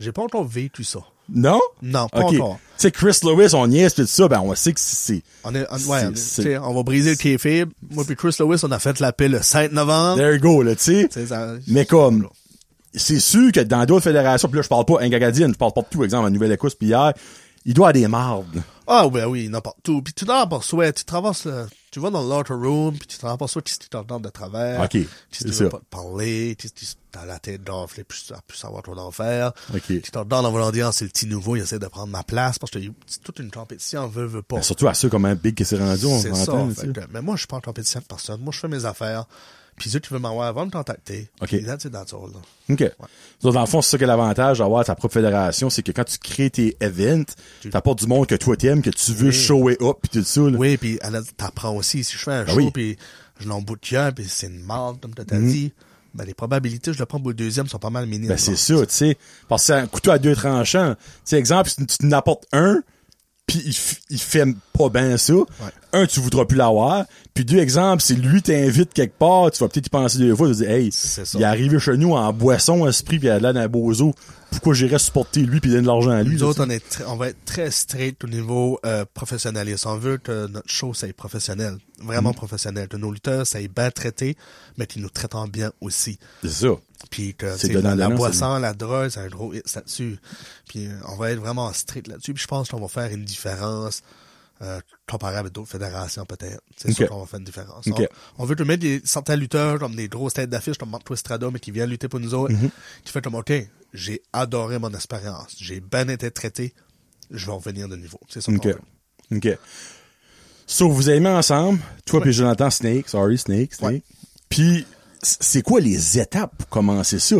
Speaker 3: J'ai pas encore vécu ça.
Speaker 1: Non?
Speaker 3: Non, pas
Speaker 1: OK.
Speaker 3: encore.
Speaker 1: Tu sais, Chris Lewis, on niaise pis tout ça, ben, on sait que c'est...
Speaker 3: On, est, on, ouais,
Speaker 1: C'est-
Speaker 3: on est-
Speaker 1: c'est-
Speaker 3: tu sais, on va briser le kayfabe. Moi puis Chris Lewis, on a fait la paix le 5 novembre.
Speaker 1: There you go, là, tu sais.
Speaker 3: Tu sais, ça-
Speaker 1: Mais comme, c'est sûr que dans d'autres fédérations, puis là, je parle pas Ingagadienne, je parle pas de tout, exemple, à Nouvelle-Écosse, puis hier, il doit avoir des mardes.
Speaker 3: Ah ouais, oui, n'importe où. Puis tu dors par soi, tu traverses le... Tu vas dans le locker room, puis tu t'en par soi, qui se t'entend de travers.
Speaker 1: Ok,
Speaker 3: Qui
Speaker 1: c'est
Speaker 3: se
Speaker 1: ça.
Speaker 3: veut pas te parler, qui qui se- t'as la tête gonflée, puis tu plus savoir trop d'en faire.
Speaker 1: Ok.
Speaker 3: Qui t'entend dans vouloir dire, Ah, c'est le petit nouveau, il essaie de prendre ma place, parce que c'est toute une compétition, veut, veut pas.
Speaker 1: Ben, surtout à ceux comme un Big qui s'est rendu, on
Speaker 3: C'est ça.
Speaker 1: s'entend.
Speaker 3: fait que- mais moi, je suis pas en compétition de personne. Moi, je fais mes affaires. Puis ceux qui veulent m'avoir avant, me contacter.
Speaker 1: Ok.
Speaker 3: Puis là, tu sais, dans ça, là.
Speaker 1: OK. Donc, Dans le fond, c'est ça que l'avantage d'avoir ta propre fédération, c'est que quand tu crées tes events, t'apportes du monde que toi t'aimes, que tu veux shower up, pis tout ça, là. Ben
Speaker 3: Oui, puis elle a- t'apprends aussi. Si je fais un show,
Speaker 1: oui. Mm.
Speaker 3: puis je l'en bout de cœur, puis c'est une marde, comme tu t'as dit, ben, les probabilités que je le prends pour le deuxième sont pas mal minimes.
Speaker 1: Ben, c'est
Speaker 3: là.
Speaker 1: ça, tu sais. Parce que c'est un couteau à deux tranchants. Tu sais, exemple, si tu n'apportes un, puis il, f- il fait pas bien ça. Un, tu voudras plus l'avoir. Puis deux, exemple, si lui t'invite quelque part, tu vas peut-être y penser deux fois, tu vas dire, hey,
Speaker 3: C'est ça.
Speaker 1: il est arrivé chez nous en boisson, esprit, puis il a l'air d'un bozo. Pourquoi j'irais supporter lui puis donner de l'argent à lui?
Speaker 3: Nous
Speaker 1: ça,
Speaker 3: autres, on, est tr- on va être très straight au niveau euh, professionnalisme. On veut que notre show, ça est professionnel. Vraiment
Speaker 1: Mm.
Speaker 3: professionnel. Que nos lutteurs, ça est bien traité, mais qu'ils nous traitent en bien aussi.
Speaker 1: c'est ça.
Speaker 3: Puis que
Speaker 1: C'est
Speaker 3: tu sais, la, la
Speaker 1: donnant-donnant,
Speaker 3: boisson, la drogue, c'est un gros hit là-dessus. Puis euh, on va être vraiment strict là-dessus. Puis je pense qu'on va faire une différence euh, comparable à d'autres fédérations peut-être. C'est
Speaker 1: Ok.
Speaker 3: sûr qu'on va faire une différence.
Speaker 1: Ok.
Speaker 3: On, on veut te mettre des, certains lutteurs comme des grosses têtes d'affiche comme Marc Twistrada, mais qui vient lutter pour nous autres.
Speaker 1: Mhm.
Speaker 3: Qui fait comme, OK, j'ai adoré mon expérience. J'ai bien été traité. Je vais en revenir de nouveau. C'est ça qu'on
Speaker 1: OK.
Speaker 3: veut.
Speaker 1: OK. So, vous aimez ensemble, toi
Speaker 3: Ouais.
Speaker 1: puis Jonathan Snake, sorry, Snake, Snake.
Speaker 3: Ouais.
Speaker 1: Puis, c- c'est quoi les étapes pour commencer ça?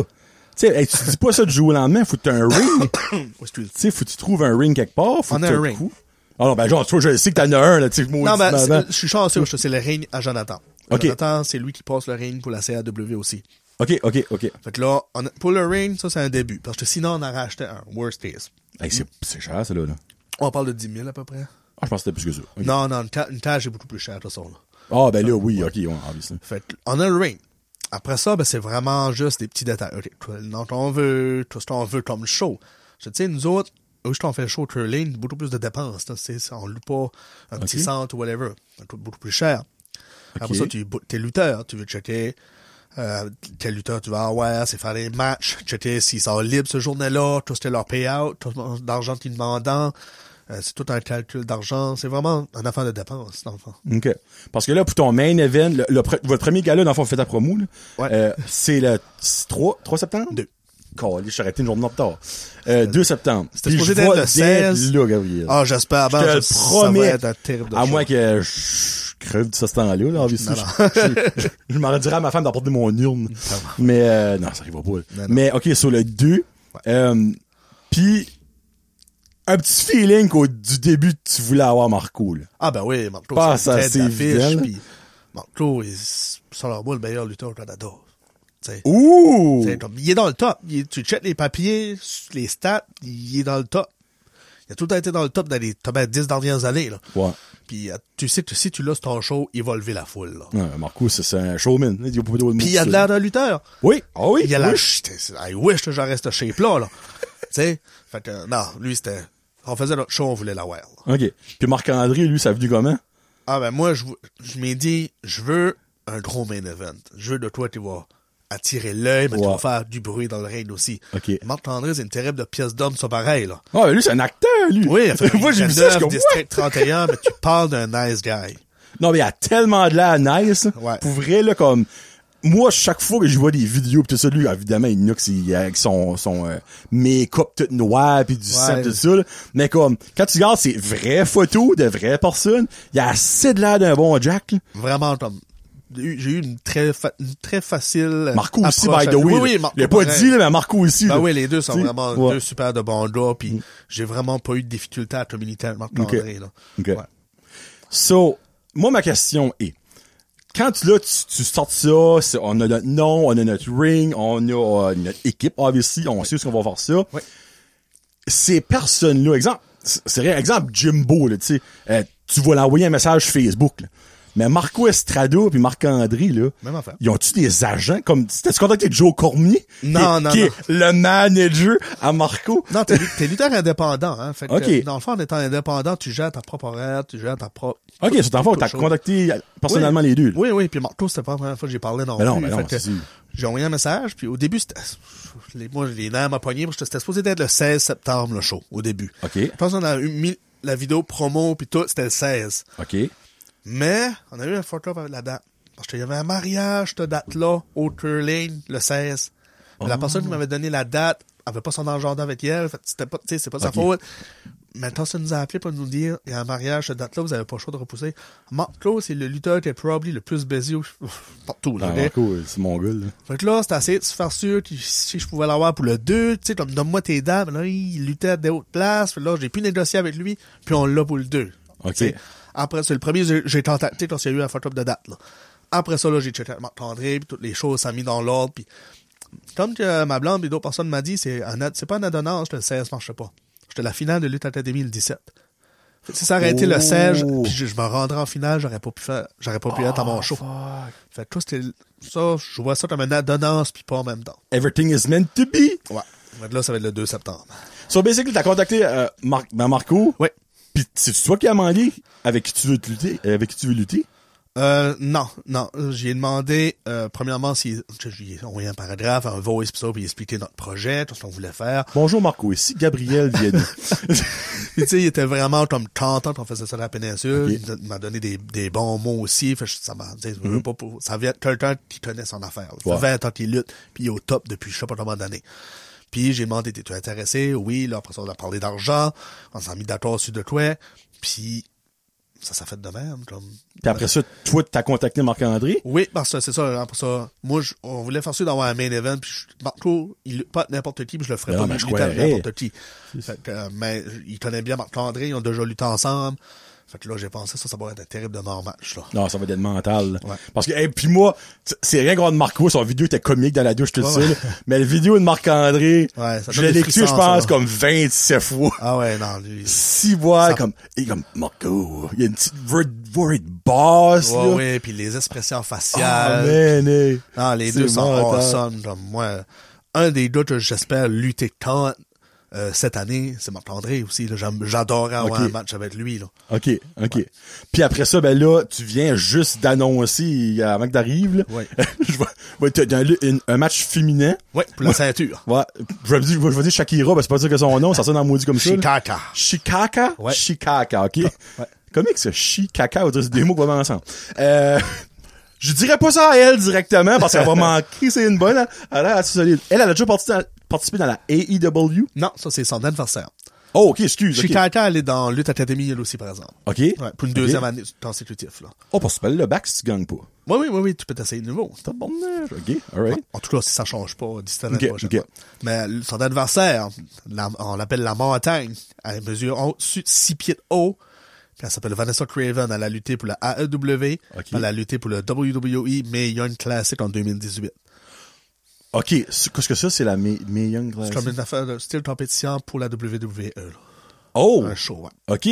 Speaker 1: Tu sais, hey, tu dis pas ça du jour au lendemain, faut que tu un ring. tu
Speaker 3: Oh, excuse.
Speaker 1: sais, faut que tu trouves un ring quelque part. Faut
Speaker 3: On
Speaker 1: que
Speaker 3: a
Speaker 1: t'as
Speaker 3: un
Speaker 1: le
Speaker 3: ring.
Speaker 1: coup. Ah non, ben genre, toi, je sais que t'en as un, là, tu sais, moi,
Speaker 3: Non, ben, c'est- je suis chanceux. je- C'est le règne à Jonathan.
Speaker 1: Ok.
Speaker 3: Jonathan, c'est lui qui passe le règne pour la CAW aussi.
Speaker 1: OK, OK, OK.
Speaker 3: Fait que là, on a- pour le ring, ça, c'est un début. Parce que sinon, on en rachetait un. Worst case.
Speaker 1: Hey, c'est c'est cher, ça, là. là.
Speaker 3: On parle de 10 000 à peu près.
Speaker 1: Ah, je pense que c'était plus que ça. OK.
Speaker 3: Non, non, une, ta- une cage est beaucoup plus chère, de toute façon. là.
Speaker 1: Ah, ben là, oui, OK, ouais, obviously.
Speaker 3: Fait que, on a le ring. Après ça, ben, c'est vraiment juste des petits détails. OK, quoi, le nom qu'on veut, tout ce qu'on veut comme show. Je sais, nous autres, où je t'en fais show curling, beaucoup plus de dépenses. là. C'est, c'est- on loue pas un petit
Speaker 1: Ok.
Speaker 3: centre ou whatever. Ça coûte beaucoup plus cher. Après ça, tu bou- t'es lutteur, tu veux checker euh, quel lutteur tu vas avoir, c'est faire les matchs, checker s'ils sont libres ce journée-là, tout ce que leur payout, tout l'argent qu'ils demandent. euh, c'est tout un calcul d'argent. C'est vraiment une affaire de dépenses, dans le fond.
Speaker 1: OK. Parce que là, pour ton main event, le, le pre- votre premier gala, dans le fond, fait ta promo, là,
Speaker 3: Ouais.
Speaker 1: euh, c'est le 3, 3 septembre?
Speaker 3: Deux.
Speaker 1: Calé, je suis arrêté une journée en retard. Euh, 2 septembre.
Speaker 3: C'était
Speaker 1: Puis
Speaker 3: supposé
Speaker 1: je
Speaker 3: être
Speaker 1: vois
Speaker 3: le
Speaker 1: d'être
Speaker 3: 16.
Speaker 1: là, Gabriel.
Speaker 3: Ah, j'espère, ben,
Speaker 1: je te
Speaker 3: je-
Speaker 1: le
Speaker 3: ça
Speaker 1: promets.
Speaker 3: va être un terrible de
Speaker 1: à
Speaker 3: show.
Speaker 1: moins que je creve de ce temps-là, là, obviously. Je, je- je m'en dirais à ma femme d'apporter mon urne. Mais, euh, non, ça arrivera pas. là.
Speaker 3: non.
Speaker 1: Mais, OK, sur le 2, euh, puis un petit feeling qu'au du début, tu voulais avoir Marco, là.
Speaker 3: Ah, ben oui, Marco,
Speaker 1: Pas
Speaker 3: c'est une
Speaker 1: assez
Speaker 3: tête d'affiche,
Speaker 1: évident, là.
Speaker 3: puis Marco, il- sur leur boule, le meilleur lutteur au Canada. Tu sais.
Speaker 1: Ouh!
Speaker 3: C'est comme- il est dans le top. Il est- tu checkes les papiers, les stats, il est dans le top. Il a tout le temps été dans le top dans les top 10 dernières années. Là.
Speaker 1: Ouais.
Speaker 3: Puis euh, tu sais que si tu l'as ton show, il va lever la foule. Là.
Speaker 1: Non, Marco, c'est c'est un showman. Il y a pas d'autre mot
Speaker 3: Puis il y a
Speaker 1: que
Speaker 3: de
Speaker 1: Mm, ça.
Speaker 3: l'air d'un lutteur.
Speaker 1: Oui, ah oui.
Speaker 3: Il y a la...
Speaker 1: oui.
Speaker 3: Chut, I wish que j'en reste shape là. là. tu sais? Fait que, euh, non, lui, c'était... On faisait notre show, on voulait la wear. là.
Speaker 1: OK. Puis Marc-André, lui, ça a venu comment?
Speaker 3: Ah ben moi, je, vou- je m'ai dit, je veux un gros main event. Je veux de toi, tu vas attirer l'œil, mais tu
Speaker 1: Ouais.
Speaker 3: vas faire du bruit dans le ring aussi.
Speaker 1: Ok.
Speaker 3: Marc-André, c'est une terrible de pièce d'homme, ça pareil, là.
Speaker 1: Ah, ben lui, c'est un acteur, lui.
Speaker 3: Oui, elle fait
Speaker 1: Moi, j'ai vu ça, je suis comme,
Speaker 3: District 31, mais tu parles d'un nice guy.
Speaker 1: what? Non, mais il y a tellement de l'air nice. là.
Speaker 3: Ouais.
Speaker 1: Pour vrai, là, comme, moi, chaque fois que je vois des vidéos pis tout ça, lui, évidemment, il nuque ses- avec son, son euh, make-up tout noir pis du sang
Speaker 3: Ouais.
Speaker 1: tout ça, là. Mais comme, quand tu regardes ces vraies photos de vraies personnes, il a assez de l'air d'un bon Jack, là.
Speaker 3: Vraiment, comme, j'ai eu j'ai eu une très, fa- une très facile.
Speaker 1: Marco aussi,
Speaker 3: approche
Speaker 1: by the
Speaker 3: avec-
Speaker 1: way.
Speaker 3: Oui, oui,
Speaker 1: là.
Speaker 3: Marco,
Speaker 1: Il a pas
Speaker 3: pareil.
Speaker 1: dit, là, mais Marco aussi,
Speaker 3: Ben
Speaker 1: là.
Speaker 3: oui, les deux sont
Speaker 1: T'sais,
Speaker 3: vraiment
Speaker 1: ouais. Mm.
Speaker 3: deux super de bons gars, puis j'ai vraiment pas eu de difficulté à communiquer avec Marc-André, là.
Speaker 1: OK.
Speaker 3: Ouais.
Speaker 1: So, moi, ma question est, quand tu, là, tu, tu sortes ça, c'est- on a notre nom, on a notre ring, on a euh, notre équipe, obviously, on sait ce qu'on va faire ça.
Speaker 3: Oui.
Speaker 1: Ces personnes-là, exemple, c'est c'est vrai, exemple Jimbo, là, tu sais, euh, tu vas l'envoyer un message Facebook, là. Mais Marco Estrada puis Marc-André, là,
Speaker 3: Même affaire.
Speaker 1: ils ont-tu des agents? Comme, t'as-tu contacté Joe Cormier?
Speaker 3: Non,
Speaker 1: qui,
Speaker 3: non,
Speaker 1: qui
Speaker 3: non.
Speaker 1: est le manager à Marco.
Speaker 3: Non, t'es, t'es lutteur indépendant, hein. Fait que,
Speaker 1: OK.
Speaker 3: dans le fond, en étant indépendant, tu gères ta propre horaire, tu gères ta propre.
Speaker 1: OK, c'est ta faute, t'as
Speaker 3: Chose.
Speaker 1: contacté euh, personnellement
Speaker 3: Oui.
Speaker 1: les deux, là.
Speaker 3: Oui, oui, puis Marco, c'était pas la première fois que j'ai parlé non
Speaker 1: Mais non,
Speaker 3: plus.
Speaker 1: mais non,
Speaker 3: Fait que
Speaker 1: c'est-
Speaker 3: J'ai envoyé un message, puis au début, c'était... les- moi, les nerfs m'ont pogné, parce que c'était supposé être le 16 septembre, le show, au début.
Speaker 1: OK.
Speaker 3: Je pense qu'on a eu mis la vidéo promo, puis tout, c'était le 16.
Speaker 1: OK.
Speaker 3: Mais on a eu un fuck-up avec la date. Parce qu'il y avait un mariage, cette date-là, au curling, le 16.
Speaker 1: Oh.
Speaker 3: Mais La personne qui m'avait donné la date avait pas son agenda avec elle. Fait que c'était pas, tu sais, c'est pas de sa
Speaker 1: Ok.
Speaker 3: faute. Maintenant, ça nous a appelé pour nous dire, il y a un mariage, cette date-là, vous avez pas le choix de repousser. Marco, c'est le lutteur qui est probably le plus baisé au- partout, là.
Speaker 1: Ah,
Speaker 3: ok?
Speaker 1: Marco, c'est mon gars, là.
Speaker 3: Fait que là, c'était assez de se faire sûr que si je pouvais l'avoir pour le 2, tu sais, comme donne-moi tes dates, mais là, il luttait à des hautes places, Fait que là, j'ai pu négocier avec lui, puis on l'a pour le 2.
Speaker 1: Ok.
Speaker 3: Après, c'est le premier, j'ai- j'ai contacté quand il y a eu un fuck-up de date, là. Après ça, là, j'ai checké avec Marc-André, puis toutes les choses, ça a mis dans l'ordre, puis comme que ma blonde et d'autres personnes m'ont dit, c'est un ad- c'est pas un adonnance, le 16 marche pas. J'étais à la finale de Lutte Academy le 17. Fait que Si ça aurait été le
Speaker 1: Oh.
Speaker 3: 16, puis je, je me rendrais en finale, j'aurais pas pu faire, j'aurais pas pu être à mon show. Fait que toi, c'était ça, je vois ça comme une adonnance puis pas en même temps.
Speaker 1: Everything is meant to be.
Speaker 3: Ouais. Fait que là, ça va être le 2 septembre.
Speaker 1: So, basically, t'as contacté euh, Mar- ben, Marco.
Speaker 3: Ouais.
Speaker 1: Pis c'est toi qui as mandé avec qui tu veux te lutter, euh, avec qui tu veux lutter.
Speaker 3: Euh, non, non. J'ai demandé, euh, premièrement, si, je lui ai envoyé un paragraphe, un voice pis ça, puis expliqué notre projet, tout ce qu'on voulait faire.
Speaker 1: Bonjour Marco, ici Gabriel Vienne.
Speaker 3: Puis, tu sais, il était vraiment comme content qu'on faisait ça à la péninsule.
Speaker 1: Ok. Mhm.
Speaker 3: Il m'a donné des, des bons mots aussi. Fait que ça m'a, tu sais, je veux pas pour- ça vient de quelqu'un qui connaît son affaire. Ça
Speaker 1: Ouais.
Speaker 3: fait 20 ans qu'il lutte, puis il est au top depuis je sais pas combien d'années. Puis j'ai demandé, t'es-tu intéressé? Oui, là, après ça, on a parlé d'argent. On s'est mis d'accord sur de quoi. Puis, ça, ça fait de même, comme.
Speaker 1: Puis après ça, toi, t'as contacté Marc-André.
Speaker 3: Oui, parce que c'est ça, hein, pour ça. Moi, je- on voulait faire ça d'avoir un main event, puis je- Marco, il lutte pas n'importe qui, puis je le ferais
Speaker 1: Mais
Speaker 3: pas
Speaker 1: non, mais
Speaker 3: lui
Speaker 1: je
Speaker 3: lutter avec
Speaker 1: croirais.
Speaker 3: n'importe qui. Fait que, euh, mais il connaît bien Marc-André, ils ont déjà lutté ensemble. Fait que là, j'ai pensé, ça, ça va être un terrible de mort match, là.
Speaker 1: Non, ça va être mental. là.
Speaker 3: Ouais.
Speaker 1: Parce que, hey, puis moi, t- c'est rien contre Marco, son vidéo était comique dans la douche tout
Speaker 3: Ouais,
Speaker 1: seul.
Speaker 3: ouais.
Speaker 1: Mais la vidéo de Marc-André,
Speaker 3: Ouais, ça
Speaker 1: je
Speaker 3: donne
Speaker 1: l'ai
Speaker 3: des
Speaker 1: écouté, je
Speaker 3: frissons,
Speaker 1: pense,
Speaker 3: ça.
Speaker 1: comme 27 fois.
Speaker 3: Ah ouais, non, lui.
Speaker 1: Six voix, comme, et comme, Marco, il y a une petite word, word boss,
Speaker 3: Ouais,
Speaker 1: là.
Speaker 3: ouais, puis les expressions
Speaker 1: Ah,
Speaker 3: faciales.
Speaker 1: man, hey.
Speaker 3: Non, les
Speaker 1: C'est
Speaker 3: deux sont
Speaker 1: mental.
Speaker 3: awesome. Comme moi, un des gars que j'espère lutter tant euh, cette année, c'est Marc-André aussi. là. J'aime- J'adorais avoir
Speaker 1: Ok.
Speaker 3: un match avec lui. Là.
Speaker 1: OK, OK. Puis après ça, ben là, tu viens juste d'annoncer, euh, avant que t'arrives, là.
Speaker 3: Ouais.
Speaker 1: je vois, ouais, t'as un, une- un match féminin.
Speaker 3: Ouais, pour la ceinture.
Speaker 1: Ouais. Je vais dire, je vais dire Shakira, ben c'est pas dire que son nom, ça sonne en maudit comme ça. là.
Speaker 3: Chicaca.
Speaker 1: Shikaka?
Speaker 3: Ouais.
Speaker 1: Shikaka, OK? Comique, ça. Shikaka, on dirait que c'est des mots qu'on va ensemble. Euh, je dirais pas ça à elle directement, parce qu'elle va manquer, c'est une bonne. hein. Elle a l'air solide. Elle, elle a déjà parti- participé dans la AEW.
Speaker 3: Non, ça, c'est son anniversaire.
Speaker 1: Oh, OK, excuse. OK.
Speaker 3: Chicaca, elle est dans Lutte Academy, elle aussi, par exemple.
Speaker 1: OK?
Speaker 3: Ouais, pour une
Speaker 1: OK.
Speaker 3: deuxième année consécutive. Là.
Speaker 1: Oh, parce que tu peux le back si tu gagnes pas.
Speaker 3: Oui, oui, oui, oui, tu peux t'essayer de nouveau.
Speaker 1: T'as bon nerf. OK, alright.
Speaker 3: En tout cas, si ça change pas d'ici à
Speaker 1: Ok,
Speaker 3: l'année prochaine.
Speaker 1: ok.
Speaker 3: ouais. Mais son adversaire, la- on l'appelle la montagne. Elle mesure au-dessus de 6 pieds de haut. Puis Elle s'appelle Vanessa Craven. Elle a lutté pour la AEW.
Speaker 1: Ok.
Speaker 3: Elle a lutté pour le WWE, mais il y a une classique en 2018.
Speaker 1: OK, c'est- qu'est-ce que ça, c'est la May, May Young Classic?
Speaker 3: Ah. C'est comme une affaire de style compétition pour la WWE. là.
Speaker 1: Oh!
Speaker 3: Un show, ouais.
Speaker 1: OK.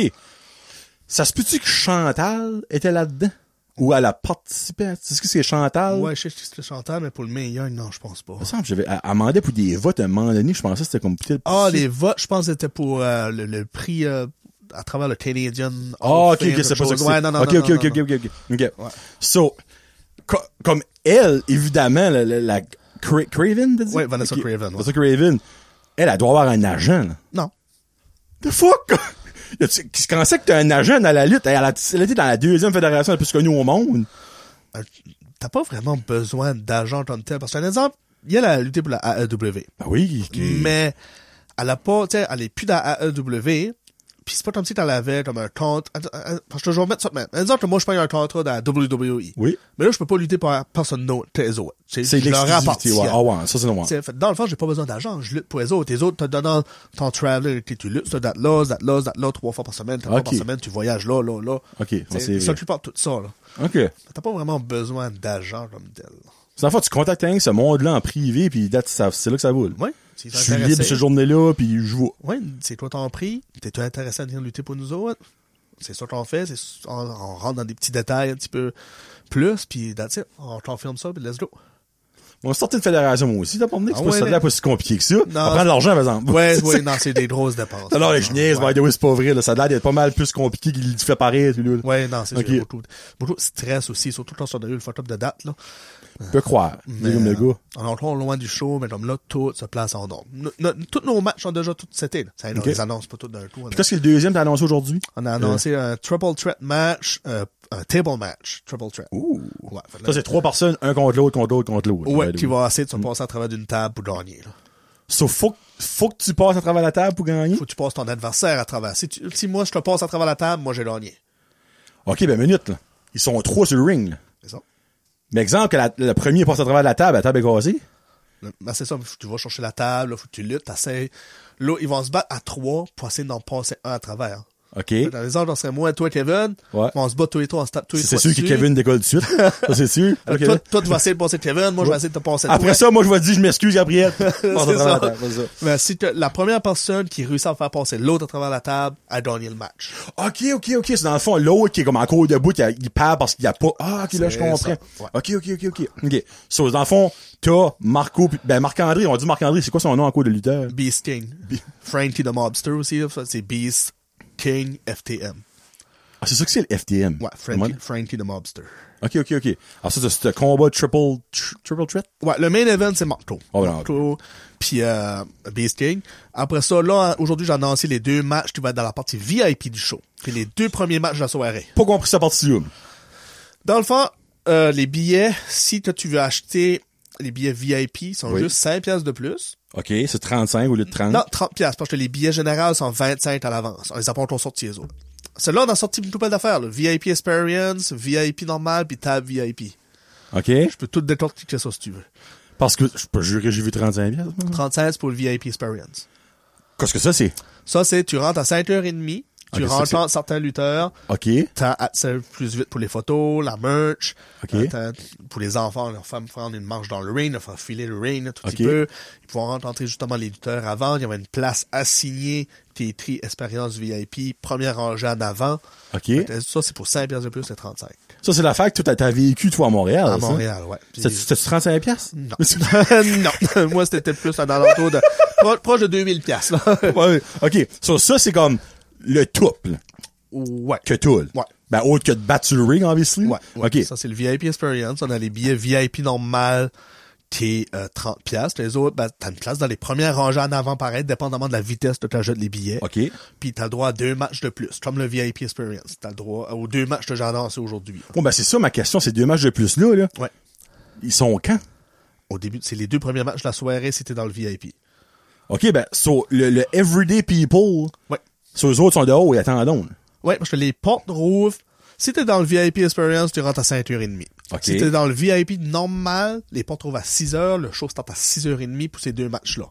Speaker 1: Ça se peut-tu que Chantal était là-dedans? Ou elle a participé? à- Tu sais ce que c'est Chantal?
Speaker 3: Ouais, je sais que c'est Chantal, mais pour le meilleur, non, je pense pas.
Speaker 1: Il me semble que j'avais elle- elle demandait pour des votes à un moment donné, je pensais que c'était comme peut-être-
Speaker 3: Ah, les votes, je pense, étaient pour euh, le, le prix euh, à travers le Canadian.
Speaker 1: Ah, ok,
Speaker 3: Hall of Fame,
Speaker 1: ok, c'est pas ça que
Speaker 3: chose. Ouais, non, non,
Speaker 1: c'est. Ok,
Speaker 3: non,
Speaker 1: ok,
Speaker 3: non,
Speaker 1: ok,
Speaker 3: non,
Speaker 1: ok, ok, ok. ok.
Speaker 3: Ouais.
Speaker 1: So, co- comme elle, évidemment, la, la, la Cra- Craven, t'as dit?
Speaker 3: Ouais, Vanessa
Speaker 1: Ok.
Speaker 3: Craven, ouais.
Speaker 1: Vanessa Craven, elle, elle doit avoir un agent, là.
Speaker 3: Non.
Speaker 1: The fuck? Là, tu- Quand c'est que t'as un agent dans la lutte? Elle a, elle a été dans la deuxième fédération la plus connue au monde.
Speaker 3: Euh, t'as pas vraiment besoin d'argent comme tel. Parce qu'un exemple, il y a la lutte pour la AEW.
Speaker 1: Ah oui, qui-
Speaker 3: Mais elle a pas, tu sais, elle est plus dans la AEW. Puis c'est pas comme si t'en avais comme un compte. Att- att- Parce que je vais mettre ça de même. Disons que moi, je paye un contrat dans la WWE.
Speaker 1: Oui.
Speaker 3: Mais là, je peux pas lutter pour personne d'autre que les autres. Tu sais,
Speaker 1: C'est
Speaker 3: je leur
Speaker 1: l'exclusivité, ouais.
Speaker 3: appartiens.
Speaker 1: Ah ouais, ça c'est normal.
Speaker 3: Tu sais, fait, dans le fond, j'ai pas besoin d'argent. Je lutte pour les autres. Les autres te donnent ton traveler que tu luttes, ça, date là, ça, date là, ça, date là, trois fois par semaine, trois
Speaker 1: Ok.
Speaker 3: fois par semaine, tu voyages là, là, là.
Speaker 1: Ok,
Speaker 3: Tu
Speaker 1: ça,
Speaker 3: sais,
Speaker 1: c'est
Speaker 3: Ils
Speaker 1: vrai.
Speaker 3: s'occupent de tout ça, là.
Speaker 1: OK.
Speaker 3: T'as pas vraiment besoin d'argent comme tel.
Speaker 1: C'est la fois, tu contactes hein, ce monde-là en privé, puis that's- ça- c'est là que ça boule.
Speaker 3: Oui. Si
Speaker 1: Je suis libre cette journée-là, puis je vois.
Speaker 3: Oui, c'est toi t'en prie. T'es-tu intéressé à venir lutter pour nous autres? C'est ça qu'on fait. c'est- On, on rentre dans des petits détails un petit peu plus, puis that's it. On confirme ça, puis let's go.
Speaker 1: On sortait de fédération, moi aussi, t'as pas demandé que
Speaker 3: Ah
Speaker 1: c'est pas
Speaker 3: ouais,
Speaker 1: ça
Speaker 3: mais-
Speaker 1: là, pas si compliqué que ça. On
Speaker 3: Non.
Speaker 1: prend de l'argent, par exemple.
Speaker 3: Ouais, ouais, non, c'est des grosses dépenses.
Speaker 1: Non, non, les chenilles, by the way, c'est pas vrai, là. Ça a l'air d'être pas mal plus compliqué qu'il fait paraître, lui, là.
Speaker 3: Ouais, non, c'est
Speaker 1: Ok.
Speaker 3: sûr, beaucoup, beaucoup de stress aussi, surtout quand on a eu le photo de date, là.
Speaker 1: Je peux croire.
Speaker 3: Mais,
Speaker 1: Dis comme le gars.
Speaker 3: On est encore loin du show, mais comme là, tout se place en ordre. No- no- tous nos matchs sont déjà tous settés. là. Ça, On
Speaker 1: Ok.
Speaker 3: les annonce pas tous d'un coup. On a,
Speaker 1: Qu'est-ce que le deuxième t'a annoncé aujourd'hui?
Speaker 3: on a annoncé
Speaker 1: Euh.
Speaker 3: un triple threat match, euh, un table match, triple threat.
Speaker 1: Ouh.
Speaker 3: Ouais, fait là-
Speaker 1: Ça, c'est trois personnes, un contre l'autre, contre l'autre, contre l'autre.
Speaker 3: ouais,
Speaker 1: by the
Speaker 3: qui
Speaker 1: way.
Speaker 3: va essayer de se passer à travers d'une table pour gagner. là.
Speaker 1: So, faut, que- faut que tu passes à travers la table pour gagner?
Speaker 3: Faut que tu passes ton adversaire à travers. Si, tu- si moi, je te passe à travers la table, moi, j'ai gagné.
Speaker 1: OK, ben, minute, là. Ils sont trois sur le ring, là.
Speaker 3: C'est ça?
Speaker 1: Mais exemple, que la- le premier passe à travers la table, la table est cassée.
Speaker 3: Le- ben, c'est ça, faut que tu vas chercher la table, là, faut que tu luttes, t'essayes. Là, ils vont se battre à trois pour essayer d'en passer un à travers.
Speaker 1: OK.
Speaker 3: Dans les ordres, on serait moi, toi, Kevin.
Speaker 1: Ouais.
Speaker 3: On se bat tous les trois, on se tape tous les
Speaker 1: C'est
Speaker 3: trois.
Speaker 1: sûr que
Speaker 3: dessus.
Speaker 1: Kevin décolle tout de suite. Ça, c'est sûr.
Speaker 3: Fait que
Speaker 1: Ok.
Speaker 3: Toi, toi, tu vas essayer de passer Kevin, moi, je vais essayer de te passer toi.
Speaker 1: Après ça, moi, je vais te dire, je m'excuse, Gabriel. Passe à
Speaker 3: C'est
Speaker 1: travers la
Speaker 3: ça.
Speaker 1: table, c'est ça.
Speaker 3: Mais si t'as- la première personne qui réussit à faire passer l'autre à travers la table a gagné le match.
Speaker 1: OK, OK, OK. C'est dans le fond, l'autre qui est comme en cours debout, qui a- il perd parce qu'il y a pas. Ah, OK, là, je
Speaker 3: C'est
Speaker 1: comprends.
Speaker 3: ça, ouais.
Speaker 1: OK, OK, OK, OK. OK. So, dans le fond, t'as Marco, puis- ben, Marc-André, on dit Marc-André, c'est quoi son nom en cours de lutteur?
Speaker 3: Beast King. Frankie the Mobster aussi, là, ça, c'est Beast King FTM.
Speaker 1: Ah, c'est sûr que c'est le FTM.
Speaker 3: Ouais,
Speaker 1: Moi-
Speaker 3: Frankie, Frankie the Mobster.
Speaker 1: OK, OK, OK. Alors ça, c'est ce combat triple, tr- triple threat?
Speaker 3: Ouais, le main event, c'est Marco.
Speaker 1: Oh, ben,
Speaker 3: Marco, puis euh, Beast King. Après ça, là, aujourd'hui, j'ai annoncé les deux matchs qui vont être dans la partie VIP du show. C'est les deux premiers matchs de la soirée.
Speaker 1: Pas compris sa partie là.
Speaker 3: Dans le fond, euh, les billets, si toi, tu veux acheter les billets VIP, sont
Speaker 1: Oui. Hein?
Speaker 3: juste 5 piastres de plus.
Speaker 1: OK, c'est 35 au lieu de 30.
Speaker 3: Non, 30 piastres, parce que les billets généraux sont 25 à l'avance. On les a pas encore sortis, les autres. Ceux-là, on a sorti une nouvelle d'affaires. là. VIP Experience, VIP normal, puis Tab VIP.
Speaker 1: OK?
Speaker 3: Je peux tout décortiquer ça si tu veux.
Speaker 1: Parce que je peux jurer que j'ai vu 35 piastres.
Speaker 3: 36 pour le VIP Experience.
Speaker 1: Qu'est-ce que ça, c'est?
Speaker 3: Ça, c'est tu rentres à 5h30, tu
Speaker 1: Ok, ça, c'est-
Speaker 3: rencontres certains lutteurs,
Speaker 1: OK.
Speaker 3: t'as accès plus vite pour les photos, la merch,
Speaker 1: Ok.
Speaker 3: euh, t'as- pour les enfants, leur faire prendre une marche dans le ring, leur faire filer le ring un tout petit
Speaker 1: Ok.
Speaker 3: peu. Ils pouvaient rencontrer justement les lutteurs avant, il y avait une place assignée, t'es écrit expérience VIP, première rangée en avant.
Speaker 1: OK.
Speaker 3: Fait que Ça, c'est pour 5 piastres de plus, c'est 35.
Speaker 1: Ça, c'est l'affaire que tu as vécu, toi, à Montréal.
Speaker 3: À
Speaker 1: ça?
Speaker 3: Montréal, ouais. Mm. Puis-
Speaker 1: C'était- C'était 35 piastres?
Speaker 3: Non. non. Moi, c'était plus à alentour de, pro- proche de 2000 piastres, là.
Speaker 1: Ouais, OK. So, ça, c'est comme le touple
Speaker 3: Ouais.
Speaker 1: que tout.
Speaker 3: Ouais.
Speaker 1: Ben, autre que de battre sur le ring, obviously.
Speaker 3: Ouais, ouais.
Speaker 1: OK.
Speaker 3: Ça, c'est le VIP Experience. On a les billets VIP normal qui est euh, 30 piastres. Les autres, ben, t'as une place dans les premières rangées en avant, pareil, dépendamment de la vitesse de t'achètes les billets.
Speaker 1: OK.
Speaker 3: Puis t'as le droit à deux matchs de plus, comme le VIP Experience. T'as le droit euh, aux deux matchs que j'ai annoncés aujourd'hui.
Speaker 1: Bon, ben, c'est ça, ma question. Ces deux matchs de plus, là, là.
Speaker 3: Ouais.
Speaker 1: Ils sont quand?
Speaker 3: Au début, c'est les deux premiers matchs de la soirée, c'était dans le VIP.
Speaker 1: OK, ben, so, le, le everyday people,
Speaker 3: Ouais.
Speaker 1: so, eux autres sont dehors et attendons. là.
Speaker 3: Ouais, parce que les portes rouvrent. Si t'es dans le VIP Experience, tu rentres à 5h30.
Speaker 1: Ok.
Speaker 3: Si t'es dans le VIP normal, les portes rouvrent à 6h, le show start à 6h30 pour ces deux matchs-là.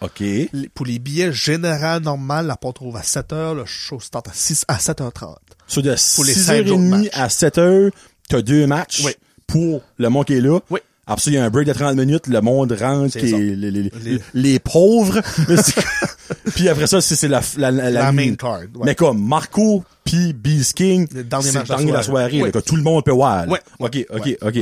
Speaker 1: OK.
Speaker 3: Les- pour les billets général normal, la porte ouvre à 7h, le show start à 6 à 7h30.
Speaker 1: So, de
Speaker 3: les cinq autres
Speaker 1: 6h30
Speaker 3: matchs.
Speaker 1: à 7h, t'as deux matchs
Speaker 3: Oui.
Speaker 1: pour le monde qui est là.
Speaker 3: Oui.
Speaker 1: Après ça, il y a un break de 30 minutes, le monde rentre,
Speaker 3: C'est
Speaker 1: qui est-
Speaker 3: ça.
Speaker 1: les, les-
Speaker 3: Les-
Speaker 1: les pauvres. puis après ça, c'est c'est la, la, la,
Speaker 3: La main card, ouais.
Speaker 1: Mais comme Marco puis Beast King,
Speaker 3: Le dernier
Speaker 1: c'est
Speaker 3: match de la
Speaker 1: dernier de la
Speaker 3: soirée.
Speaker 1: soirée, là,
Speaker 3: Oui.
Speaker 1: que tout le monde peut voir. là.
Speaker 3: Ouais.
Speaker 1: OK, OK,
Speaker 3: Ouais.
Speaker 1: OK.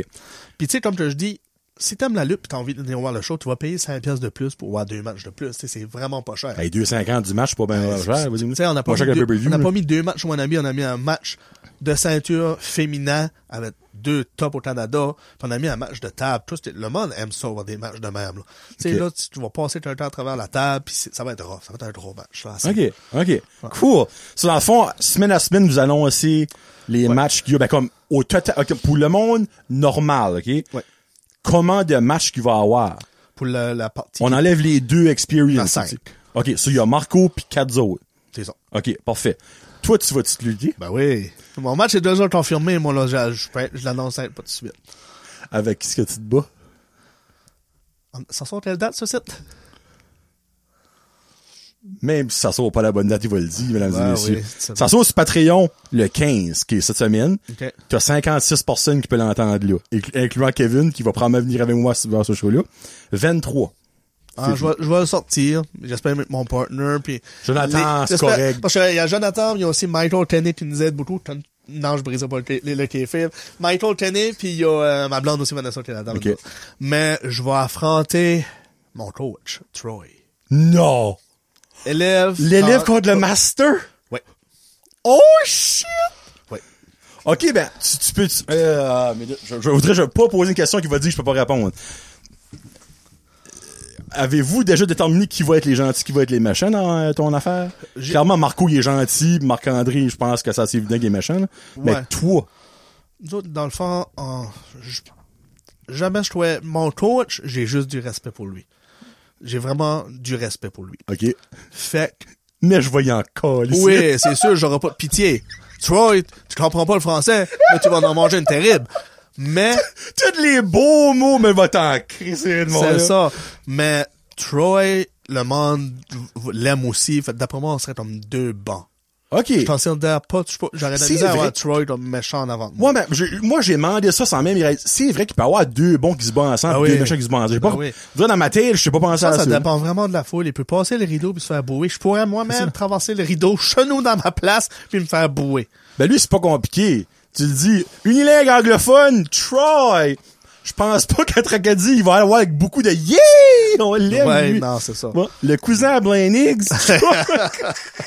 Speaker 3: Puis tu sais, comme que je dis, si t'aimes la lutte pis t'as envie de venir voir le show, tu vas payer 5 pièces de plus pour voir deux matchs de plus. Tu sais, C'est vraiment pas cher.
Speaker 1: Hey, 250 du match, c'est pas bien cher. Vas-y,
Speaker 3: Tu sais, on n'a pas,
Speaker 1: Moi,
Speaker 3: mis
Speaker 1: chacun
Speaker 3: deux-
Speaker 1: le pay-per-view,
Speaker 3: on a
Speaker 1: là.
Speaker 3: pas mis deux matchs, mon ami. On a mis un match de ceinture féminin avec deux tops au Canada. Puis on a mis un match de table. Tout, c'était- le monde aime ça, voir des matchs de même. Là. Tu sais,
Speaker 1: Ok.
Speaker 3: là, tu, tu vas passer ton temps à travers la table, puis c'est- ça va être rough. Ça va être un gros match. là. C'est-
Speaker 1: OK, OK. Cool. So, dans le fond, semaine à semaine, nous allons aussi les matchs qu'il y a, ben, comme, au total, ok, pour le monde normal, OK?
Speaker 3: Ouais.
Speaker 1: Comment de matchs qu'il va avoir?
Speaker 3: Pour la, la partie.
Speaker 1: On enlève les deux experiences.
Speaker 3: Dans cinq.
Speaker 1: OK, so, il y a Marco puis quatre autres.
Speaker 3: C'est ça.
Speaker 1: OK, parfait. Toi, tu vas-tu te le dire?
Speaker 3: Ben oui. Mon match est déjà confirmé, moi, là. Je, je, je l'annonce pas tout de suite.
Speaker 1: Avec ce que tu te bats?
Speaker 3: Hum, Ça sort quelle date, ce site?
Speaker 1: Même si ça sort pas la bonne date, il va le dire, mesdames
Speaker 3: Ouais,
Speaker 1: et messieurs.
Speaker 3: Ah oui, c'est ça.
Speaker 1: ça sort sur Patreon le 15, qui est cette semaine.
Speaker 3: Ok.
Speaker 1: T'as 56 personnes qui peuvent l'entendre là, inclu- incluant Kevin, qui va probablement venir avec moi sur ce show-là. 23.
Speaker 3: Ah, je vais, je vais le sortir. J'espère avec mon partner. Puis
Speaker 1: Jonathan,
Speaker 3: Les-
Speaker 1: c'est
Speaker 3: j'espère-
Speaker 1: correct.
Speaker 3: Parce qu'il y a Jonathan, mais il y a aussi Michael Tenney qui nous aide beaucoup. Ton- Non, je brisais pas le, ca- le, le kéfir. Michael Tenney, puis il y a euh, ma blonde aussi, Vanessa, qui est là-dedans.
Speaker 1: Ok.
Speaker 3: avec nous. Mais je vais affronter mon coach, Troy.
Speaker 1: Non!
Speaker 3: Élève.
Speaker 1: L'élève
Speaker 3: Ah,
Speaker 1: contre le master?
Speaker 3: Ouais.
Speaker 1: Oh shit!
Speaker 3: Ouais.
Speaker 1: Ok, ben, tu, tu peux... tu- euh, mais là, je, je voudrais je vais pas poser une question qui va dire que je peux pas répondre. Euh, Avez-vous déjà déterminé qui va être les gentils, qui va être les méchants dans euh, ton affaire?
Speaker 3: J'ai-
Speaker 1: Clairement, Marco, il est gentil. Marc-André, je pense que ça, c'est évident qu'il est méchant. là. Mais
Speaker 3: Ouais.
Speaker 1: toi,
Speaker 3: Nous autres, dans le fond, on- je- jamais je trouvais mon coach, j'ai juste du respect pour lui. J'ai vraiment du respect pour lui.
Speaker 1: ok.
Speaker 3: Fait que
Speaker 1: Mais je voyais encore ici.
Speaker 3: Oui, c'est sûr, j'aurai pas de pitié. Troy, tu comprends pas le français, mais tu vas en manger une terrible. Mais,
Speaker 1: Tous les beaux mots, mais va t'en crisser de mon
Speaker 3: c'est
Speaker 1: là.
Speaker 3: ça. Mais Troy, le monde l'aime aussi. Fait que d'après moi, on serait comme deux bancs.
Speaker 1: Ok.
Speaker 3: Je considère pas, je sais pas, j'aurais de la
Speaker 1: C'est
Speaker 3: misère à
Speaker 1: vrai.
Speaker 3: avoir Troy comme méchant en avant de moi.
Speaker 1: Moi, ben, j'ai- moi, j'ai demandé ça sans même. y ré- C'est vrai qu'il peut y avoir deux bons qui se battent ensemble,
Speaker 3: Ah
Speaker 1: puis deux
Speaker 3: oui.
Speaker 1: méchants qui se battent ensemble. J'ai
Speaker 3: Ah
Speaker 1: pas-
Speaker 3: oui.
Speaker 1: Là, dans ma tête, je sais pas penser
Speaker 3: Ça,
Speaker 1: à
Speaker 3: ça
Speaker 1: ça.
Speaker 3: dépend vraiment de la foule. Il peut passer le rideau puis se faire bouer. Je pourrais moi-même traverser le rideau, chenou dans ma place, puis me faire bouer.
Speaker 1: Ben, lui, c'est pas compliqué. Tu le dis, unilingue anglophone, Troy. Je pense pas qu'à Tracadie, il va avoir avec beaucoup de yeah! On l'aime,
Speaker 3: Ouais,
Speaker 1: lui.
Speaker 3: non, c'est ça.
Speaker 1: Bon, le cousin à Blaine Higgs, Troy.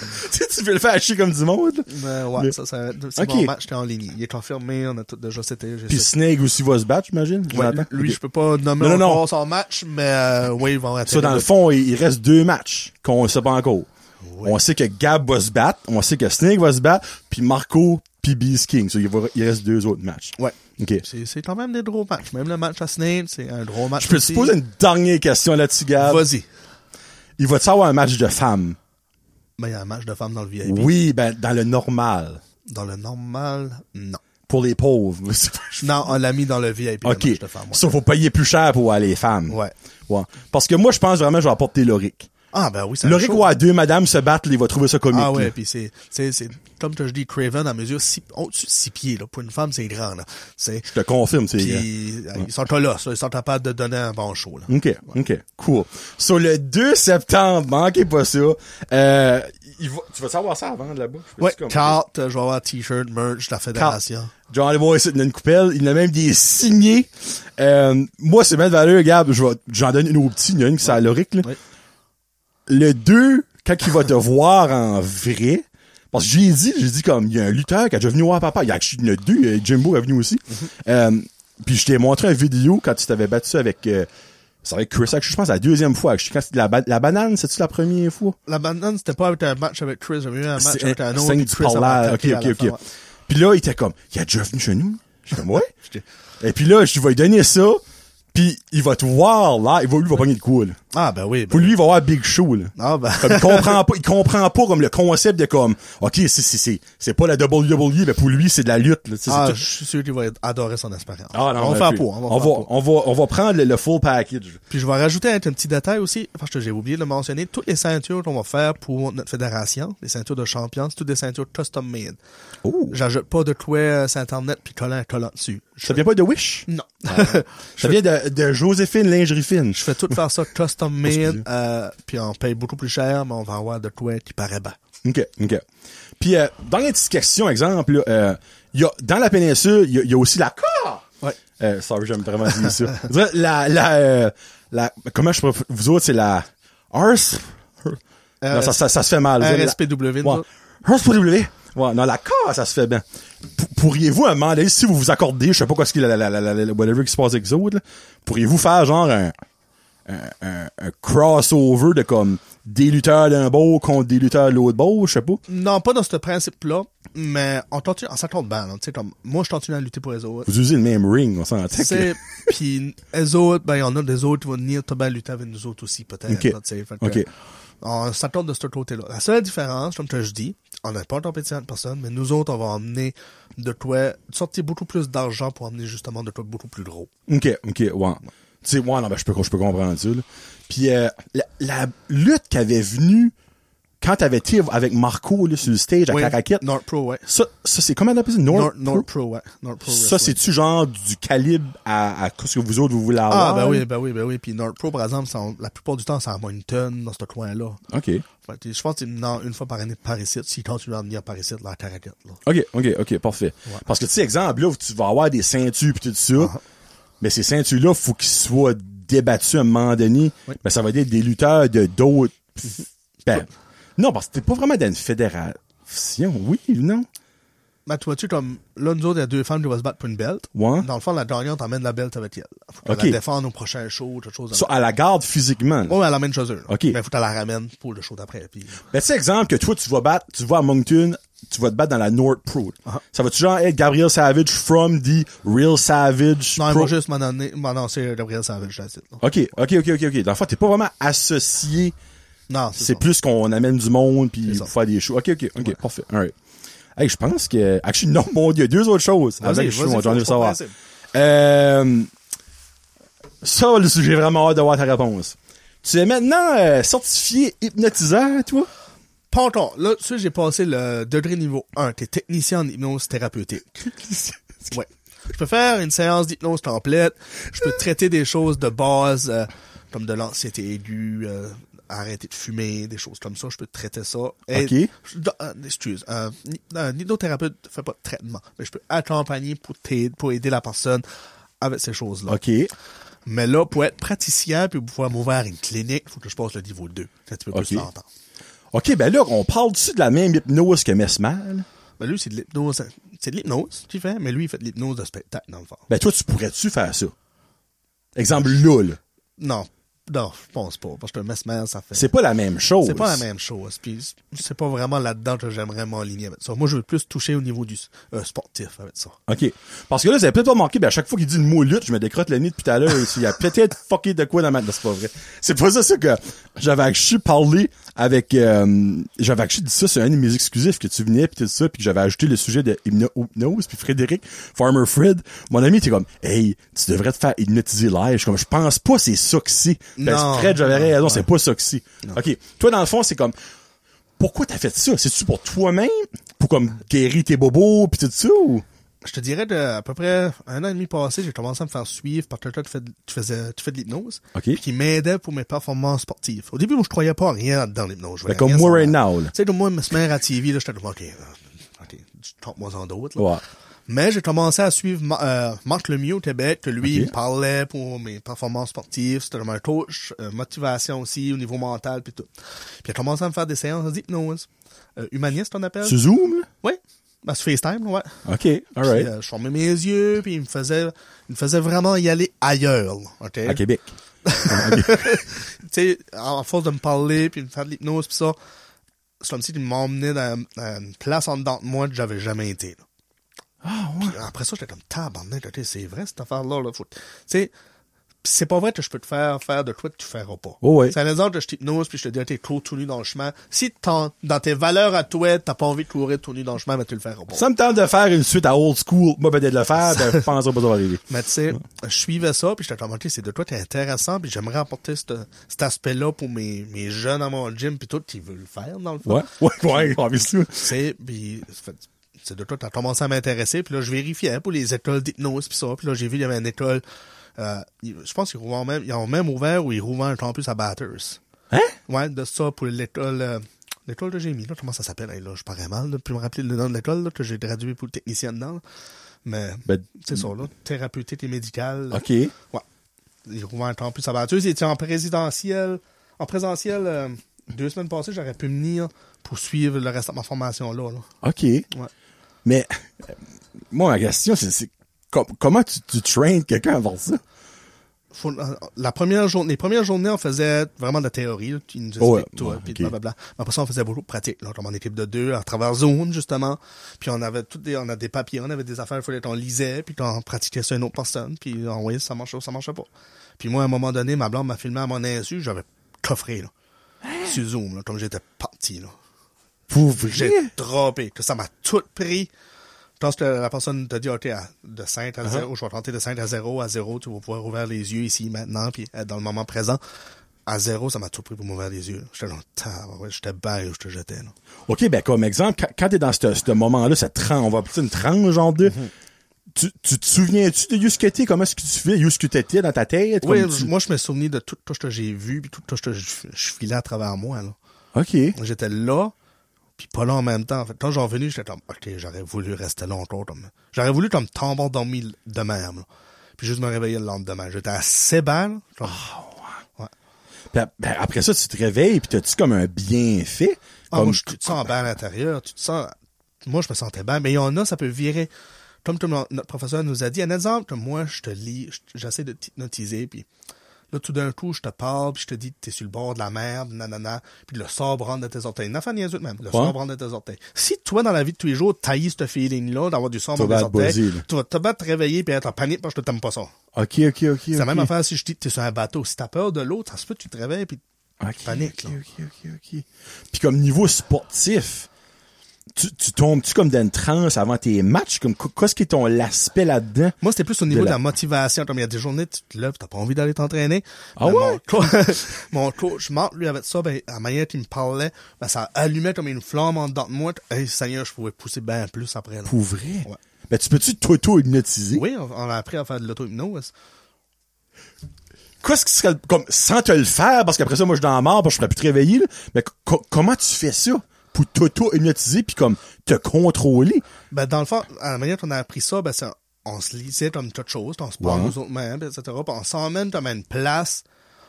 Speaker 1: tu sais, tu veux le faire chier comme du monde, là.
Speaker 3: Mais Ben ouais,
Speaker 1: Mais-
Speaker 3: ça, ça, c'est
Speaker 1: Ok.
Speaker 3: mon match, j'étais en ligne. Il est confirmé, on a tout déjà c'était. j'ai
Speaker 1: Puis
Speaker 3: ça.
Speaker 1: Snake aussi va se battre, j'imagine.
Speaker 3: Ouais,
Speaker 1: Jonathan?
Speaker 3: lui,
Speaker 1: Ok.
Speaker 3: je peux pas nommer
Speaker 1: Non, non,
Speaker 3: encore
Speaker 1: non.
Speaker 3: son match, mais euh, oui, ils vont
Speaker 1: Ça, dans le fond, il il reste deux matchs qu'on sait pas encore. On sait que Gab va se battre, on sait que Snake va se battre, puis Marco, puis Beast King. So, il, va- il reste deux autres matchs.
Speaker 3: Ouais.
Speaker 1: OK.
Speaker 3: C'est c'est quand même des gros matchs. Même le match à Snake, c'est un gros match.
Speaker 1: Je peux te
Speaker 3: aussi.
Speaker 1: poser une dernière question là-dessus, Gab.
Speaker 3: Vas-y.
Speaker 1: Il va-tu avoir un match de femmes?
Speaker 3: Ben, il y a un match de femmes dans le VIP.
Speaker 1: Oui, ben, dans le normal.
Speaker 3: Dans le normal, non.
Speaker 1: Pour les pauvres.
Speaker 3: Non, on l'a mis dans le VIP. le
Speaker 1: OK.
Speaker 3: match de femmes, ouais.
Speaker 1: Ça, faut payer plus cher pour avoir les femmes.
Speaker 3: Ouais.
Speaker 1: Ouais. Parce que moi, je pense vraiment que je vais apporter Loric.
Speaker 3: Ah, ben oui, c'est un
Speaker 1: Loric
Speaker 3: show.
Speaker 1: ou à deux madames se battre, il va trouver ça comique.
Speaker 3: Ah ouais,
Speaker 1: là.
Speaker 3: puis c'est, c'est, c'est, comme que je dis, Craven, à mesure, six, au-dessus de six pieds, là. Pour une femme, c'est grand, là. C'est,
Speaker 1: Je te confirme, c'est
Speaker 3: puis, euh, ils sont colosses, là. Ils sont capables de donner un bon show, là.
Speaker 1: OK, OK, cool. Sur le 2 septembre, manquez pas ça. Euh, il va- tu vas savoir ça avant de là-bas? Je peux-tu
Speaker 3: Ouais,
Speaker 1: comme-
Speaker 3: carte, euh, je vais avoir t-shirt, merch, la fédération.
Speaker 1: John Oliver ici dans une coupelle, il en a même des signés. Euh, moi, c'est bien de valeur, Gab, je vais- j'en donne une aux petits, il y en a une qui c'est à Loric, là.
Speaker 3: Ouais.
Speaker 1: Le 2, quand il va te voir en vrai, parce que j'ai dit, j'ai dit comme, il y a un lutteur qui a déjà venu voir papa, il y a il y en a deux, euh, Jimbo est venu aussi. Euh, puis je t'ai montré une vidéo quand tu t'avais battu avec, euh, c'est avec Chris Action, je pense, la deuxième fois. Quand c'était la, ba- la banane, c'est-tu la première fois?
Speaker 3: La banane, c'était pas avec un match avec Chris, j'avais eu un match
Speaker 1: C'est
Speaker 3: avec un autre.
Speaker 1: scène
Speaker 3: puis
Speaker 1: du
Speaker 3: Chris a
Speaker 1: parlage. Ok,
Speaker 3: attaqué à
Speaker 1: ok,
Speaker 3: la fin,
Speaker 1: ok.
Speaker 3: ouais.
Speaker 1: Puis là, il était comme, il a déjà venu chez nous. Je comme, ouais. Et puis là, je vais lui donner ça. Puis il va te voir là. Il va, lui, il va pogner de quoi, là.
Speaker 3: Ah, ben oui. ben-
Speaker 1: Pour lui, il va voir Big Show, là.
Speaker 3: Ah, ben.
Speaker 1: Comme, il comprend pas, il comprend pas comme le concept de comme, ok, c'est, c'est, c'est, c'est pas la WWE, mais pour lui, c'est de la lutte, là. Tu sais, c'est
Speaker 3: Ah,
Speaker 1: tout-
Speaker 3: je suis sûr qu'il va adorer son expérience.
Speaker 1: Ah, non,
Speaker 3: on
Speaker 1: mais
Speaker 3: va faire
Speaker 1: puis,
Speaker 3: pour, on va
Speaker 1: on
Speaker 3: faire
Speaker 1: va,
Speaker 3: pour.
Speaker 1: on va, on va prendre le, le full package.
Speaker 3: Puis je vais rajouter un petit détail aussi, parce que j'ai oublié de le mentionner, toutes les ceintures qu'on va faire pour notre fédération, les ceintures de champion, c'est toutes des ceintures custom made.
Speaker 1: Oh.
Speaker 3: J'ajoute pas de quoi euh, sur internet puis coller un collant dessus. Je-
Speaker 1: Ça vient pas de Wish?
Speaker 3: Non.
Speaker 1: Ça vient de, de Joséphine Lingerie Fine.
Speaker 3: je fais tout faire ça custom made, euh, puis on paye beaucoup plus cher, mais on va avoir de quoi qui paraît bas.
Speaker 1: OK, OK. Puis, euh, dans les petites questions, exemple, là, euh, il y a, dans la péninsule, il y, a- il y a aussi la CAR.
Speaker 3: Ouais.
Speaker 1: Euh, sorry, j'aime vraiment dire ça. Je dirais La, la, euh, la, comment je pourrais, vous autres, c'est la ARS? non, ça, ça, ça se fait mal. Vous avez la-
Speaker 3: RSPW.
Speaker 1: Ouais.
Speaker 3: nous autres.
Speaker 1: RSPW. Ouais, non, la K, ça se fait bien. P- pourriez-vous, à un moment donné, si vous vous accordez, je sais pas quoi ce qu'il y a, la, la, la, la- la- whatever qui se passe avec vous autres, là, pourriez-vous faire genre un, un, un, un crossover de comme des lutteurs d'un beau contre des lutteurs de l'autre beau, je sais pas.
Speaker 3: Non, pas dans ce principe-là, mais on, continue, on s'accorde bien. là. Tu sais, comme, moi, je continue à lutter pour les autres.
Speaker 1: Vous usez le même ring, on s'entend. que-
Speaker 3: C'est- Puis, les autres, ben, il y en a des autres qui vont venir bien lutter avec nous autres aussi, peut-être.
Speaker 1: Ok.
Speaker 3: là, tu sais. Fait que,
Speaker 1: Ok.
Speaker 3: On s'accorde de ce côté-là. La seule différence, comme que je dis, on n'est pas en compétition de personne, mais nous autres, on va emmener de quoi, sortir beaucoup plus d'argent pour emmener justement de quoi beaucoup plus gros.
Speaker 1: OK, OK, ouais. Tu sais, ouais, non, ben, je peux, je peux comprendre ça, là. Puis, euh, la, la lutte qui avait venu quand t'avais été avec Marco, là, sur le stage à
Speaker 3: Ouais.
Speaker 1: Caraquette,
Speaker 3: North Pro, ouais.
Speaker 1: ça, ça c'est comment on appelle ça? North,
Speaker 3: North,
Speaker 1: Pro?
Speaker 3: North Pro, ouais. North Pro
Speaker 1: Ça,
Speaker 3: Wrestling.
Speaker 1: c'est-tu genre du calibre à, à ce que vous autres, vous voulez avoir?
Speaker 3: Ah, ben oui, ben oui, ben oui. Puis North Pro, par exemple, ça, on- la plupart du temps, c'est à Moncton, dans ce coin-là.
Speaker 1: OK.
Speaker 3: Fait que Je pense que c'est non, une fois par année par ici, si quand tu vas venir par ici, la caracette, là.
Speaker 1: OK, OK, OK, parfait. Parce que, tu sais, exemple, là, où tu vas avoir des ceintures pis tout ça,
Speaker 3: Ah.
Speaker 1: mais ces ceintures-là, faut qu'ils soient débattus à un moment donné.
Speaker 3: Oui.
Speaker 1: Ben, ça va être des lutteurs de d'autres... Ben, non, parce que t'es pas vraiment dans une fédération, oui, non?
Speaker 3: Ben, tu vois-tu, comme, là, nous autres, il y a deux femmes qui vont se battre pour une belt.
Speaker 1: Ouais.
Speaker 3: Dans le fond, la gagnante emmène la belt avec elle. Faut qu'elle
Speaker 1: Ok.
Speaker 3: la défende au prochain show, quelque chose.
Speaker 1: Ça, à la garde physiquement. là.
Speaker 3: Ouais, elle l'emmène chez eux. là.
Speaker 1: Ok.
Speaker 3: Mais faut qu'elle la ramène pour le show d'après. Puis...
Speaker 1: Ben, tu sais, exemple, que toi, tu vas battre, tu vas à Moncton, tu vas te battre dans la North Pro.
Speaker 3: Ah.
Speaker 1: Ça va-tu genre être Gabriel Savage from the Real Savage
Speaker 3: Non, elle
Speaker 1: Pro?
Speaker 3: va juste m'en donner- m'annoncer Gabriel Savage, je la cite, là.
Speaker 1: OK, OK, OK, OK, OK. Dans le fond, t'es pas vraiment associé.
Speaker 3: Non,
Speaker 1: C'est
Speaker 3: c'est ça.
Speaker 1: plus qu'on amène du monde puis
Speaker 3: ça.
Speaker 1: pour faire des shows. OK, OK, OK, parfait. All right. Hey, je pense que... Actually, non, mon Dieu, deux autres choses.
Speaker 3: Vas-y,
Speaker 1: Avant que je
Speaker 3: vas-y,
Speaker 1: sois- j'en ai
Speaker 3: faut- faut
Speaker 1: savoir.
Speaker 3: penser.
Speaker 1: Euh, ça, le sujet, j'ai vraiment hâte d'avoir ta réponse. Tu es maintenant euh, certifié hypnotiseur, toi?
Speaker 3: Pas encore. Là, tu sais, j'ai passé le degré niveau 1, qui est technicien en hypnose thérapeutique. ouais. Je peux faire une séance d'hypnose template. Je peux traiter des choses de base, euh, comme de l'anxiété aiguë, euh, arrêter de fumer, des choses comme ça. Je peux traiter ça.
Speaker 1: Ok.
Speaker 3: je do- euh, excuse. Un un hypnothérapeute ne fait pas de traitement, mais je peux accompagner pour, t'aider- pour aider la personne avec ces choses-là.
Speaker 1: OK.
Speaker 3: Mais là, pour être praticien puis pour pouvoir m'ouvrir une clinique, il faut que je passe le niveau 2. C'est un petit peu plus
Speaker 1: Ok.
Speaker 3: longtemps.
Speaker 1: OK, ben là, on parle-tu de la même hypnose que Mesmer? là?
Speaker 3: Ben lui, c'est de l'hypnose. C'est de l'hypnose qu'il fait, mais lui, il fait de l'hypnose de spectacle, dans le fond.
Speaker 1: Ben toi, tu pourrais-tu faire ça? Exemple, là, là.
Speaker 3: Non. Non, je pense pas. Parce que mesmer, ça fait.
Speaker 1: C'est pas la même chose.
Speaker 3: C'est pas la même chose. Puis c'est pas vraiment là-dedans que j'aimerais m'aligner avec ça. Moi, je veux plus toucher au niveau du euh, sportif avec ça.
Speaker 1: OK. Parce que là, vous avez peut-être pas manqué, ben à chaque fois qu'il dit le mot lutte, je me décrotte le nez depuis tout à l'heure. Il y a peut-être fucké de quoi dans ma... Non, c'est pas vrai. C'est pas ça, ça que j'avais actually parlé avec... euh, j'avais actually dit ça sur un de mes exclusifs que tu venais, puis tout ça, puis que j'avais ajouté le sujet de hypno- hypnose, puis Frédéric, Farmer Fred, mon ami était comme « Hey, tu devrais te faire hypnotiser live. » Je suis comme « Je pense pas c'est ça que c'est. » Ben,
Speaker 3: Non.
Speaker 1: Fred, j'avais
Speaker 3: Non.
Speaker 1: raison, c'est pas ça que c'est. OK. Toi, dans le fond, c'est comme... Pourquoi t'as fait ça? C'est-tu pour toi-même? Pour comme guérir tes bobos pis tout ça ou?
Speaker 3: Je te dirais, de, à peu près un an et demi passé, j'ai commencé à me faire suivre par quelqu'un qui fait, de- qui faisait, qui fait de l'hypnose.
Speaker 1: Ok.
Speaker 3: puis Qui m'aidait pour mes performances sportives. Au début, moi, je croyais pas en rien dans l'hypnose. Je voyais
Speaker 1: Ben, comme
Speaker 3: rien
Speaker 1: moi right
Speaker 3: savoir.
Speaker 1: now, là.
Speaker 3: Tu sais, comme moi, mesmer à TV, là, j'étais comme, OK, euh, OK, moi en d'autres, là.
Speaker 1: Ouais.
Speaker 3: Mais j'ai commencé à suivre Ma- euh, Marc Lemieux au Québec, que lui,
Speaker 1: Ok.
Speaker 3: il me parlait pour mes performances sportives. C'était comme un coach, euh, motivation aussi, au niveau mental, puis tout. Puis il a commencé à me faire des séances d'hypnose. Euh, humaniste, on appelle?
Speaker 1: Tu zoomes?
Speaker 3: Oui. Ben, sur FaceTime, ouais.
Speaker 1: OK, alright.
Speaker 3: Puis, euh, je fermais mes yeux, puis il me faisait, il me faisait vraiment y aller ailleurs, là, OK?
Speaker 1: à Québec.
Speaker 3: Tu sais, en force de me parler, puis de me faire de l'hypnose, puis ça, c'est comme si il m'emmenait dans, dans une place en dedans de moi que j'avais jamais été, là.
Speaker 1: Ah
Speaker 3: Puis après ça, j'étais comme tabarnak, ok, c'est vrai cette affaire-là. Là, faut... Tu sais, pis c'est pas vrai que je peux te faire faire de quoi que tu feras pas.
Speaker 1: Oh oui.
Speaker 3: C'est un exemple que je t'hypnose puis je te dis, t'es cours tout nu dans le chemin. Si t'en- dans tes valeurs à toi, t'as pas envie de courir tout nu dans le chemin, mais tu le feras pas.
Speaker 1: Ça me tente de faire une suite à old school. Moi, peut-être de le faire, ben, je penserais pas ça va arriver.
Speaker 3: Mais tu sais, je suivais ça puis j'étais comme, ok, c'est de quoi t'es intéressant puis j'aimerais apporter cette- cet aspect-là pour mes, mes jeunes à mon gym puis tout qui veulent le faire dans le fond.
Speaker 1: Ouais. Ouais, ouais, j'ai envie de ça.
Speaker 3: Tu sais, puis ça fait- c'est de toi t'as commencé à m'intéresser, puis là, je vérifiais hein, pour les écoles d'hypnose, puis ça, puis là, j'ai vu, il y avait une école, euh, ils- je pense qu'ils ont même, ils ont même ouvert ou ils rouvraient un campus à Batters.
Speaker 1: Hein?
Speaker 3: Ouais, de ça, pour l'école, euh, l'école que j'ai mis, là, comment ça s'appelle, Hey, là, je parais mal, là, puis me rappeler le nom de l'école, là, que j'ai gradué pour le technicien dedans, là. Mais
Speaker 1: Ben,
Speaker 3: c'est ça, là. Thérapeutique et médicale.
Speaker 1: OK.
Speaker 3: Ouais. Ils rouvraient un temps plus abattus. Ils étaient en présidentiel. En présentiel, euh, deux semaines passées, j'aurais pu venir pour suivre le reste de ma formation-là. là.
Speaker 1: OK. Mais, euh, moi, ma question, c'est, c'est com- comment tu, tu traînes quelqu'un avant ça?
Speaker 3: Faut- euh, la première journée, les premières journées, on faisait vraiment de la théorie. là. Ils nous expliquaient
Speaker 1: Oh, ouais,
Speaker 3: tout,
Speaker 1: ouais,
Speaker 3: puis
Speaker 1: ok.
Speaker 3: blablabla. Mais après ça, on faisait beaucoup de pratique. Là, comme en équipe de deux, à travers Zoom, justement. Puis on avait toutes des, on a des papiers, on avait des affaires, il fallait qu'on lisait, puis qu'on pratiquait ça à une autre personne, puis on voyait si ça marchait ou ça marchait pas. Puis moi, à un moment donné, ma blonde m'a filmé à mon insu, j'avais coffré, là. Sur Zoom, là, comme j'étais parti, là.
Speaker 1: Pour
Speaker 3: J'ai
Speaker 1: vrai?
Speaker 3: droppé, que ça m'a tout pris. Je pense que la personne t'a dit, OK, à- de 5 à 0, je vais tenter de 5 à 0, à 0, tu vas pouvoir ouvrir les yeux ici, maintenant, puis être dans le moment présent. À 0, ça m'a tout pris pour m'ouvrir les yeux. là. J'étais dans ouais, j'étais bail où je te jetais. là.
Speaker 1: OK, ben, comme exemple, quand, quand t'es dans ce ce moment-là, cette tranche, on va appeler ça une tranche, genre de, tu, tu te souviens-tu de où ce que t'es? Comment est-ce que tu fais? Où ce que t'étais dans ta tête?
Speaker 3: Oui,
Speaker 1: Comme tu-
Speaker 3: moi, je me souvenais de tout tout ce que j'ai vu, puis tout ce que je, je filais à travers moi. là.
Speaker 1: OK.
Speaker 3: J'étais là, puis pas là en même temps. En fait, quand j'en revenu, j'étais comme, OK, j'aurais voulu rester longtemps. Comme... J'aurais voulu comme tomber endormi l- de même. là. Puis juste me réveiller le lendemain. J'étais assez belle. comme-
Speaker 1: Puis ap- ben, après ça, tu te réveilles, puis t'as-tu comme un bienfait?
Speaker 3: Ah,
Speaker 1: Comme-
Speaker 3: moi, je- tu te sens bien à l'intérieur, tu te sens. Moi, je me sentais bien, mais il y en a, ça peut virer. Comme, comme notre professeur nous a dit, un exemple, comme moi, je te lis, je- j'essaie de t'hypnotiser, puis là, tout d'un coup, je te parle, puis je te dis, t'es sur le bord de la mer, nanana, puis le sort rentre de tes orteils. N'en fais rien de même, le sort rentre de tes orteils. Si toi, dans la vie de tous les jours, taillis ce feeling-là, d'avoir du sort
Speaker 1: Tu
Speaker 3: dans
Speaker 1: vas
Speaker 3: tes
Speaker 1: être buzzé,
Speaker 3: orteils,
Speaker 1: là.
Speaker 3: tu vas te battre, te réveiller, puis être en panique parce que t'aimes pas ça.
Speaker 1: OK, OK, OK.
Speaker 3: C'est la même affaire si je dis, t'es sur un bateau. Si t'as peur de l'eau, ça se peut que tu te réveilles, puis
Speaker 1: OK,
Speaker 3: panique,
Speaker 1: OK,
Speaker 3: là.
Speaker 1: OK, OK, OK. Puis comme niveau sportif, tu, tu tombes-tu comme dans une transe avant tes matchs? Comme, qu- qu'est-ce qui est ton aspect là-dedans?
Speaker 3: Moi, c'était plus au niveau
Speaker 1: De
Speaker 3: de
Speaker 1: la-
Speaker 3: la, motivation. Comme il y a des journées, tu te lèves, t'as pas envie d'aller t'entraîner.
Speaker 1: Ah
Speaker 3: Mais
Speaker 1: ouais?
Speaker 3: Mon, co- mon coach, Marc, lui, avec ça, ben, la manière qu'il me parlait, ben, ça allumait comme une flamme en dedans de moi. Hey, Seigneur, je pouvais pousser bien plus après. là.
Speaker 1: Pour vrai?
Speaker 3: Ouais.
Speaker 1: Ben, tu peux-tu t'auto-hypnotiser?
Speaker 3: Oui, on, on a appris à faire de l'auto-hypnose.
Speaker 1: Qu'est-ce qui serait, le- comme, sans te le faire, parce qu'après ça, moi, je suis dans la mort, parce que je pourrais plus te réveiller, là. Mais co- comment tu fais ça? Pour t'auto-hypnotiser, puis comme, te contrôler?
Speaker 3: Ben, dans le fond, à la manière qu'on a appris ça, ben, ça, on se lisait comme toute chose, on se parle
Speaker 1: Ouais.
Speaker 3: aux autres mêmes, etc. Puis on s'emmène comme à une place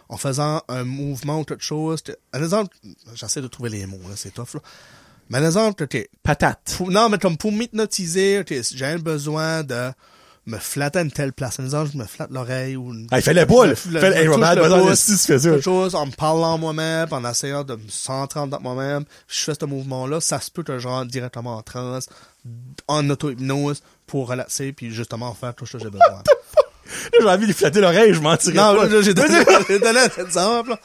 Speaker 3: en faisant un mouvement ou toute chose. Un exemple, j'essaie de trouver les mots, là, c'est tough, là. Mais un exemple, ok,
Speaker 1: Patate.
Speaker 3: pour- non, mais comme pour m'hypnotiser, ok, si j'ai un besoin de me flatter à une telle place. En disant, je me flatte l'oreille ou une.
Speaker 1: Hey, fais-le pas, là.
Speaker 3: Le-
Speaker 1: Fais-le-
Speaker 3: le- le
Speaker 1: hey,
Speaker 3: touche
Speaker 1: Robert,
Speaker 3: le
Speaker 1: vas-y,
Speaker 3: pouce,
Speaker 1: si tu fais ça.
Speaker 3: quelque chose, en me parlant moi-même, puis en essayant de me centrer dans moi-même. Je fais ce mouvement-là, ça se peut que je rentre directement en transe, en auto-hypnose, pour relaxer, puis justement faire tout ce que j'ai besoin.
Speaker 1: Là, j'ai envie de lui flatter l'oreille, je mentirais
Speaker 3: Non,
Speaker 1: pas.
Speaker 3: là, j'ai donné, j'ai donné un exemple. là.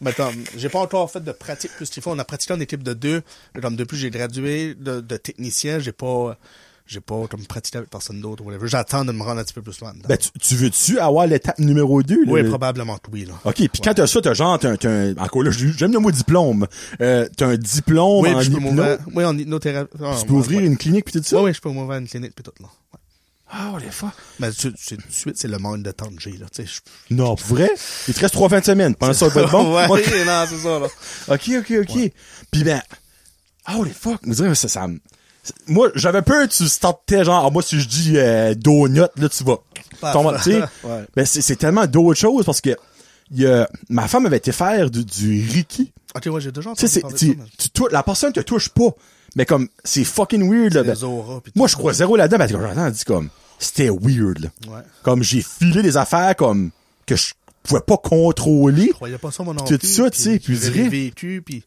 Speaker 3: Mais comme, j'ai pas encore fait de pratique plus qu'il faut. On a pratiqué en équipe de deux. Mais Comme depuis que j'ai gradué de, de technicien, j'ai pas, j'ai pas comme pratiqué avec personne d'autre ou whatever. J'attends de me rendre un petit peu plus loin. dedans.
Speaker 1: Ben, tu, tu veux-tu avoir l'étape numéro 2?
Speaker 3: oui, probablement que oui, là.
Speaker 1: OK, puis quand t'as ça, t'as genre, t'as un, t'as un- encore là, j'ai- j'aime le mot diplôme. Euh, t'as un diplôme
Speaker 3: Oui,
Speaker 1: en
Speaker 3: puis je peux
Speaker 1: hypno.
Speaker 3: m'ouvrir, oui, en hypnothérapie. Ah,
Speaker 1: Tu peux ouvrir une clinique pis tout ça?
Speaker 3: Oui, oui, je peux m'ouvrir une clinique puis tout, là. Ouais.
Speaker 1: Ah, les fuck.
Speaker 3: Mais tu- tu- tout de suite, c'est le manque de temps que j'ai, là. Tu sais, je-
Speaker 1: Non, pour vrai? Il te reste trois fins de semaine. Pendant ça, ça va être bon.
Speaker 3: ouais,
Speaker 1: Moi,
Speaker 3: non, c'est ça, là.
Speaker 1: OK, OK, OK. Puis ben, oh les fuck, vous direz, ça, ça me- c'est- Moi, j'avais peur que tu startais genre, ah, moi, si je dis euh, donut, là, tu vas.
Speaker 3: Paf.
Speaker 1: Ton- tu sais,
Speaker 3: Ouais.
Speaker 1: ben, c'est c'est tellement d'autres choses parce que il y a- ma femme avait été faire du, du Ricky.
Speaker 3: Ok, ouais, j'ai déjà
Speaker 1: Tu sais,
Speaker 3: entendu
Speaker 1: c'est-
Speaker 3: parler de ça,
Speaker 1: tu,
Speaker 3: mais-
Speaker 1: tu tou- la personne te touche pas. Mais comme, c'est fucking weird, là.
Speaker 3: des
Speaker 1: Ben,
Speaker 3: auras, puis tout.
Speaker 1: moi, je crois zéro là-dedans, parce que j'entends, elle dit comme, c'était weird, là.
Speaker 3: Ouais.
Speaker 1: Comme, j'ai filé des affaires, comme, que je pouvais pas contrôler.
Speaker 3: croyais pas ça, mon nom.
Speaker 1: Tout ça, tu sais, puis je dirais-
Speaker 3: vécu, puis.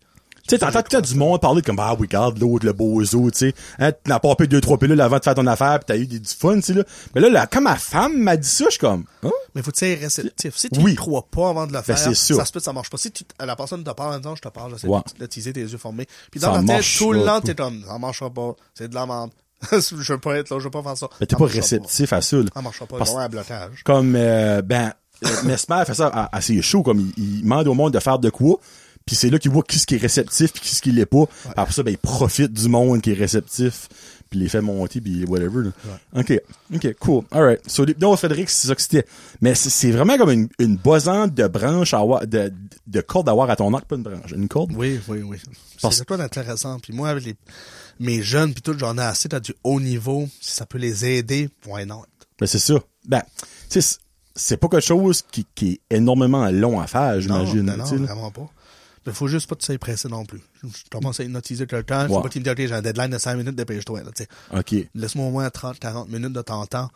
Speaker 1: Tu sais, t'entends tout le temps du monde parler de comme, ah oui, regarde l'autre, le bozo, tu sais. Hein, tu n'as pas payé deux, trois pilules avant de faire ton affaire, pis t'as eu des- du fun, tu sais, là. Mais là, là, quand ma femme m'a dit ça, je suis comme, hein?
Speaker 3: Mais faut que tu sois réceptif. Si tu
Speaker 1: Oui. Ben,
Speaker 3: ne crois pas avant de le faire,
Speaker 1: c'est sûr.
Speaker 3: ça se peut que ça marche pas. Si tu, la personne te parle en disant je te parle, là, c'est
Speaker 1: Ouais.
Speaker 3: de teaser tes yeux formés. Puis
Speaker 1: Ça
Speaker 3: dans ta tête,
Speaker 1: marche
Speaker 3: tout le
Speaker 1: pas.
Speaker 3: long, t'es comme ça marchera pas, c'est de la merde. je veux pas être là, je veux pas faire ça.
Speaker 1: Mais t'es
Speaker 3: Ça
Speaker 1: pas
Speaker 3: marchera
Speaker 1: réceptif à ça, là.
Speaker 3: Ça marchera pas, il va y
Speaker 1: Parce-
Speaker 3: avoir un blocage.
Speaker 1: Comme, euh, ben, euh, Mesmer fait ça à, à ses shows, comme, il, il demande au monde de faire de quoi, puis c'est là qu'il voit qui ce qui est réceptif pis qui ce qui l'est pas. Après ça, ben, il profite du monde qui est réceptif. puis les fait monter, puis whatever. là. OK, OK, cool. All right. So, l'hypnose, Frédéric, c'est ça que c'était. Mais c'est- c'est vraiment comme une, une bosante de branche à avoir, de, de corde à avoir à ton arc, pas une branche, une corde.
Speaker 3: Oui, oui, oui.
Speaker 1: Parce-
Speaker 3: C'est toi d'intéressant. Puis moi, avec les, mes jeunes, puis tout, j'en ai assez, t'as du haut niveau. Si ça peut les aider, why not?
Speaker 1: Ben, c'est ça. Ben, tu sais, c'est- c'est pas quelque chose qui, qui est énormément long à faire, j'imagine.
Speaker 3: Non, non,
Speaker 1: tu sais,
Speaker 3: non,
Speaker 1: là.
Speaker 3: vraiment pas. Mais faut juste pas que tu sois pressé non plus. Je je commence à hypnotiser tout le temps. Faut
Speaker 1: Ouais.
Speaker 3: pas que tu me dises, OK, j'ai un deadline de 5 minutes, dépêche-toi. là, tu sais.
Speaker 1: OK.
Speaker 3: Laisse-moi au moins 30, 40 minutes de ton temps,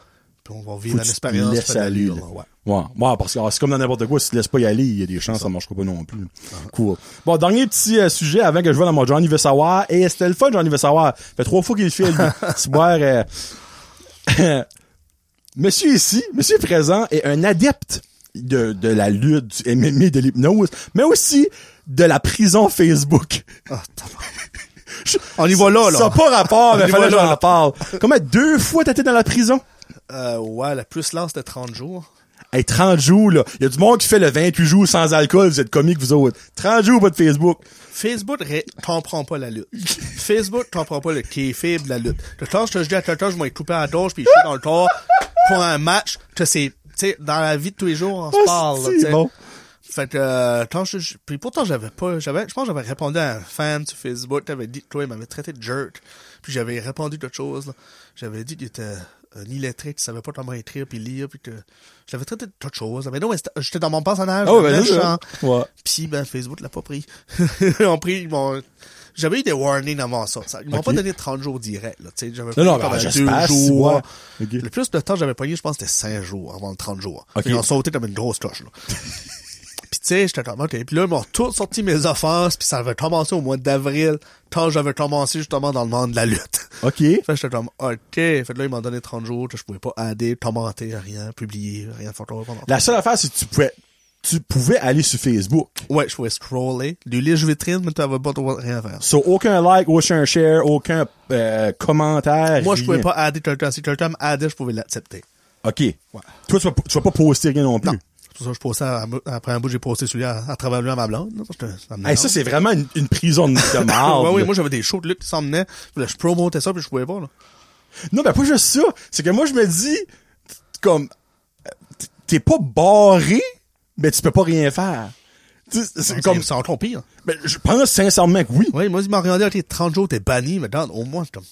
Speaker 3: puis on va
Speaker 1: Faut
Speaker 3: vivre
Speaker 1: que
Speaker 3: une
Speaker 1: tu te
Speaker 3: expérience.
Speaker 1: laisses
Speaker 3: fait de
Speaker 1: aller,
Speaker 3: l'allure,
Speaker 1: là.
Speaker 3: là, ouais.
Speaker 1: Ouais. Ouais, parce que ah, c'est comme dans n'importe quoi, si tu te laisses pas y aller, il y a des chances que ça marchera pas non plus.
Speaker 3: Uh-huh.
Speaker 1: Cool. Bon, dernier petit euh, sujet avant que je vois dans mon Johnny veut savoir. Et c'était le fun, Johnny veut savoir. Fait trois fois qu'il le fait, lui. C'est boire, euh, monsieur ici, monsieur présent, est un adepte de, de la lutte, du MMA, de l'hypnose, mais aussi de la prison Facebook.
Speaker 3: Ah, t'as pas- On y va là, là.
Speaker 1: Ça n'a pas rapport, mais
Speaker 3: On y
Speaker 1: fallait que
Speaker 3: va là,
Speaker 1: j'en
Speaker 3: là.
Speaker 1: parle. Comment deux fois t'étais dans la prison?
Speaker 3: Euh, ouais, la plus lance de 30 jours.
Speaker 1: Hey, 30 jours, là. Il y a du monde qui fait le 28 jours sans alcool, vous êtes comiques, vous autres. 30 jours, pas de Facebook.
Speaker 3: Facebook ré- comprend pas la lutte. Facebook comprend pas le qui est faible de la lutte. Le temps, je te dis à quelqu'un, je vais couper à la douche puis je suis dans le corps pour un match. que c'est, tu sais, dans la vie de tous les jours, on se parle. là,
Speaker 1: Hostie,
Speaker 3: tu sais.
Speaker 1: bon.
Speaker 3: Fait que, euh, quand je, je- puis pourtant, j'avais pas, j'avais, je pense, que j'avais répondu à un fan sur Facebook, t'avais dit, toi, il m'avait traité de jerk. Puis j'avais répondu d'autres choses, là. J'avais dit qu'il était un illettré, qu'il savait pas comment écrire puis lire, puis que, je l'avais traité de d'autres choses. Mais non, mais c'était- j'étais dans mon personnage.
Speaker 1: Ah ouais, ben,
Speaker 3: j'étais
Speaker 1: c'est ça.
Speaker 3: méchant.
Speaker 1: Ouais.
Speaker 3: Puis, ben, Facebook l'a pas pris. ils ont pris, ils m'ont- j'avais eu des warnings avant ça. ça- Ils m'ont
Speaker 1: Ok.
Speaker 3: pas donné 30 jours directs, là, tu sais. J'avais
Speaker 1: Non, non,
Speaker 3: pris
Speaker 1: ben,
Speaker 3: comme
Speaker 1: je
Speaker 3: un deux
Speaker 1: passe,
Speaker 3: jours.
Speaker 1: ouais. Ok.
Speaker 3: Le plus de temps que j'avais pogné, je pense, que c'était 5 jours avant le 30 jours.
Speaker 1: Ok.
Speaker 3: Ils ont sauté comme une grosse cloche, là. Puis tu sais, j'étais comme, OK. Puis là, ils m'ont tous sorti mes offenses, puis ça avait commencé au mois d'avril, quand j'avais commencé justement dans le monde de la lutte.
Speaker 1: OK.
Speaker 3: Fait que j'étais comme, OK. Fait que là, ils m'ont donné 30 jours, que je pouvais pas aider, commenter, rien, publier, rien faire pendant.
Speaker 1: La seule affaire, c'est que tu pouvais, tu pouvais aller sur Facebook.
Speaker 3: Ouais, je pouvais scroller. Du lit vitrine, mais tu n'avais pas le droit de rien faire.
Speaker 1: So, aucun like, aucun share, aucun euh, commentaire.
Speaker 3: Moi, je
Speaker 1: rien.
Speaker 3: pouvais pas aider quelqu'un. Si quelqu'un m'aidait, je pouvais l'accepter.
Speaker 1: OK. Toi, tu vas, tu vas pas poster rien non plus.
Speaker 3: Non. C'est pour ça que je postais, à- après un bout, j'ai posté celui à, à travers lui à ma blonde. là, parce que ça me
Speaker 1: Hey, ça,
Speaker 3: dérange.
Speaker 1: c'est vraiment une, une prison de, de marde,
Speaker 3: Ouais,
Speaker 1: là.
Speaker 3: oui, moi, j'avais des shows de lutte qui s'emmenaient. Puis là, Je promotais ça, puis je pouvais pas, là.
Speaker 1: Non, ben pas juste ça. C'est que moi, je me dis, comme, euh, t- t'es pas barré, mais tu peux pas rien faire. Tu sais, C'est comme,
Speaker 3: Comme ça, encore pire.
Speaker 1: ben, je pense sincèrement que oui. Ben,
Speaker 3: Oui, moi, ils m'ont regardé, OK, 30 jours, t'es banni. Mais regarde, au moins, c'est comme.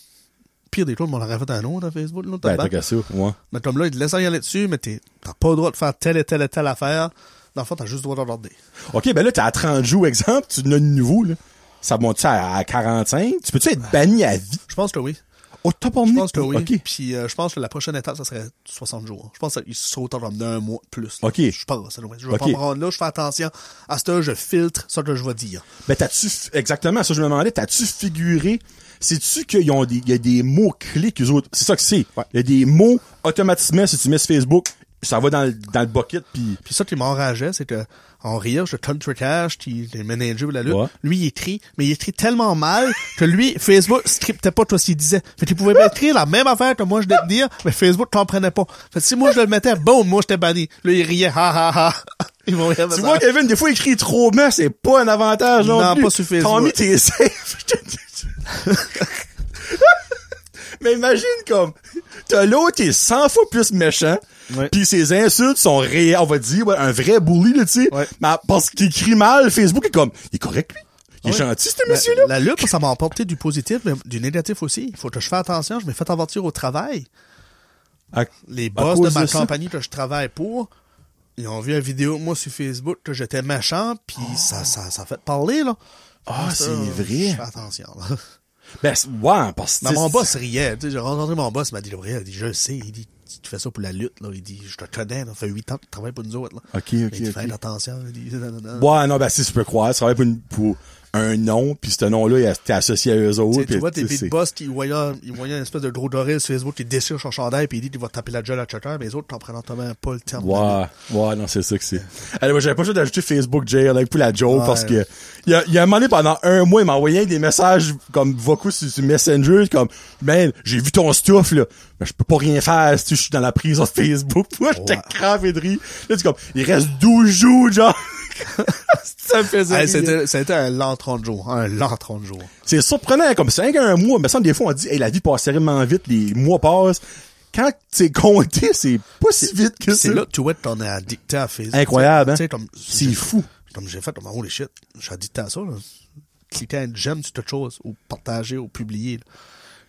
Speaker 3: Pire des choses, on l'aurait fait un autre à Facebook, là,
Speaker 1: Ben,
Speaker 3: tabarnak.
Speaker 1: t'as qu'à ça, ouais.
Speaker 3: Mais comme là, ils te laissent y aller dessus, mais t'es- t'as pas le droit de faire telle et telle et telle affaire. Dans le fond, t'as juste le droit d'en regarder.
Speaker 1: OK, ben là, t'es à 30 jours, exemple, tu n'as de nouveau, là. Ça monte à, à 45? Tu peux-tu être banni à vie?
Speaker 3: Je pense que oui.
Speaker 1: Oh, t'as pas
Speaker 3: Je pense que oui.
Speaker 1: OK.
Speaker 3: Puis euh, je pense que la prochaine étape, ça serait 60 jours. Je pense qu'ils sautent en d'un mois de plus. là.
Speaker 1: Ok.
Speaker 3: Je pense. là, ouais. Je vais pas
Speaker 1: Ok.
Speaker 3: me rendre là. Je fais attention. À ce temps, je filtre ce que je vais dire.
Speaker 1: Ben, t'as-tu, f- exactement, ça, je me demandais, t'as-tu figuré, sais-tu qu'il y a des mots-clés qu'eux autres, c'est ça que c'est. Il y a des mots, automatiquement, si tu mets sur Facebook, ça va dans le, dans le bucket, puis
Speaker 3: Puis ça qui m'enrageait, c'est que en rire, je country cash, qui est le manager de la lutte.
Speaker 1: Ouais.
Speaker 3: Lui, il écrit, mais il écrit tellement mal que lui, Facebook scriptait pas tout ce qu'il disait. Fait qu'il pouvait écrire la même affaire que moi je devais te dire, mais Facebook comprenait pas. Fait que si moi je le mettais, boum, moi j'étais banni. Là, il riait, ha ha ha. Ils vont rire de
Speaker 1: Tu
Speaker 3: ça.
Speaker 1: vois, Kevin, des fois, il crie trop, mais c'est pas un avantage non,
Speaker 3: Non,
Speaker 1: plus.
Speaker 3: pas sur Facebook.
Speaker 1: Tommy, t'es safe. Je te dis- Mais imagine comme, t'as l'autre qui est 100 fois plus méchant,
Speaker 3: Ouais.
Speaker 1: puis ses insultes sont réelles, on va dire, ouais, un vrai bully, là, tu sais.
Speaker 3: Ouais.
Speaker 1: Mais parce qu'il crie mal, Facebook est comme, il est correct, lui. Il est
Speaker 3: Ouais. Ben,
Speaker 1: gentil, ce
Speaker 3: La-
Speaker 1: monsieur-là.
Speaker 3: La, lutte, ça m'a apporté du positif, mais du négatif aussi. Il faut que je fasse attention. Je m'ai fait avertir au travail.
Speaker 1: À-
Speaker 3: Les
Speaker 1: à
Speaker 3: boss
Speaker 1: cause
Speaker 3: de ma
Speaker 1: ça.
Speaker 3: compagnie que je travaille pour, ils ont vu une vidéo de moi sur Facebook que j'étais méchant, puis ça, ça, ça fait parler, là.
Speaker 1: Ah, c'est
Speaker 3: Ça, Je
Speaker 1: vrai.
Speaker 3: fais attention, là.
Speaker 1: Ben, c'est- ouais, parce que...
Speaker 3: Mais mon boss riait. Tu sais, J'ai rencontré mon boss, il m'a dit, Gabriel, il dit, je le sais, il dit, tu fais ça pour la lutte, là. Il dit, je te connais, là. Ça fait huit ans que tu travailles pour nous autres, là.
Speaker 1: Ok, ok,
Speaker 3: Il dit, fais
Speaker 1: ok.
Speaker 3: attention, il dit, non, non, non.
Speaker 1: Ouais, non, ben, si, je peux croire, ça travaille pour, une- pour un nom, puis ce nom-là, il a été associé à eux autres.
Speaker 3: Tu sais,
Speaker 1: puis,
Speaker 3: tu vois, tes
Speaker 1: tu sais,
Speaker 3: big boss qui voyant, ils voyaient une espèce de gros doré sur Facebook qui déchire son chandail puis il dit qu'il va taper la gueule à chacun, mais les autres comprennent totalement pas le terme.
Speaker 1: Ouais, ouais, non, c'est ça que c'est. Alors, moi, j'avais pas juste d'ajouter Facebook jail là, pour la joke
Speaker 3: Ouais.
Speaker 1: parce que il y a, il y a un moment donné, pendant un mois, il m'envoyait des messages comme vocaux sur, sur Messenger, comme, man, j'ai vu ton stuff, là, mais je peux pas rien faire si je suis dans la prison de Facebook. Moi, j'étais
Speaker 3: Ouais.
Speaker 1: cravé de rire. Là, tu es comme, il reste 12 jours, genre. ça me faisait
Speaker 3: Hey,
Speaker 1: rire.
Speaker 3: c'était, c'était un lent 30 jours. Un lent 30 jours.
Speaker 1: C'est surprenant, comme 5 à un mois. Mais ça, des fois, on dit, hey, la vie passe tellement vite, les mois passent. Quand c'est compté, c'est pas si vite que ça.
Speaker 3: C'est là que tu vois que t'en as addicté à Facebook.
Speaker 1: Incroyable, hein?
Speaker 3: Tu sais, comme,
Speaker 1: C'est fou.
Speaker 3: Comme j'ai fait, comme, holy shit, j'ai addicté à ça, là. Cliquer à une j'aime sur toute chose, ou partager, ou publier, là.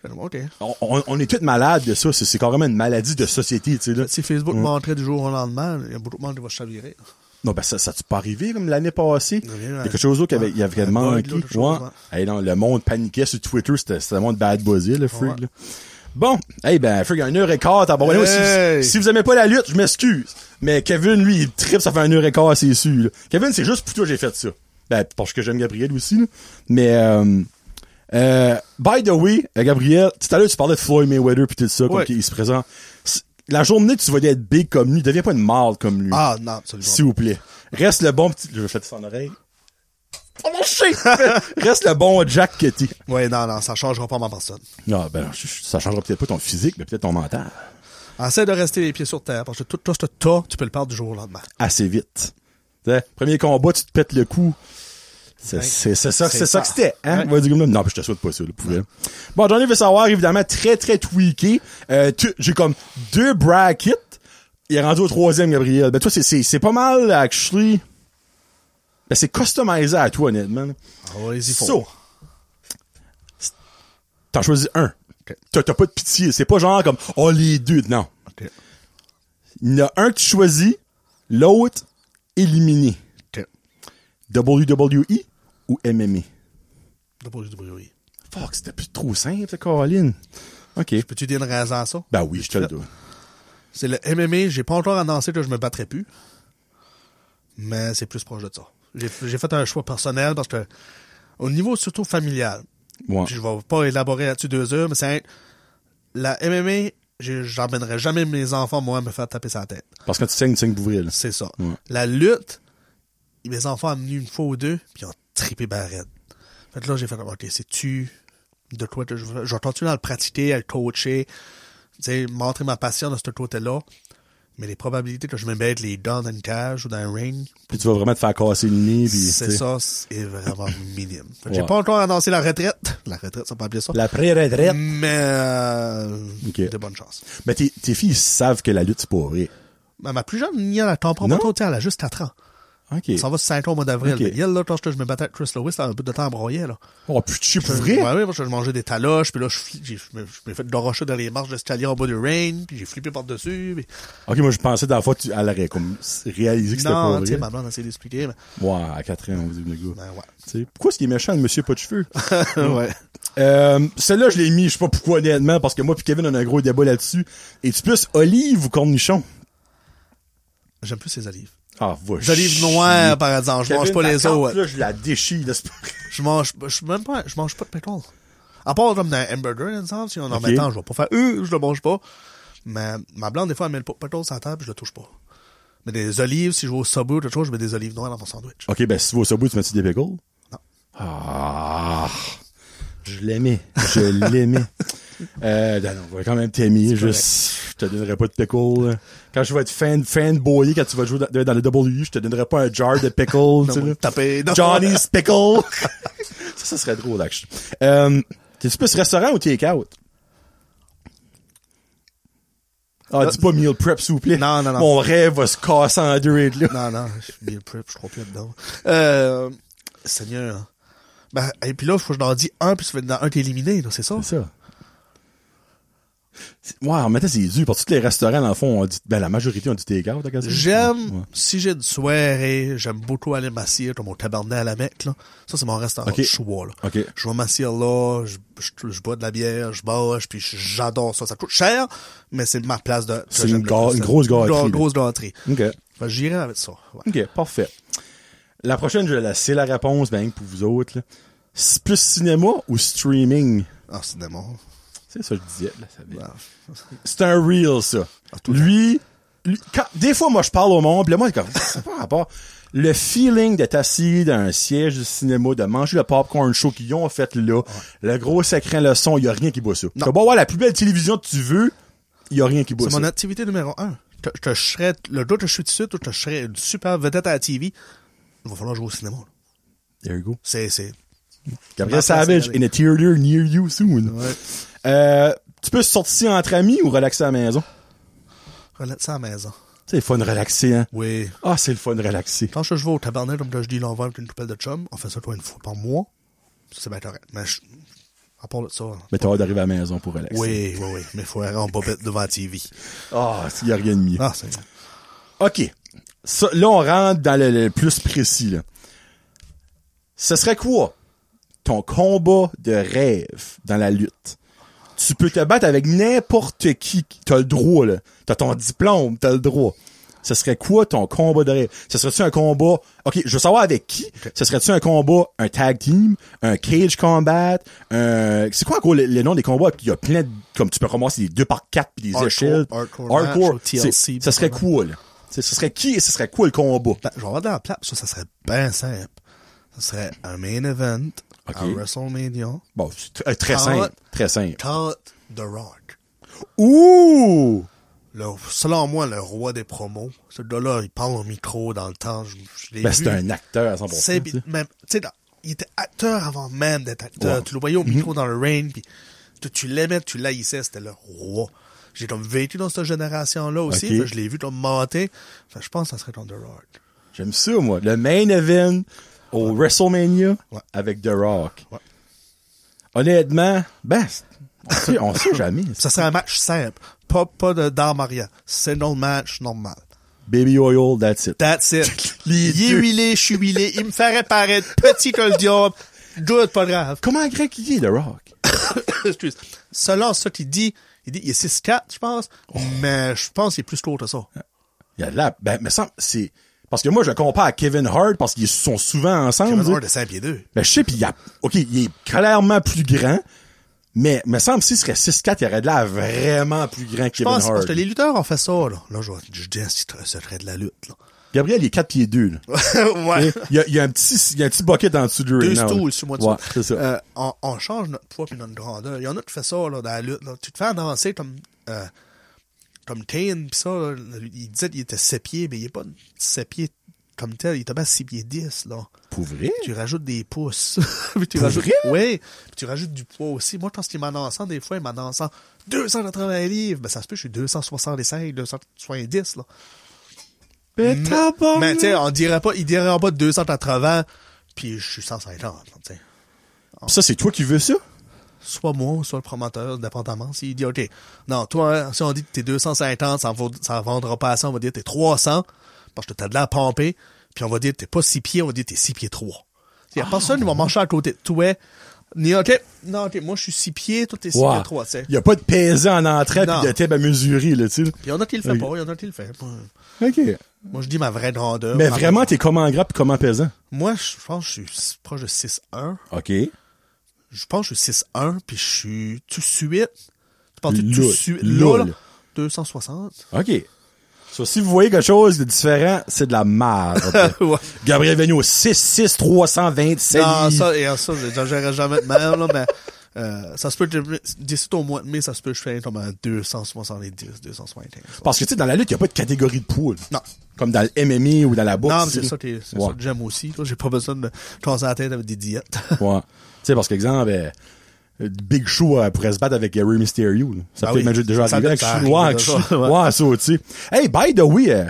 Speaker 3: Fait comme, OK.
Speaker 1: On, on- on est tous malades de ça. C'est- C'est carrément une maladie de société, tu sais, là.
Speaker 3: Si Facebook m'entrait du jour au lendemain, il y a beaucoup de monde qui va se chavirer.
Speaker 1: Non, ben, ça, ça t'est pas arrivé, comme l'année passée.
Speaker 3: Oui,
Speaker 1: Il y a
Speaker 3: ouais.
Speaker 1: quelque chose d'autre qui avait, il y avait
Speaker 3: Un
Speaker 1: vraiment
Speaker 3: bug, là,
Speaker 1: manqué.
Speaker 3: quelque
Speaker 1: Ouais.
Speaker 3: chose, ouais.
Speaker 1: Hey, non, le monde paniquait sur Twitter. C'était, c'était vraiment de bad buzzy, le freak,
Speaker 3: Ouais.
Speaker 1: là. Bon. Hey, ben, freak, une heure et quart, t'as bon.
Speaker 3: Hey!
Speaker 1: Si, si vous aimez pas la lutte, je m'excuse. Mais Kevin, lui, il tripe, ça fait une heure et quart, c'est sûr, là. Kevin, c'est juste pour toi, que j'ai fait ça. Ben, parce que j'aime Gabriel aussi, là. Mais, euh, euh, by the way, euh, Gabriel, tout à l'heure, tu parlais de Floyd Mayweather puis tout ça, comme
Speaker 3: Ouais.
Speaker 1: qu'il se présente. C'est- La journée, que tu vas être big comme lui, deviens pas une marde comme lui.
Speaker 3: Ah, non, absolument.
Speaker 1: S'il vous plaît. Reste le bon petit. Je vais faire ça en oreille. Oh mon chien! Reste le bon Jack que t'es.
Speaker 3: Ouais, non, non, ça changera pas ma personne.
Speaker 1: Non, ben, je- je- ça changera peut-être pas ton physique, mais peut-être ton mental.
Speaker 3: Essaie de rester les pieds sur terre, parce que tout, tout ce tas, tu peux le perdre du jour au lendemain.
Speaker 1: Assez vite. T'sais, Premier combat, tu te pètes le cou. C'est
Speaker 3: Ouais.
Speaker 1: c'est- c'est ça,
Speaker 3: C'est
Speaker 1: c'est ça
Speaker 3: ça.
Speaker 1: que c'était, hein?
Speaker 3: Ouais.
Speaker 1: On va dire comme là, Non, puis je te souhaite pas ça, le poulet. Bon, j'en ai veut savoir, évidemment, très, très tweaké. Euh, tu- J'ai comme deux brackets. Il est rendu au troisième, Gabriel. Ben, toi, c'est- c'est c'est pas mal, actually. Ben, c'est customisé à toi, honnêtement. là.
Speaker 3: Ah, ouais, y faut.
Speaker 1: So, t'en choisis un.
Speaker 3: Ok.
Speaker 1: T'as t'as pas de pitié. C'est pas genre comme, oh, les deux. Non.
Speaker 3: Ok.
Speaker 1: Il y en a un que tu choisis, l'autre, éliminé.
Speaker 3: Ok.
Speaker 1: WWE ou MMA?
Speaker 3: Double WWE.
Speaker 1: Fuck, c'était plus trop simple, ça, Caroline. OK.
Speaker 3: Peux-tu dire une raison à ça?
Speaker 1: Ben oui, je te le dois.
Speaker 3: C'est le MMA, j'ai pas encore annoncé que je me battrais plus. Mais c'est plus proche de ça. J'ai j'ai fait un choix personnel parce que, au niveau surtout familial,
Speaker 1: Ouais.
Speaker 3: puis je vais pas élaborer là-dessus deux heures, mais c'est la MMA, j'ai- j'emmènerai jamais mes enfants, moi, me faire taper sa tête.
Speaker 1: Parce que tu saignes, tu saignes pour vrai, là.
Speaker 3: C'est ça.
Speaker 1: Ouais.
Speaker 3: La lutte, mes enfants ont venu une fois ou deux, puis ils ont trippé barrette. Fait que là, j'ai fait, OK, c'est-tu de quoi que je veux? Je vais continuer à le pratiquer, à le coacher, tu sais, montrer ma passion de ce côté-là. Mais les probabilités que je me mette les dents dans une cage ou dans un ring,
Speaker 1: Puis tu vas vraiment te faire casser le nez. Puis,
Speaker 3: c'est
Speaker 1: tu sais.
Speaker 3: ça, c'est vraiment minime. Fait que J'ai
Speaker 1: Ouais.
Speaker 3: pas encore annoncé la retraite. La retraite, ça peut appeler ça.
Speaker 1: La pré-retraite.
Speaker 3: Mais, euh,
Speaker 1: Ok.
Speaker 3: de bonnes chances.
Speaker 1: Mm. Mais tes, tes filles savent que la lutte, c'est pas vrai.
Speaker 3: Ma ma plus jeune, elle, elle comprend
Speaker 1: Non?
Speaker 3: pas trop, tu sais, elle a juste 4 ans.
Speaker 1: OK.
Speaker 3: Ça va sur 5 ans au mois d'avril.
Speaker 1: Ok.
Speaker 3: Mais elle, là, quand je je me battais avec Chris Lewis, elle a un bout de temps à broyer, là.
Speaker 1: Oh, putain, je suis pour
Speaker 3: Ouais,
Speaker 1: vrai?
Speaker 3: ouais, parce que je mangeais des taloches, puis là, je, fli- j'ai- je me, je me fait dorocher dans les marches d'escalier en bas du rain, puis j'ai flippé par-dessus. puis-
Speaker 1: OK, moi, je pensais dans la fois, tu, elle aurait comme réalisé que c'était pas
Speaker 3: Non, tu
Speaker 1: vrai.
Speaker 3: sais, ma blonde, elle s'est expliquée, mais...
Speaker 1: Ouais, à 4 ans, on dit le gars.
Speaker 3: Ben ouais.
Speaker 1: Tu sais, Pourquoi est-ce qu'il est méchant, le monsieur pas de cheveux?
Speaker 3: ouais.
Speaker 1: Euh, celle-là, je l'ai mis, je sais pas pourquoi, honnêtement, parce que moi puis Kevin, on a un gros débat là-dessus. Es-tu plus olive ou cornichon?
Speaker 3: J'aime plus ces olives.
Speaker 1: Ah, va
Speaker 3: Les olives noires, par exemple. Je mange pas les autres.
Speaker 1: Là, je la déchire, là, c'est pas vrai.
Speaker 3: Je mange, je suis même pas, je mange pas de pickles. À part comme dans un hamburger, dans le sens, si on en
Speaker 1: Ok.
Speaker 3: met tant, je vais pas faire, euh, je le mange pas. Mais ma blonde, des fois, elle met le pickles sur la table, je le touche pas. Mais des olives, si je vais au Subway ou quelque chose, je mets des olives noires dans mon sandwich.
Speaker 1: Ok, ben, si tu vas au Subway, tu mets-tu des pickles? Non. Ah. Je l'aimais. Je l'aimais. euh, non, non, on va quand même t'aimer. Juste, je te donnerai pas de pickles. là. Quand je vais être fan, fanboy, quand tu vas jouer dans, dans le W, je te donnerai pas un jar de pickles, tu sais,
Speaker 3: Non,
Speaker 1: là.
Speaker 3: taper- non.
Speaker 1: Johnny's Pickle. ça, ça serait drôle, actually. Euh, T'es-tu plus restaurant ou take-out? Ah, dis pas meal prep, s'il vous plaît.
Speaker 3: Non, non, non.
Speaker 1: Mon rêve va se casser en deux et là.
Speaker 3: Non, non, je suis meal prep, je crois plus là-dedans. Euh, Seigneur. Ben, et puis là, faut que je leur dis un, puis ça fait dans un qui est éliminé, là, c'est ça?
Speaker 1: C'est ça. C'est- Wow, maintenant c'est dur. Pour tous les restaurants, dans le fond, on dit, ben, la majorité ont du take-out. à Gaspé.
Speaker 3: J'aime,
Speaker 1: Ouais.
Speaker 3: si j'ai une soirée, j'aime beaucoup aller m'assier comme au tabernacle à la Mecque, là. Ça, c'est mon restaurant
Speaker 1: Ok.
Speaker 3: de choix, là.
Speaker 1: Ok.
Speaker 3: Je vais m'assier là, je, je, je bois de la bière, je boche, puis je- j'adore ça. Ça coûte cher, mais c'est ma place de... que
Speaker 1: C'est
Speaker 3: j'aime
Speaker 1: une
Speaker 3: le
Speaker 1: ga-
Speaker 3: plus.
Speaker 1: une grosse gâterie, là.
Speaker 3: Une grosse gâterie.
Speaker 1: OK.
Speaker 3: Fait que J'irai avec ça, ouais.
Speaker 1: OK, parfait. La prochaine, je vais laisser la réponse, ben, pour vous autres, là. C'est Plus cinéma ou streaming?
Speaker 3: Ah, c'est des morts.
Speaker 1: C'est ça, que je disais, là, ça vient.
Speaker 3: Ah.
Speaker 1: C'est un reel, ça. Lui, lui- quand- des fois, moi, je parle au monde, pis le monde est comme, c'est pas rapport. Le feeling d'être assis dans un siège de cinéma, de manger le popcorn chaud qu'ils ont fait là, le gros écran, le son, y a rien qui boit ça. Tu vas voir la plus belle télévision que tu veux, y a rien qui boit
Speaker 3: C'est
Speaker 1: ça.
Speaker 3: mon activité numéro un. Que- que je serais, le gars que je suis dessus, ou que je serais une super vedette à la TV, il va falloir jouer au cinéma. là.
Speaker 1: There you go.
Speaker 3: C'est, c'est,
Speaker 1: Gabriel
Speaker 3: Parfait,
Speaker 1: Savage
Speaker 3: c'est
Speaker 1: in a theater near you soon.
Speaker 3: Ouais.
Speaker 1: Euh, tu peux sortir entre amis ou relaxer à la maison?
Speaker 3: Relate ça à la maison.
Speaker 1: C'est le fun de relaxer, hein?
Speaker 3: Oui.
Speaker 1: Ah, c'est le fun de relaxer.
Speaker 3: Quand je vais au tabarnak, comme je dis, l'on va avec une coupelle de chum, on fait ça, toi, une fois par mois. C'est bien correct. Mais je- à part de ça,
Speaker 1: Mais t'as hâte d'arriver à la maison pour relaxer.
Speaker 3: oui, oui, oui. Mais il faut aller en bobette devant la TV.
Speaker 1: Ah, il y a rien de mieux.
Speaker 3: Ah, c'est...
Speaker 1: OK. Ça, là, on rentre dans le, le plus précis. Là. Ce serait quoi ton combat de rêve dans la lutte? Tu peux te battre avec n'importe qui. T'as le droit, là. T'as ton diplôme, t'as le droit. Ce serait quoi ton combat de rêve? Ce serait-tu un combat... OK, je veux savoir avec qui. Ce serait-tu un combat, un tag team, un cage combat, un... C'est quoi, en gros, le, le nom des combats? Il y a plein de... Comme tu peux commencer des 2 par 4 puis des
Speaker 3: Hardcore-
Speaker 1: échelles.
Speaker 3: hardcore match au TLC,
Speaker 1: C'est- Ça serait
Speaker 3: probablement.
Speaker 1: cool. Ce serait qui et ce serait quoi le combat?
Speaker 3: Ben, je vais regarder la plate, ça, ça serait bien simple. Ça serait un main event
Speaker 1: Ok.
Speaker 3: à WrestleMania
Speaker 1: Bon, c'est tr- euh, très
Speaker 3: Ah, ouais.
Speaker 1: simple. Très simple.
Speaker 3: contre The Rock.
Speaker 1: Ouh!
Speaker 3: Le, selon moi, le roi des promos. Ce gars-là, il parle au micro dans le temps. Je, je l'ai
Speaker 1: Ben,
Speaker 3: vu.
Speaker 1: c'est un acteur à 100%.
Speaker 3: C'est
Speaker 1: tu sais.
Speaker 3: même, tu sais, dans- il était acteur avant même d'être acteur.
Speaker 1: Ouais. Mhm.
Speaker 3: Tu le voyais au micro dans le ring, puis tu, tu l'aimais, tu l'haïssais, c'était le roi. J'ai comme vécu dans cette génération-là aussi,
Speaker 1: Ok.
Speaker 3: fait que je l'ai vu comme monter. Fait que je pense que ça serait comme The Rock.
Speaker 1: J'aime ça, moi. Le main event au WrestleMania
Speaker 3: Ouais.
Speaker 1: avec The Rock.
Speaker 3: Ouais.
Speaker 1: Honnêtement, ben, c'est- on sait, on sait jamais.
Speaker 3: Ça serait un match simple, pas, pas de d'art Maria. C'est un match normal.
Speaker 1: Baby oil, that's it.
Speaker 3: That's it.
Speaker 1: Les
Speaker 3: il est
Speaker 1: deux.
Speaker 3: huilé, je suis huilé, il me ferait paraître petit que le diable. Good, pas grave.
Speaker 1: Comment un grec il est, The Rock?
Speaker 3: Excuse. Selon ce qu'il dit, il dit, il est 6-4, je pense, mais je pense qu'il est plus court que
Speaker 1: Ah,
Speaker 3: ça.
Speaker 1: Il a de la... Ben, me semble, c'est... Parce que moi, je le compare à Kevin Hart parce qu'ils sont souvent ensemble.
Speaker 3: Kevin
Speaker 1: tu sais.
Speaker 3: Hart est 5 pieds 2.
Speaker 1: Ben, je sais, pis il a, ok, il est clairement plus grand, mais, me semble, s'il serait 6'4, il aurait de l'air vraiment plus grand que
Speaker 3: Je
Speaker 1: Kevin
Speaker 3: pense parce
Speaker 1: Hart.
Speaker 3: que les lutteurs ont fait ça, là. Là, je, je dis un secret- secret de la lutte, là.
Speaker 1: Gabriel, il est 4 pieds 2, là.
Speaker 3: ouais.
Speaker 1: Il y a, il y a un petit, il y a un petit bucket en dessous du ring.
Speaker 3: Deux
Speaker 1: là.
Speaker 3: stools, sur moi,
Speaker 1: Ouais, c'est ça.
Speaker 3: Euh, on, on change notre poids et notre grandeur. Il y en a qui font ça, là, dans la lutte, là. Tu te fais avancer comme, euh, comme Kane, pis ça, là, il disait qu'il était 7 pieds, mais il est pas 7 pieds comme tel. Il était pas 6 pieds 10, là.
Speaker 1: Pour vrai?
Speaker 3: tu rajoutes des pouces. Puis tu
Speaker 1: Pour
Speaker 3: rajoutes,
Speaker 1: vrai?
Speaker 3: Oui. Puis tu rajoutes du poids aussi. Moi, je pense qu'il m'en dansant des fois, il m'en dansant 280 livres. Ben, ça se peut, je suis 265, 270, là.
Speaker 1: Ben, tabarnak!
Speaker 3: Mais, tu sais, on dirait pas, il dirait en bas de 280, puis je suis 150, là, tu sais.
Speaker 1: Pis ça, c'est toi qui veux ça?
Speaker 3: Soit moi, soit le promoteur, dépendamment, s'il dit, OK, non, toi, hein, si on dit que t'es 250, ça, en vaut- ça en vendra pas assez, on va dire que t'es 300, parce que t'as de la pompée, puis on va dire que t'es pas 6 pieds, on va dire que t'es 6 pieds 3. Il y
Speaker 1: Ah,
Speaker 3: a personne qui va marcher à côté de toi, ni OK, non, OK, moi je suis 6 pieds, toi t'es 6 pieds 3, tu sais.
Speaker 1: Il y a pas de pesant en entrée
Speaker 3: Non.
Speaker 1: pis de table à mesurer, là, tu sais.
Speaker 3: Il y en a qui le font
Speaker 1: Ok.
Speaker 3: pas, il y en a qui le font. Moi,
Speaker 1: OK.
Speaker 3: moi, je dis ma vraie grandeur.
Speaker 1: Mais
Speaker 3: Ma-
Speaker 1: vraiment, t'es comment gras pis comment pesant?
Speaker 3: Moi, je pense que je suis proche de 6'1.
Speaker 1: OK.
Speaker 3: je pense que je suis 6-1, puis je suis tout de suite. Tu parles tout de
Speaker 1: Loul.
Speaker 3: suite.
Speaker 1: Loul.
Speaker 3: Là, là, 260.
Speaker 1: OK. So, si vous voyez quelque chose de différent, c'est de la merde.
Speaker 3: ouais.
Speaker 1: Gabriel Vigneault, 6'6", 327
Speaker 3: Non,
Speaker 1: livres.
Speaker 3: ça, et ça, j'exagérerai jamais de même, là, mais euh, ça se peut, que d'ici au mois de mai, ça se peut que je fasse comme un 270, 275.
Speaker 1: Parce que, tu sais, dans la lutte, il n'y a pas de catégorie de poule.
Speaker 3: Non.
Speaker 1: Comme dans le MMA ou dans la boxe.
Speaker 3: non, mais
Speaker 1: tu
Speaker 3: c'est
Speaker 1: sais.
Speaker 3: ça, que- c'est
Speaker 1: Ouais.
Speaker 3: ça que j'aime aussi. là. J'ai pas besoin de casser la tête avec des diètes.
Speaker 1: Ouais. Tu sais, parce qu'exemple, euh, Big Show euh, pourrait se battre avec Ray Mysterio. là. Ça
Speaker 3: Ah
Speaker 1: peut
Speaker 3: oui.
Speaker 1: imaginer déjà
Speaker 3: Ça
Speaker 1: arriver avec
Speaker 3: peut- ça
Speaker 1: Show-
Speaker 3: arrive
Speaker 1: ouais, avec
Speaker 3: déjà,
Speaker 1: Show-
Speaker 3: ouais.
Speaker 1: ouais, ça, tu sais. Hey, by the way, euh,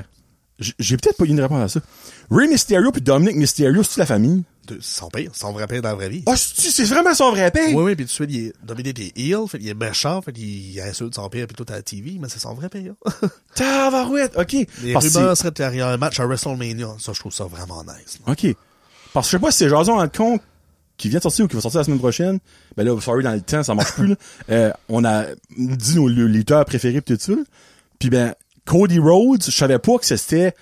Speaker 1: j- j'ai peut-être pas eu une réponse à ça. Ray Mysterio puis Dominic Mysterio, c'est-tu la famille?
Speaker 3: De- Son pire, son vrai pire dans la vraie vie.
Speaker 1: Ah, c'est-tu- c'est vraiment son vrai père?
Speaker 3: Oui, oui, puis tout de suite, il est Dominique est heel, fait, il est méchant, fait, il, il insulte son père, puis tout à la TV, mais c'est son vrai pire.
Speaker 1: Tabarouette, ok.
Speaker 3: Les
Speaker 1: Parce que c'est-
Speaker 3: rumeurs seraient derrière un match à WrestleMania. Ça, je trouve ça vraiment nice. là.
Speaker 1: OK. Parce que je sais pas si c'est Jason Alcon qui vient de sortir ou qui va sortir la semaine prochaine. Ben là, sorry, dans le temps, ça marche plus, là. Euh, on a dit nos le- lutteurs préférés pis tout ça. Puis ben, Cody Rhodes, je savais pas que c'était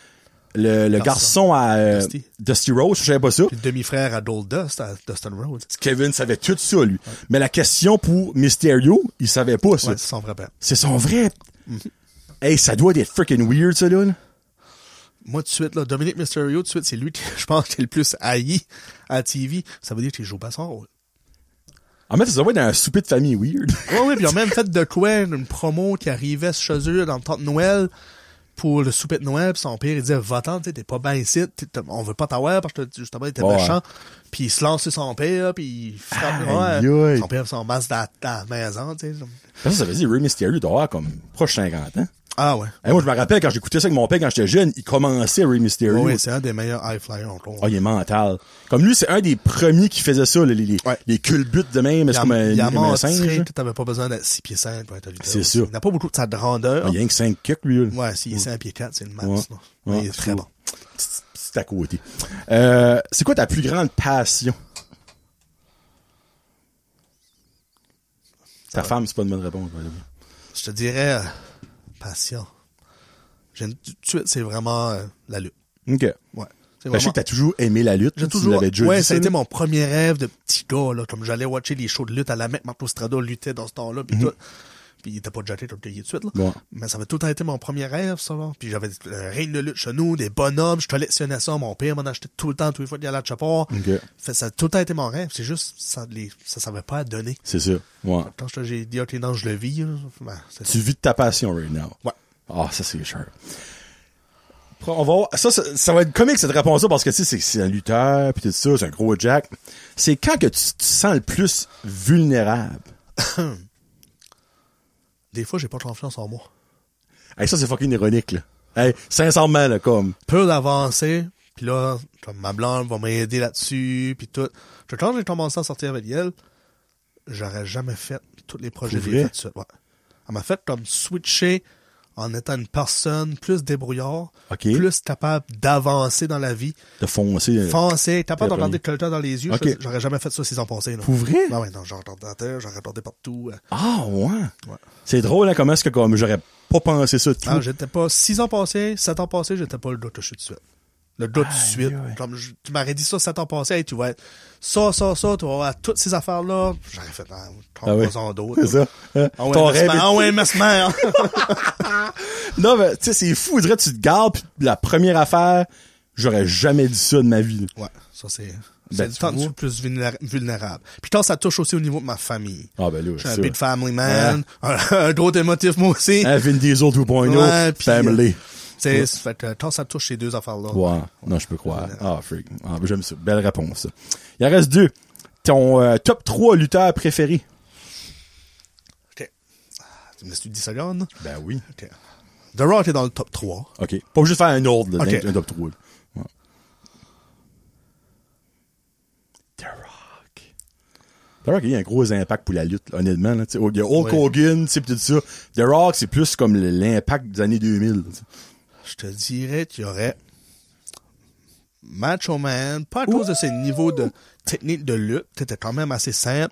Speaker 1: le, le
Speaker 3: Garçon.
Speaker 1: garçon à euh, Dusty.
Speaker 3: Dusty.
Speaker 1: Rhodes, je savais pas ça.
Speaker 3: Puis le demi-frère à Gold Dust, à Dustin Rhodes.
Speaker 1: Kevin savait tout ça, lui. Mais la question pour Mysterio, il savait pas ça.
Speaker 3: Ouais, Mm. c'est son vrai père.
Speaker 1: C'est son vrai... Hey, ça doit être freaking weird, ça, là. là.
Speaker 3: Moi, tout de suite, là, Dominique Mysterio, tout de suite, c'est lui qui, je pense, qui est le plus haï à TV. Ça veut dire qu'il joue pas son rôle.
Speaker 1: En fait, ça doit être un souper de famille weird.
Speaker 3: Ouais, ouais, puis ils ont même fait de quoi, une promo qui arrivait chez eux dans le temps de Noël pour le souper de Noël, pis son pire, il disait, va-t'en, tu sais, t'es pas bien ici, t'es- t'es- on veut pas t'avoir parce que justement, il était
Speaker 1: Ouais.
Speaker 3: méchant. Puis il se lance sur son père, puis il frappe,
Speaker 1: Aïe,
Speaker 3: ouais.
Speaker 1: aïe.
Speaker 3: Son père, son masque dans, dans la maison, tu sais. comme-
Speaker 1: Ça, ça veut dire Ray Mysterio doit avoir comme proche 50 ans.
Speaker 3: Ah ouais.
Speaker 1: Et Eh, moi, je me rappelle quand j'écoutais ça avec mon père quand j'étais jeune, il commençait Ray Mysterio.
Speaker 3: Oui, c'est un des meilleurs high flyers encore.
Speaker 1: Ah, il est mental. Comme lui, c'est un des premiers qui faisait ça, les, les,
Speaker 3: Ouais.
Speaker 1: les culbutes de même, c'est
Speaker 3: Il a-
Speaker 1: comme un,
Speaker 3: il a
Speaker 1: comme un singe.
Speaker 3: montré que t'avais pas besoin d'être 6 pieds 5 pour être un lutteur.
Speaker 1: C'est sûr.
Speaker 3: Il n'a pas beaucoup de sa grandeur.
Speaker 1: Ah, il y a rien que 5 kicks, lui. là.
Speaker 3: Ouais, s'il est 5 pieds 4, c'est le max.
Speaker 1: Ouais.
Speaker 3: là.
Speaker 1: Ouais,
Speaker 3: Mais il est très
Speaker 1: c'est-
Speaker 3: bon.
Speaker 1: C'est- C'est à côté. Euh, c'est quoi ta plus grande passion? Ta femme, c'est pas une bonne réponse. by the way.
Speaker 3: Je te dirais, euh, passion. J'aime tout de suite, c'est vraiment euh, la lutte.
Speaker 1: OK.
Speaker 3: Ouais. C'est
Speaker 1: Ben, Je sais
Speaker 3: vraiment-
Speaker 1: que t'as toujours aimé la lutte.
Speaker 3: J'ai
Speaker 1: tu
Speaker 3: toujours.
Speaker 1: l'avais déjà
Speaker 3: ouais,
Speaker 1: dit
Speaker 3: ça a été
Speaker 1: là.
Speaker 3: mon premier rêve de petit gars, là. Comme j'allais watcher les shows de lutte à la Mecque, Marco Strada luttait dans ce temps-là, puis tout. Puis il était pas jeté comme cueilli de suite, là.
Speaker 1: Mhm. Ouais.
Speaker 3: Mais ça avait tout le temps été mon premier rêve, ça, là. Puis j'avais un règne de lutte chez nous, des bonhommes, je collectionnais ça. Mon père m'en achetait tout le temps, tous les fois qu'il allait à Chapard.
Speaker 1: Ok.
Speaker 3: Fait, ça a tout le temps été mon rêve. C'est juste, ça, les, ça savait pas à donner.
Speaker 1: C'est ça. Ouais.
Speaker 3: Quand je te- j'ai dit, OK, non, je le vis, là, ben, c'est
Speaker 1: Tu vis de ta passion right now.
Speaker 3: Ouais.
Speaker 1: Ah, ça, c'est cher. On va voir- ça, ça, ça va être comique cette réponse-là parce que tu sais, c'est- c'est un lutteur, puis tout ça, c'est un gros jack. C'est quand que tu te sens le plus vulnérable?
Speaker 3: Des fois, j'ai pas confiance en moi.
Speaker 1: Hey, ça, c'est fucking ironique, là. Hey, sincèrement, là, comme.
Speaker 3: peur d'avancer. Puis là, comme ma blonde va m'aider là-dessus, puis tout. Puis Quand j'ai commencé à sortir avec elle, j'aurais jamais fait tous les projets
Speaker 1: Pour
Speaker 3: que
Speaker 1: vrai?
Speaker 3: j'ai faits tout de suite, ouais. Elle m'a fait comme switcher en étant une personne plus débrouillard,
Speaker 1: Ok.
Speaker 3: plus capable d'avancer dans la vie,
Speaker 1: De foncer. euh,
Speaker 3: foncer, capable
Speaker 1: t'as
Speaker 3: de regarder quelqu'un dans les yeux.
Speaker 1: Ok.
Speaker 3: Je- J'aurais jamais fait ça s'ils ont pensé.
Speaker 1: Pour vrai?
Speaker 3: Non, Ben ouais, non, j'aurais regardé à terre, j'aurais regardé partout. euh.
Speaker 1: Ah, ouais.
Speaker 3: Ouais.
Speaker 1: C'est drôle, hein, comment est-ce que, comme, j'aurais pas pensé ça de tout.
Speaker 3: Ah, j'étais pas. Six ans passés, sept ans passés, j'étais pas le gars que je suis de suite. Le gars de suite.
Speaker 1: ouais.
Speaker 3: Comme je- tu m'aurais dit ça sept ans passés, hey, tu vas être ça, ça, ça, tu vas avoir toutes ces affaires-là. J'aurais fait, ah,
Speaker 1: Ah oui.
Speaker 3: pas en d'autres.
Speaker 1: C'est ça. Hein?
Speaker 3: Ah ouais,
Speaker 1: Ton
Speaker 3: mais
Speaker 1: rêve est-
Speaker 3: ah ouais, mais c'est mal, hein.
Speaker 1: Non, mais, tu sais, c'est fou. On dirait que tu te gardes, puis la première affaire, j'aurais jamais dit ça de ma vie. là.
Speaker 3: Ouais, ça c'est.
Speaker 1: Ben,
Speaker 3: C'est du
Speaker 1: tu
Speaker 3: temps
Speaker 1: vois.
Speaker 3: que je suis le plus vulnéra- vulnérable. Puis quand ça touche aussi au niveau de ma famille.
Speaker 1: Ah, ben, là,
Speaker 3: Je suis un
Speaker 1: sûr.
Speaker 3: big family man. Un gros émotif, moi aussi.
Speaker 1: Hein, Vin Diesel 2.0,
Speaker 3: Ouais, puis, euh,
Speaker 1: family.
Speaker 3: C'est, ça fait que quand ça touche ces deux affaires-là.
Speaker 1: Ouais, non, je peux croire. Ah, freak. Ah, ben, j'aime ça. Belle réponse. ça. Il en reste deux. Ton euh, top 3 lutteurs préférés.
Speaker 3: Ok. Ah, Tu me laisses-tu 10 secondes?
Speaker 1: Ben oui.
Speaker 3: Ok. The Rock est dans le top 3.
Speaker 1: OK. Pas obligé de faire un ordre, là,
Speaker 3: OK.
Speaker 1: dans- un top 3. là. Ouais. The Rock. The Rock, il a un gros impact pour la lutte, là, honnêtement. là, tu sais. Oh, il y a Hulk
Speaker 3: Ouais.
Speaker 1: Hogan, tu sais, pis tout ça. The Rock, c'est plus comme le- l'impact des années 2000. là, tu sais.
Speaker 3: Je te dirais qu'il y aurait Macho Man, pas à cause de ses niveaux de technique de lutte, c'était quand même assez simple,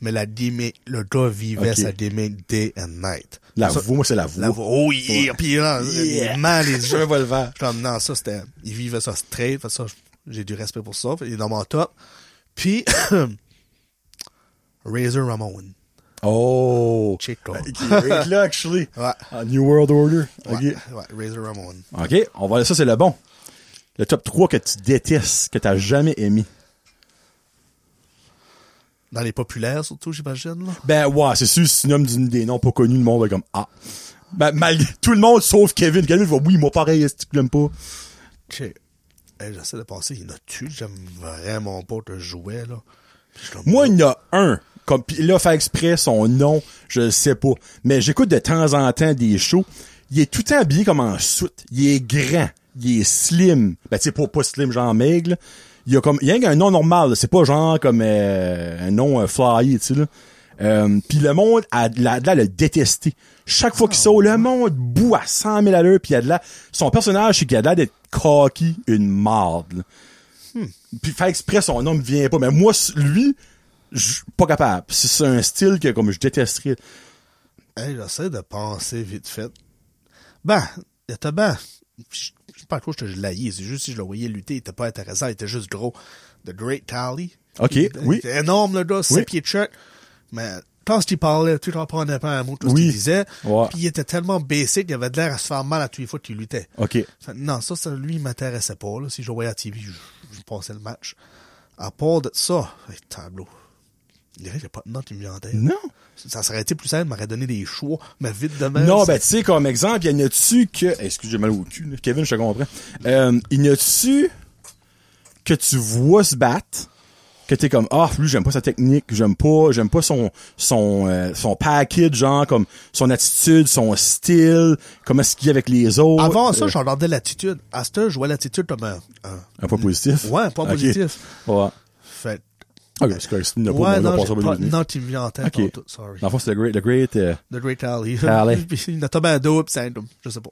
Speaker 3: mais la gimmick, le gars vivait
Speaker 1: Ok.
Speaker 3: sa gimmick day and night.
Speaker 1: La
Speaker 3: Ça-
Speaker 1: voix, moi, c'est la voix.
Speaker 3: La voix, oh yeah, puis là,
Speaker 1: Yeah.
Speaker 3: il ment les
Speaker 1: Je
Speaker 3: yeux.
Speaker 1: vais le faire.
Speaker 3: Comme, non, ça, c'était, il vivait ça straight, fait ça, j'ai du respect pour ça, fait, il est dans mon top. Puis, Razor Ramon,
Speaker 1: Oh!
Speaker 3: Chico.
Speaker 1: Great là, actually.
Speaker 3: Ouais.
Speaker 1: Ah, New World Order.
Speaker 3: Ouais,
Speaker 1: OK.
Speaker 3: ouais, Razor Ramon.
Speaker 1: OK, on va ça c'est le bon. Le top 3 que tu détestes, que t'as jamais aimé.
Speaker 3: Dans les populaires, surtout, j'imagine, là.
Speaker 1: Ben ouais, c'est sûr, c'est nomme d'une des noms pas connus, le monde va être comme ah. Ben malgré tout le monde sauf Kevin. Kevin va oui, moi pareil, est-ce que tu l'aimes pas
Speaker 3: Ok. Hey, J'essaie de penser, il y en a-tu? que J'aime vraiment pas te jouer, là. Puis je suis comme,
Speaker 1: Moi, il y en a un. Comme pis là fait exprès son nom, je le sais pas, mais j'écoute de temps en temps des shows, il est tout le temps habillé comme en soute, il est grand, il est slim. Ben tu sais pas pas slim genre maigre. là. Il y a comme il y a un nom normal, là. c'est pas genre comme euh, un nom euh, flyé, tu sais là. Euh, puis le monde a de la, de la le détester. Chaque fois qu'il sort, le monde boue à 100 000 à l'heure, puis il y a de la... Son personnage, c'est qu'il a de l'air d'être cocky, une marde. là puis faire exprès son nom me vient pas mais moi s- lui je pas capable c'est c'est un style que comme je détesterais
Speaker 3: Hey, j'essaie de penser vite fait. Ben, il était ben. Je je sais pas à quoi je te l'haïs, c'est juste si je le voyais lutter, il était pas intéressant, il était juste gros. The Great Tally.
Speaker 1: Ok,
Speaker 3: Il-
Speaker 1: oui.
Speaker 3: Il était énorme, le gars, 7
Speaker 1: Oui.
Speaker 3: pieds de shirt. Mais quand il parlait, tu t'en prenais pas un mot, tout ce
Speaker 1: Oui.
Speaker 3: qu'il disait.
Speaker 1: Ouais.
Speaker 3: Puis il était tellement basic, il avait de l'air à se faire mal à tous les fois qu'il luttait.
Speaker 1: ok
Speaker 3: Fait que Non, ça, ça lui, il m'intéressait pas. Là. Si je le voyais à TV, je, je passais le match. À part de ça, hey, tableau. Les règles, il n'y a pas de nom qui me vient en tête.
Speaker 1: Non.
Speaker 3: Ça serait été plus simple, m'aurait donné des choix, mais vite demain.
Speaker 1: Non, ben, tu sais, comme exemple, il y en a-tu que, excusez j'ai mal au cul, là. Kevin, je te comprends. Euh, il y en a-tu que tu vois se battre, que t'es comme, ah, lui, j'aime pas sa technique, j'aime pas, j'aime pas son, son, euh, son package, genre, comme, son attitude, son style, comment est-ce qu'il est avec les autres.
Speaker 3: Avant ça,
Speaker 1: Euh,
Speaker 3: j'en regardais l'attitude. À ce temps, je vois l'attitude comme un, un-
Speaker 1: Un point positif.
Speaker 3: Ouais, un point
Speaker 1: Ok.
Speaker 3: positif.
Speaker 1: Ouais.
Speaker 3: Fait.
Speaker 1: Ok, c'est correct. Si tu n'as pas,
Speaker 3: ouais,
Speaker 1: on va
Speaker 3: non,
Speaker 1: passer
Speaker 3: j'ai
Speaker 1: au
Speaker 3: pas
Speaker 1: bonus.
Speaker 3: non, qui me vient en tête.
Speaker 1: Ok.
Speaker 3: en tout, Sorry.
Speaker 1: Dans le fond, c'est le great, le great, euh,
Speaker 3: The Great Alley.
Speaker 1: Alley.
Speaker 3: Puis il y en a tombé à dos, puis c'est un double. Je sais pas.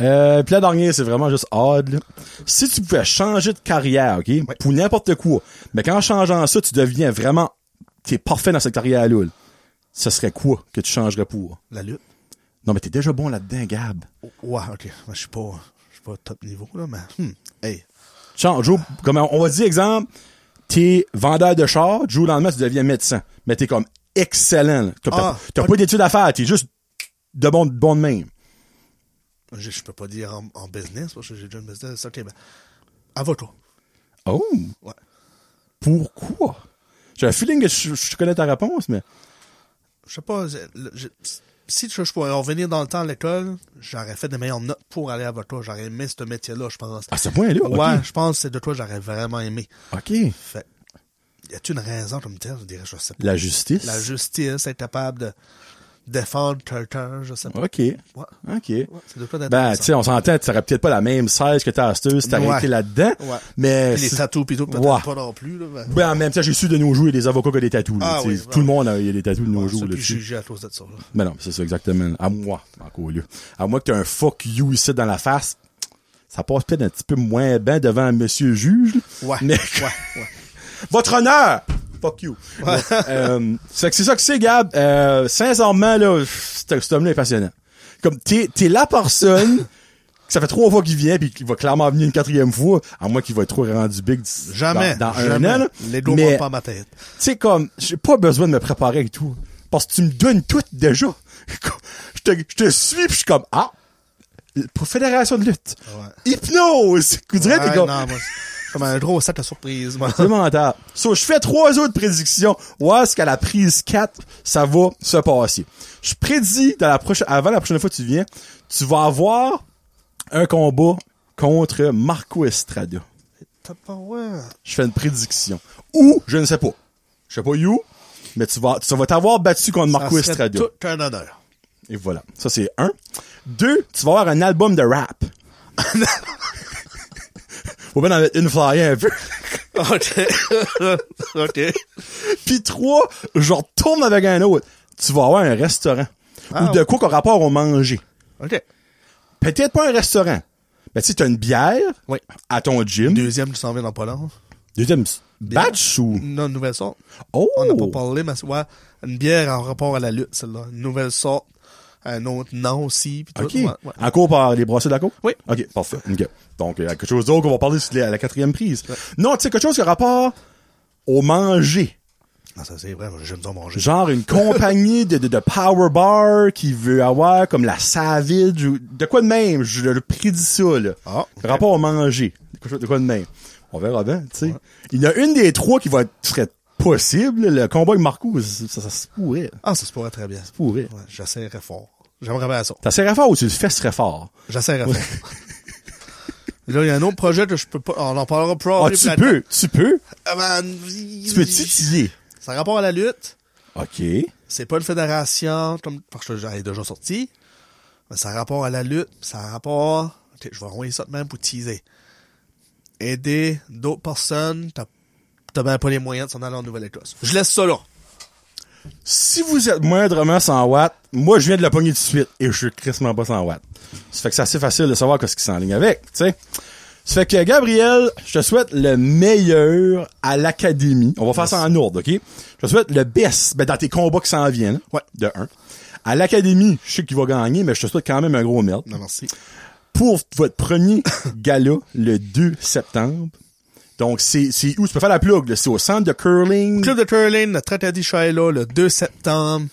Speaker 1: Euh, puis la dernière, c'est vraiment juste odd. là. Si tu pouvais changer de carrière, OK, pour n'importe quoi, mais qu'en changeant ça, tu deviens vraiment... T'es parfait dans cette carrière-là. là, Ce serait quoi que tu changerais pour?
Speaker 3: La lutte.
Speaker 1: Non, mais t'es déjà bon là-dedans, Gab.
Speaker 3: Oh, Ouais, ok. Moi, je suis pas, je suis pas top niveau, là, mais, hmm. Hey.
Speaker 1: Change, Joe, comme on on va dire, exemple, t'es vendeur de char, Joe, le lendemain, tu deviens médecin. Mais t'es comme excellent. là. T'as
Speaker 3: Ah,
Speaker 1: t'as
Speaker 3: pas
Speaker 1: pas d'études à faire, t'es juste de bon, bon de même.
Speaker 3: Je, je peux pas dire en, en business, parce que j'ai déjà une business. Ok, ben. Avocat.
Speaker 1: Oh!
Speaker 3: Ouais.
Speaker 1: Pourquoi? J'ai un feeling que je, je connais ta réponse, mais...
Speaker 3: Je sais pas. je- le- je- si je, je pouvais revenir dans le temps à l'école, j'aurais fait des meilleures notes pour aller avocat. J'aurais aimé ce métier-là, je pense.
Speaker 1: À ce point-là, Ah, ok.
Speaker 3: Ouais, je pense que c'est de quoi j'aurais vraiment aimé.
Speaker 1: OK.
Speaker 3: Fait. Y a-t-il une raison comme telle? Je dirais, je sais pas.
Speaker 1: La justice.
Speaker 3: La justice, être capable de défendre quelqu'un, je sais pas.
Speaker 1: OK.
Speaker 3: Ouais.
Speaker 1: OK.
Speaker 3: Ouais, c'est de quoi d'être.
Speaker 1: Ben, tu sais, on s'entend, tu serais peut-être pas la même 16 que ta astuce, si t'arrêtais
Speaker 3: Ouais.
Speaker 1: là-dedans.
Speaker 3: Ouais.
Speaker 1: Mais.
Speaker 3: les
Speaker 1: c'est-
Speaker 3: tatous pis tout, peut-être
Speaker 1: Ouais.
Speaker 3: pas non plus, là. Ben.
Speaker 1: Ben, en même temps, j'ai su de nos jours, il y a des avocats qui ont des tatous. là,
Speaker 3: Ah
Speaker 1: tu sais.
Speaker 3: oui,
Speaker 1: Tout
Speaker 3: ouais.
Speaker 1: le monde a il y a des tatous de nos
Speaker 3: Ouais,
Speaker 1: jours.
Speaker 3: ça,
Speaker 1: là,
Speaker 3: puis
Speaker 1: tu sais.
Speaker 3: jugé à cause de ça, là.
Speaker 1: Ben non, c'est ça, exactement. À moi, encore lieu. À moi que t'as un fuck you ici dans la face, ça passe peut-être un petit peu moins bien devant un monsieur juge. là.
Speaker 3: Ouais.
Speaker 1: Mais-
Speaker 3: Ouais, ouais.
Speaker 1: Votre honneur! Fuck you.
Speaker 3: Ouais.
Speaker 1: Euh, c'est que c'est ça que c'est, Gab. Euh, sincèrement, là, pff, cet cet homme-là est passionnant. Comme, t'es, t'es la personne, que ça fait trois fois qu'il vient, puis qu'il va clairement venir une quatrième fois, à moins qu'il va être trop rendu big d-
Speaker 3: Jamais.
Speaker 1: dans, dans
Speaker 3: jamais.
Speaker 1: un an. là.
Speaker 3: L'ego monte
Speaker 1: Mais,
Speaker 3: pas à ma tête.
Speaker 1: tu sais, comme, j'ai pas besoin de me préparer et tout. Parce que tu me donnes tout déjà. je, te, je te suis, puis je suis comme, ah, pour Fédération de lutte.
Speaker 3: Ouais.
Speaker 1: Hypnose! Vous direz, t'es
Speaker 3: Ouais,
Speaker 1: comme,
Speaker 3: non, moi, c'est comme un gros sac de surprise, moi.
Speaker 1: c'est mental. So, je fais trois autres prédictions. Ouais, ce qu'à la prise 4, ça va se passer. Je prédis, dans la prochaine, avant la prochaine fois que tu viens, tu vas avoir un combat contre Marco Estrada.
Speaker 3: T'as pas, ouais.
Speaker 1: Je fais une prédiction. Ou, je ne sais pas. Je sais pas you, mais tu vas, tu vas t'avoir battu contre Marco
Speaker 3: Ça serait
Speaker 1: Estrada.
Speaker 3: Tout un honneur.
Speaker 1: Et voilà. Ça, c'est un. Deux, tu vas avoir un album de rap. Faut bien en mettre une flyer un peu.
Speaker 3: OK. OK.
Speaker 1: Puis trois, je retourne avec un autre. Tu vas avoir un restaurant.
Speaker 3: Ah,
Speaker 1: Ou de quoi qu'au rapport au manger.
Speaker 3: OK.
Speaker 1: Peut-être pas un restaurant. Mais tu sais, t'as une bière
Speaker 3: Oui.
Speaker 1: à ton gym.
Speaker 3: Deuxième qui s'en vient dans pas long.
Speaker 1: Deuxième s- batch ou...
Speaker 3: Non, nouvelle sorte.
Speaker 1: Oh!
Speaker 3: On n'a pas parlé, mais c'est- ouais, une bière en rapport à la lutte, celle-là. Une nouvelle sorte. Un autre nom aussi. Pis tout.
Speaker 1: OK.
Speaker 3: Ouais, ouais.
Speaker 1: Encore par les brasseurs d'accord?
Speaker 3: Oui.
Speaker 1: OK, parfait. OK. Donc, euh, quelque chose d'autre qu'on va parler sur les- à la quatrième prise. Non, tu sais, quelque chose qui a rapport au manger.
Speaker 3: Non, ça c'est vrai, j'aime ça manger.
Speaker 1: Genre une compagnie de, de, de power bar qui veut avoir comme la Savage ou de quoi de même. Je le prédis ça, là.
Speaker 3: Ah, ok.
Speaker 1: Rapport au manger. De quoi, de quoi de même. On verra bien, tu sais. Il y en a une des trois qui va être, serait possible. Le combat avec Marco, ça, ça, se pourrait.
Speaker 3: Ah, ça se pourrait très bien.
Speaker 1: pourrait.
Speaker 3: Ouais, j'essaierais fort. J'aimerais bien ça.
Speaker 1: Ça serait fort ou tu le fesserais fort?
Speaker 3: J'essaierais fort. Là, il y a un autre projet que je peux pas. On en parlera plus.
Speaker 1: Ah, tu
Speaker 3: tard.
Speaker 1: peux, tu peux.
Speaker 3: Ah,
Speaker 1: Tu
Speaker 3: tu
Speaker 1: peux titiller.
Speaker 3: Ça a rapport à la lutte.
Speaker 1: OK.
Speaker 3: C'est pas une fédération, comme, parce que j'en ai déjà sorti. Mais ça a rapport à la lutte. Ça a rapport. Ok, je vais envoyer ça de même pour teaser. Aider d'autres personnes. T'as t'as même pas les moyens de s'en aller en Nouvelle-Écosse. Je laisse ça là.
Speaker 1: Si vous êtes moindrement 100 watts, moi, je viens de le pogner tout de suite et je suis crissement pas 100 watts. Ça fait que c'est assez facile de savoir qu'est-ce qui s'enligne avec, tu sais. Ça fait que, Gabriel, je te souhaite le meilleur à l'académie. On va faire ça en ordre, OK? Je te souhaite le best, ben, dans tes combats qui s'en viennent. hein.
Speaker 3: Ouais.
Speaker 1: De un. À l'académie, je sais qu'il va gagner, mais je te souhaite quand même un gros merde.
Speaker 3: Non, merci.
Speaker 1: pour votre premier gala le 2 septembre. Donc, c'est, c'est où? Tu peux faire la plug, là. C'est au centre de curling.
Speaker 3: Club de curling, le Tratadi Shiloh, le 2 septembre.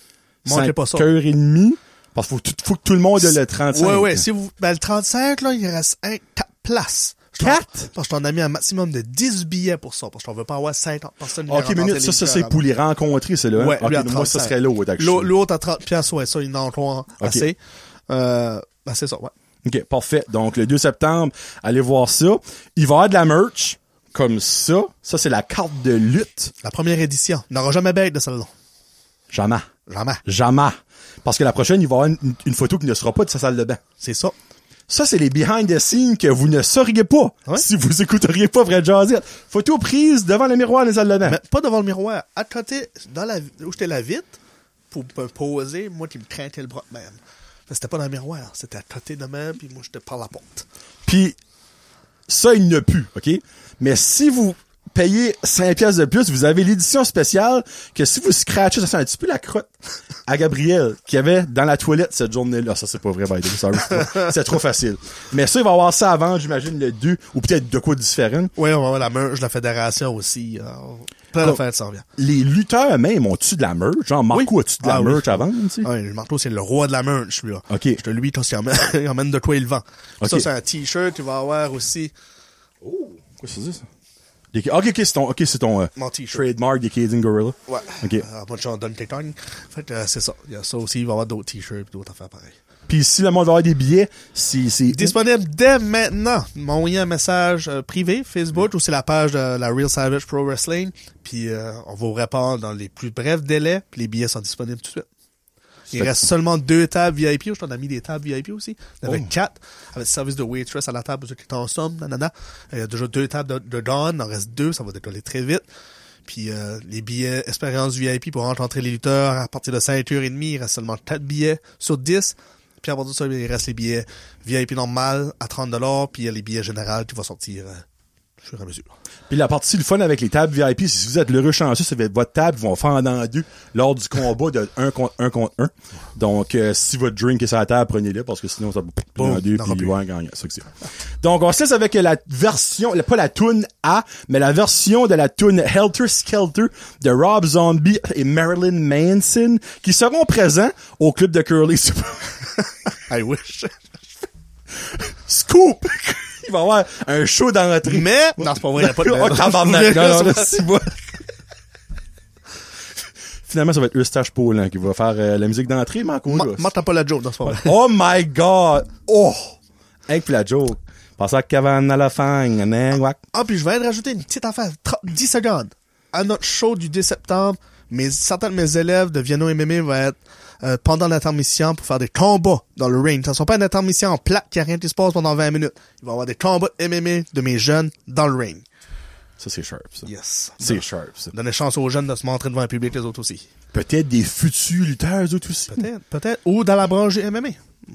Speaker 3: Manquez pas ça.
Speaker 1: h et demie. Parce qu'il faut, tout- faut que tout le monde ait le 35.
Speaker 3: Ouais, ouais. Si vous, ben, le 35, là, il reste un, quatre places. Je t'en-
Speaker 1: Quatre?
Speaker 3: Parce que je t'en ai mis un maximum de 10 billets pour ça. Parce qu'on veut pas avoir 50 personnes qui
Speaker 1: Ok,
Speaker 3: viennent
Speaker 1: minute,
Speaker 3: ramasser
Speaker 1: ça,
Speaker 3: les
Speaker 1: ça,
Speaker 3: billets
Speaker 1: c'est
Speaker 3: à
Speaker 1: pour les rencontrer, c'est là. hein?
Speaker 3: Ouais,
Speaker 1: ok,
Speaker 3: lui, à
Speaker 1: moi, ça
Speaker 3: 35.
Speaker 1: serait l'autre, actually.
Speaker 3: L'au- L'autre à 30 piastres, ouais, ça, il en croit
Speaker 1: Ok.
Speaker 3: assez. Euh, ben, c'est ça, ouais.
Speaker 1: OK, parfait. Donc, le 2 septembre, allez voir ça. Il va y avoir de la merch, comme ça. Ça, c'est la carte de lutte.
Speaker 3: La première édition. Il n'aura jamais bête de celle-là.
Speaker 1: Jamais.
Speaker 3: Jamais.
Speaker 1: Jamais. Parce que la prochaine, il va y avoir une, une photo qui ne sera pas de sa salle de bain.
Speaker 3: C'est ça.
Speaker 1: Ça, c'est les behind the scenes que vous ne sauriez pas
Speaker 3: Ouais.
Speaker 1: si vous écouteriez pas Fred Jazette. Photo prise devant le miroir des salles de bain.
Speaker 3: Mais pas devant le miroir. À côté, dans la, où j'étais la vitre, pour me poser, moi qui me craintais le bras de même. Parce que C'était pas dans le miroir, c'était à côté de même, puis moi j'étais par la porte.
Speaker 1: Puis ça, il ne pue, OK? Mais si vous payez 5 pièces de plus, vous avez l'édition spéciale que si vous scratchez, ça sent un petit peu la crotte à Gabriel qui avait dans la toilette cette journée-là. Ça, c'est pas vrai, by the way, sorry. C'est trop facile. Mais ça, il va avoir ça avant, j'imagine, le 2, ou peut-être de quoi de différent.
Speaker 3: Oui, on va avoir la merge, la fédération aussi. euh, plein
Speaker 1: Cool.
Speaker 3: de fêtes s'en vient.
Speaker 1: Les lutteurs même ont-tu de la merch? Genre, Marco, as-tu de la
Speaker 3: Ah oui.
Speaker 1: merch avant? tu sais?
Speaker 3: Ouais, le marteau, c'est le roi de la merch, lui. Là.
Speaker 1: Ok.
Speaker 3: Je te lui, quand il emmène, il emmène de quoi il vend.
Speaker 1: Ok.
Speaker 3: Ça, c'est un t-shirt, il va avoir aussi
Speaker 1: Quoi, c'est ça? Des- Ok, ok, c'est ton, ok, c'est ton euh,
Speaker 3: mon t-shirt.
Speaker 1: trademark des Cajun Gorilla.
Speaker 3: Ouais.
Speaker 1: Ok.
Speaker 3: Euh, moi, j'en donne quelqu'un. Fait que, euh, c'est ça. Il y a ça aussi, il va y avoir d'autres t-shirts, d'autres affaires pareilles.
Speaker 1: Puis si le monde va avoir des billets, si, c'est...
Speaker 3: Disponible dès maintenant. M'envoyez un message euh, privé, Facebook, ou c'est la page de la Real Savage Pro Wrestling. Puis euh, on vous répond dans les plus brefs délais. Puis les billets sont disponibles tout de suite. Il
Speaker 1: Fait-
Speaker 3: reste seulement deux tables VIP. Je t'en ai mis des tables VIP aussi. Il y en avait
Speaker 1: Oh.
Speaker 3: quatre. Avec service de waitress à la table, ceux qui t'en sommes, nanana. Il y a déjà deux tables de, de Dawn. Il en reste deux. Ça va décoller très vite. Puis euh, les billets expérience VIP pour rencontrer les lutteurs à partir de 5h30, il reste seulement 4 billets sur 10. Puis à partir de ça, il reste les billets VIP normal à 30$, puis il y a les billets généraux qui vont sortir euh, au fur et à mesure.
Speaker 1: Puis la partie le fun avec les tables VIP, c'est si vous êtes l'heureux chanceux, c'est que votre table, ils vont fendre en deux lors du combat de 1 contre 1 contre 1. Donc, euh, si votre drink est sur la table, prenez-le parce que sinon, ça va
Speaker 3: Boum,
Speaker 1: en deux,
Speaker 3: n'en
Speaker 1: puis
Speaker 3: plus.
Speaker 1: ouais, gagnant. C'est ça que c'est. Donc, on se laisse avec la version, la- pas la tune A, mais la version de la tune Helter Skelter de Rob Zombie et Marilyn Manson qui seront présents au club de Curly Super.
Speaker 3: I wish.
Speaker 1: Scoop! Il va y avoir un show dans notre
Speaker 3: Mais, non, c'est pas vrai, il n'y a pas de
Speaker 1: Oh, tabarnak. Non, non, non, c'est moi. Finalement, ça va être Eustache Paulin qui va faire euh, la musique d'entrée, mais encore là.
Speaker 3: Ma- Martin pas la joke, non, c'est pas vrai.
Speaker 1: Oh my god! Oh! Hey, puis la joke. Pensez à Cavan à la hein, fin, nan, wack.
Speaker 3: Ah, puis je vais rajouter une petite affaire, 30 10 secondes. À notre show du 2 septembre, mes, certains de mes élèves de Vienno MMA vont être euh, pendant l'intermission pour faire des combats dans le ring. Ce ne sera pas une intermission en plaque qui a rien qui se passe pendant 20 minutes. Il va y avoir des combats de MMA de mes jeunes dans le ring.
Speaker 1: Ça, c'est sharp, ça.
Speaker 3: Yes.
Speaker 1: C'est sharp, ça.
Speaker 3: Donner chance aux jeunes de se montrer devant un public, les autres aussi.
Speaker 1: Peut-être des futurs lutteurs, eux, aussi.
Speaker 3: Peut-être, peut-être. Ou dans la branche du MMA.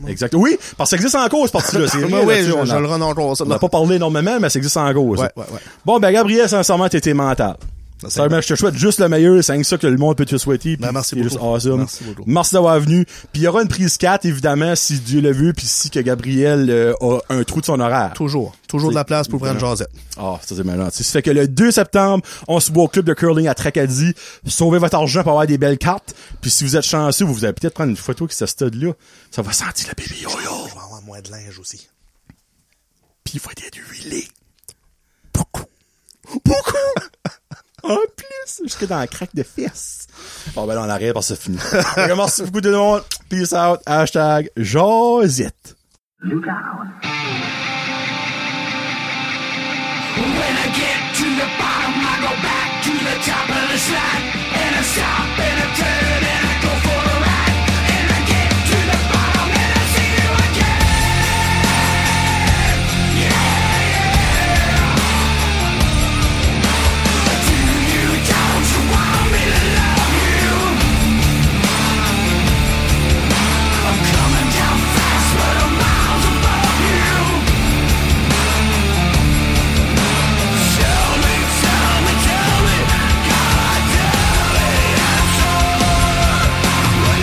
Speaker 1: Exact. Oui, parce que ça existe encore, ce parti-là. C'est
Speaker 3: Ah Oui,
Speaker 1: vrai,
Speaker 3: oui,
Speaker 1: là, tu
Speaker 3: je,
Speaker 1: sais, on
Speaker 3: je
Speaker 1: en-
Speaker 3: le rends encore, ça.
Speaker 1: On n'a pas parlé énormément, mais ça existe en gros. ça.
Speaker 3: Ouais, ouais, Ben, ouais.
Speaker 1: Bon, ben Gabriel, sincèrement, t'étais mental.
Speaker 3: Merci.
Speaker 1: Sincèrement, je te souhaite juste le meilleur, c'est ça que le monde peut te souhaiter. puis
Speaker 3: Ben,
Speaker 1: c'est
Speaker 3: merci beaucoup.
Speaker 1: juste awesome.
Speaker 3: Merci beaucoup.
Speaker 1: d'avoir venu. Puis il y aura une prise 4, évidemment, si Dieu le veut, puis si que Gabriel euh, a un trou de son horaire.
Speaker 3: Toujours. Toujours de la place pour prendre Josette.
Speaker 1: Ah, ça c'est malin. Ça fait que le 2 septembre, on se voit au club de curling à Tracadie. Sauvez votre argent pour avoir des belles cartes. Puis si vous êtes chanceux, vous allez peut-être prendre une photo qui ce stade-là. Ça va sentir le baby oil.
Speaker 3: Oh, Je vais avoir moins de linge aussi.
Speaker 1: Puis il faut être huilé. Beaucoup. Beaucoup! En plus, jusque dans la craque de fesses. Bon, ben là, on arrête parce que c'est fini. Donc, Merci beaucoup tout le monde. Peace out. Hashtag Josette.
Speaker 2: When I get to the bottom, I go back to the top of the slide. And I stop and I turn and I go for a ride. And I get to the bottom and I see you again. Yeah, yeah. But do you, don't you want me to love you? I'm coming down fast, but I'm miles above you. Tell me, tell me, tell me, God, tell me I'm sorry.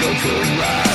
Speaker 4: go to ride.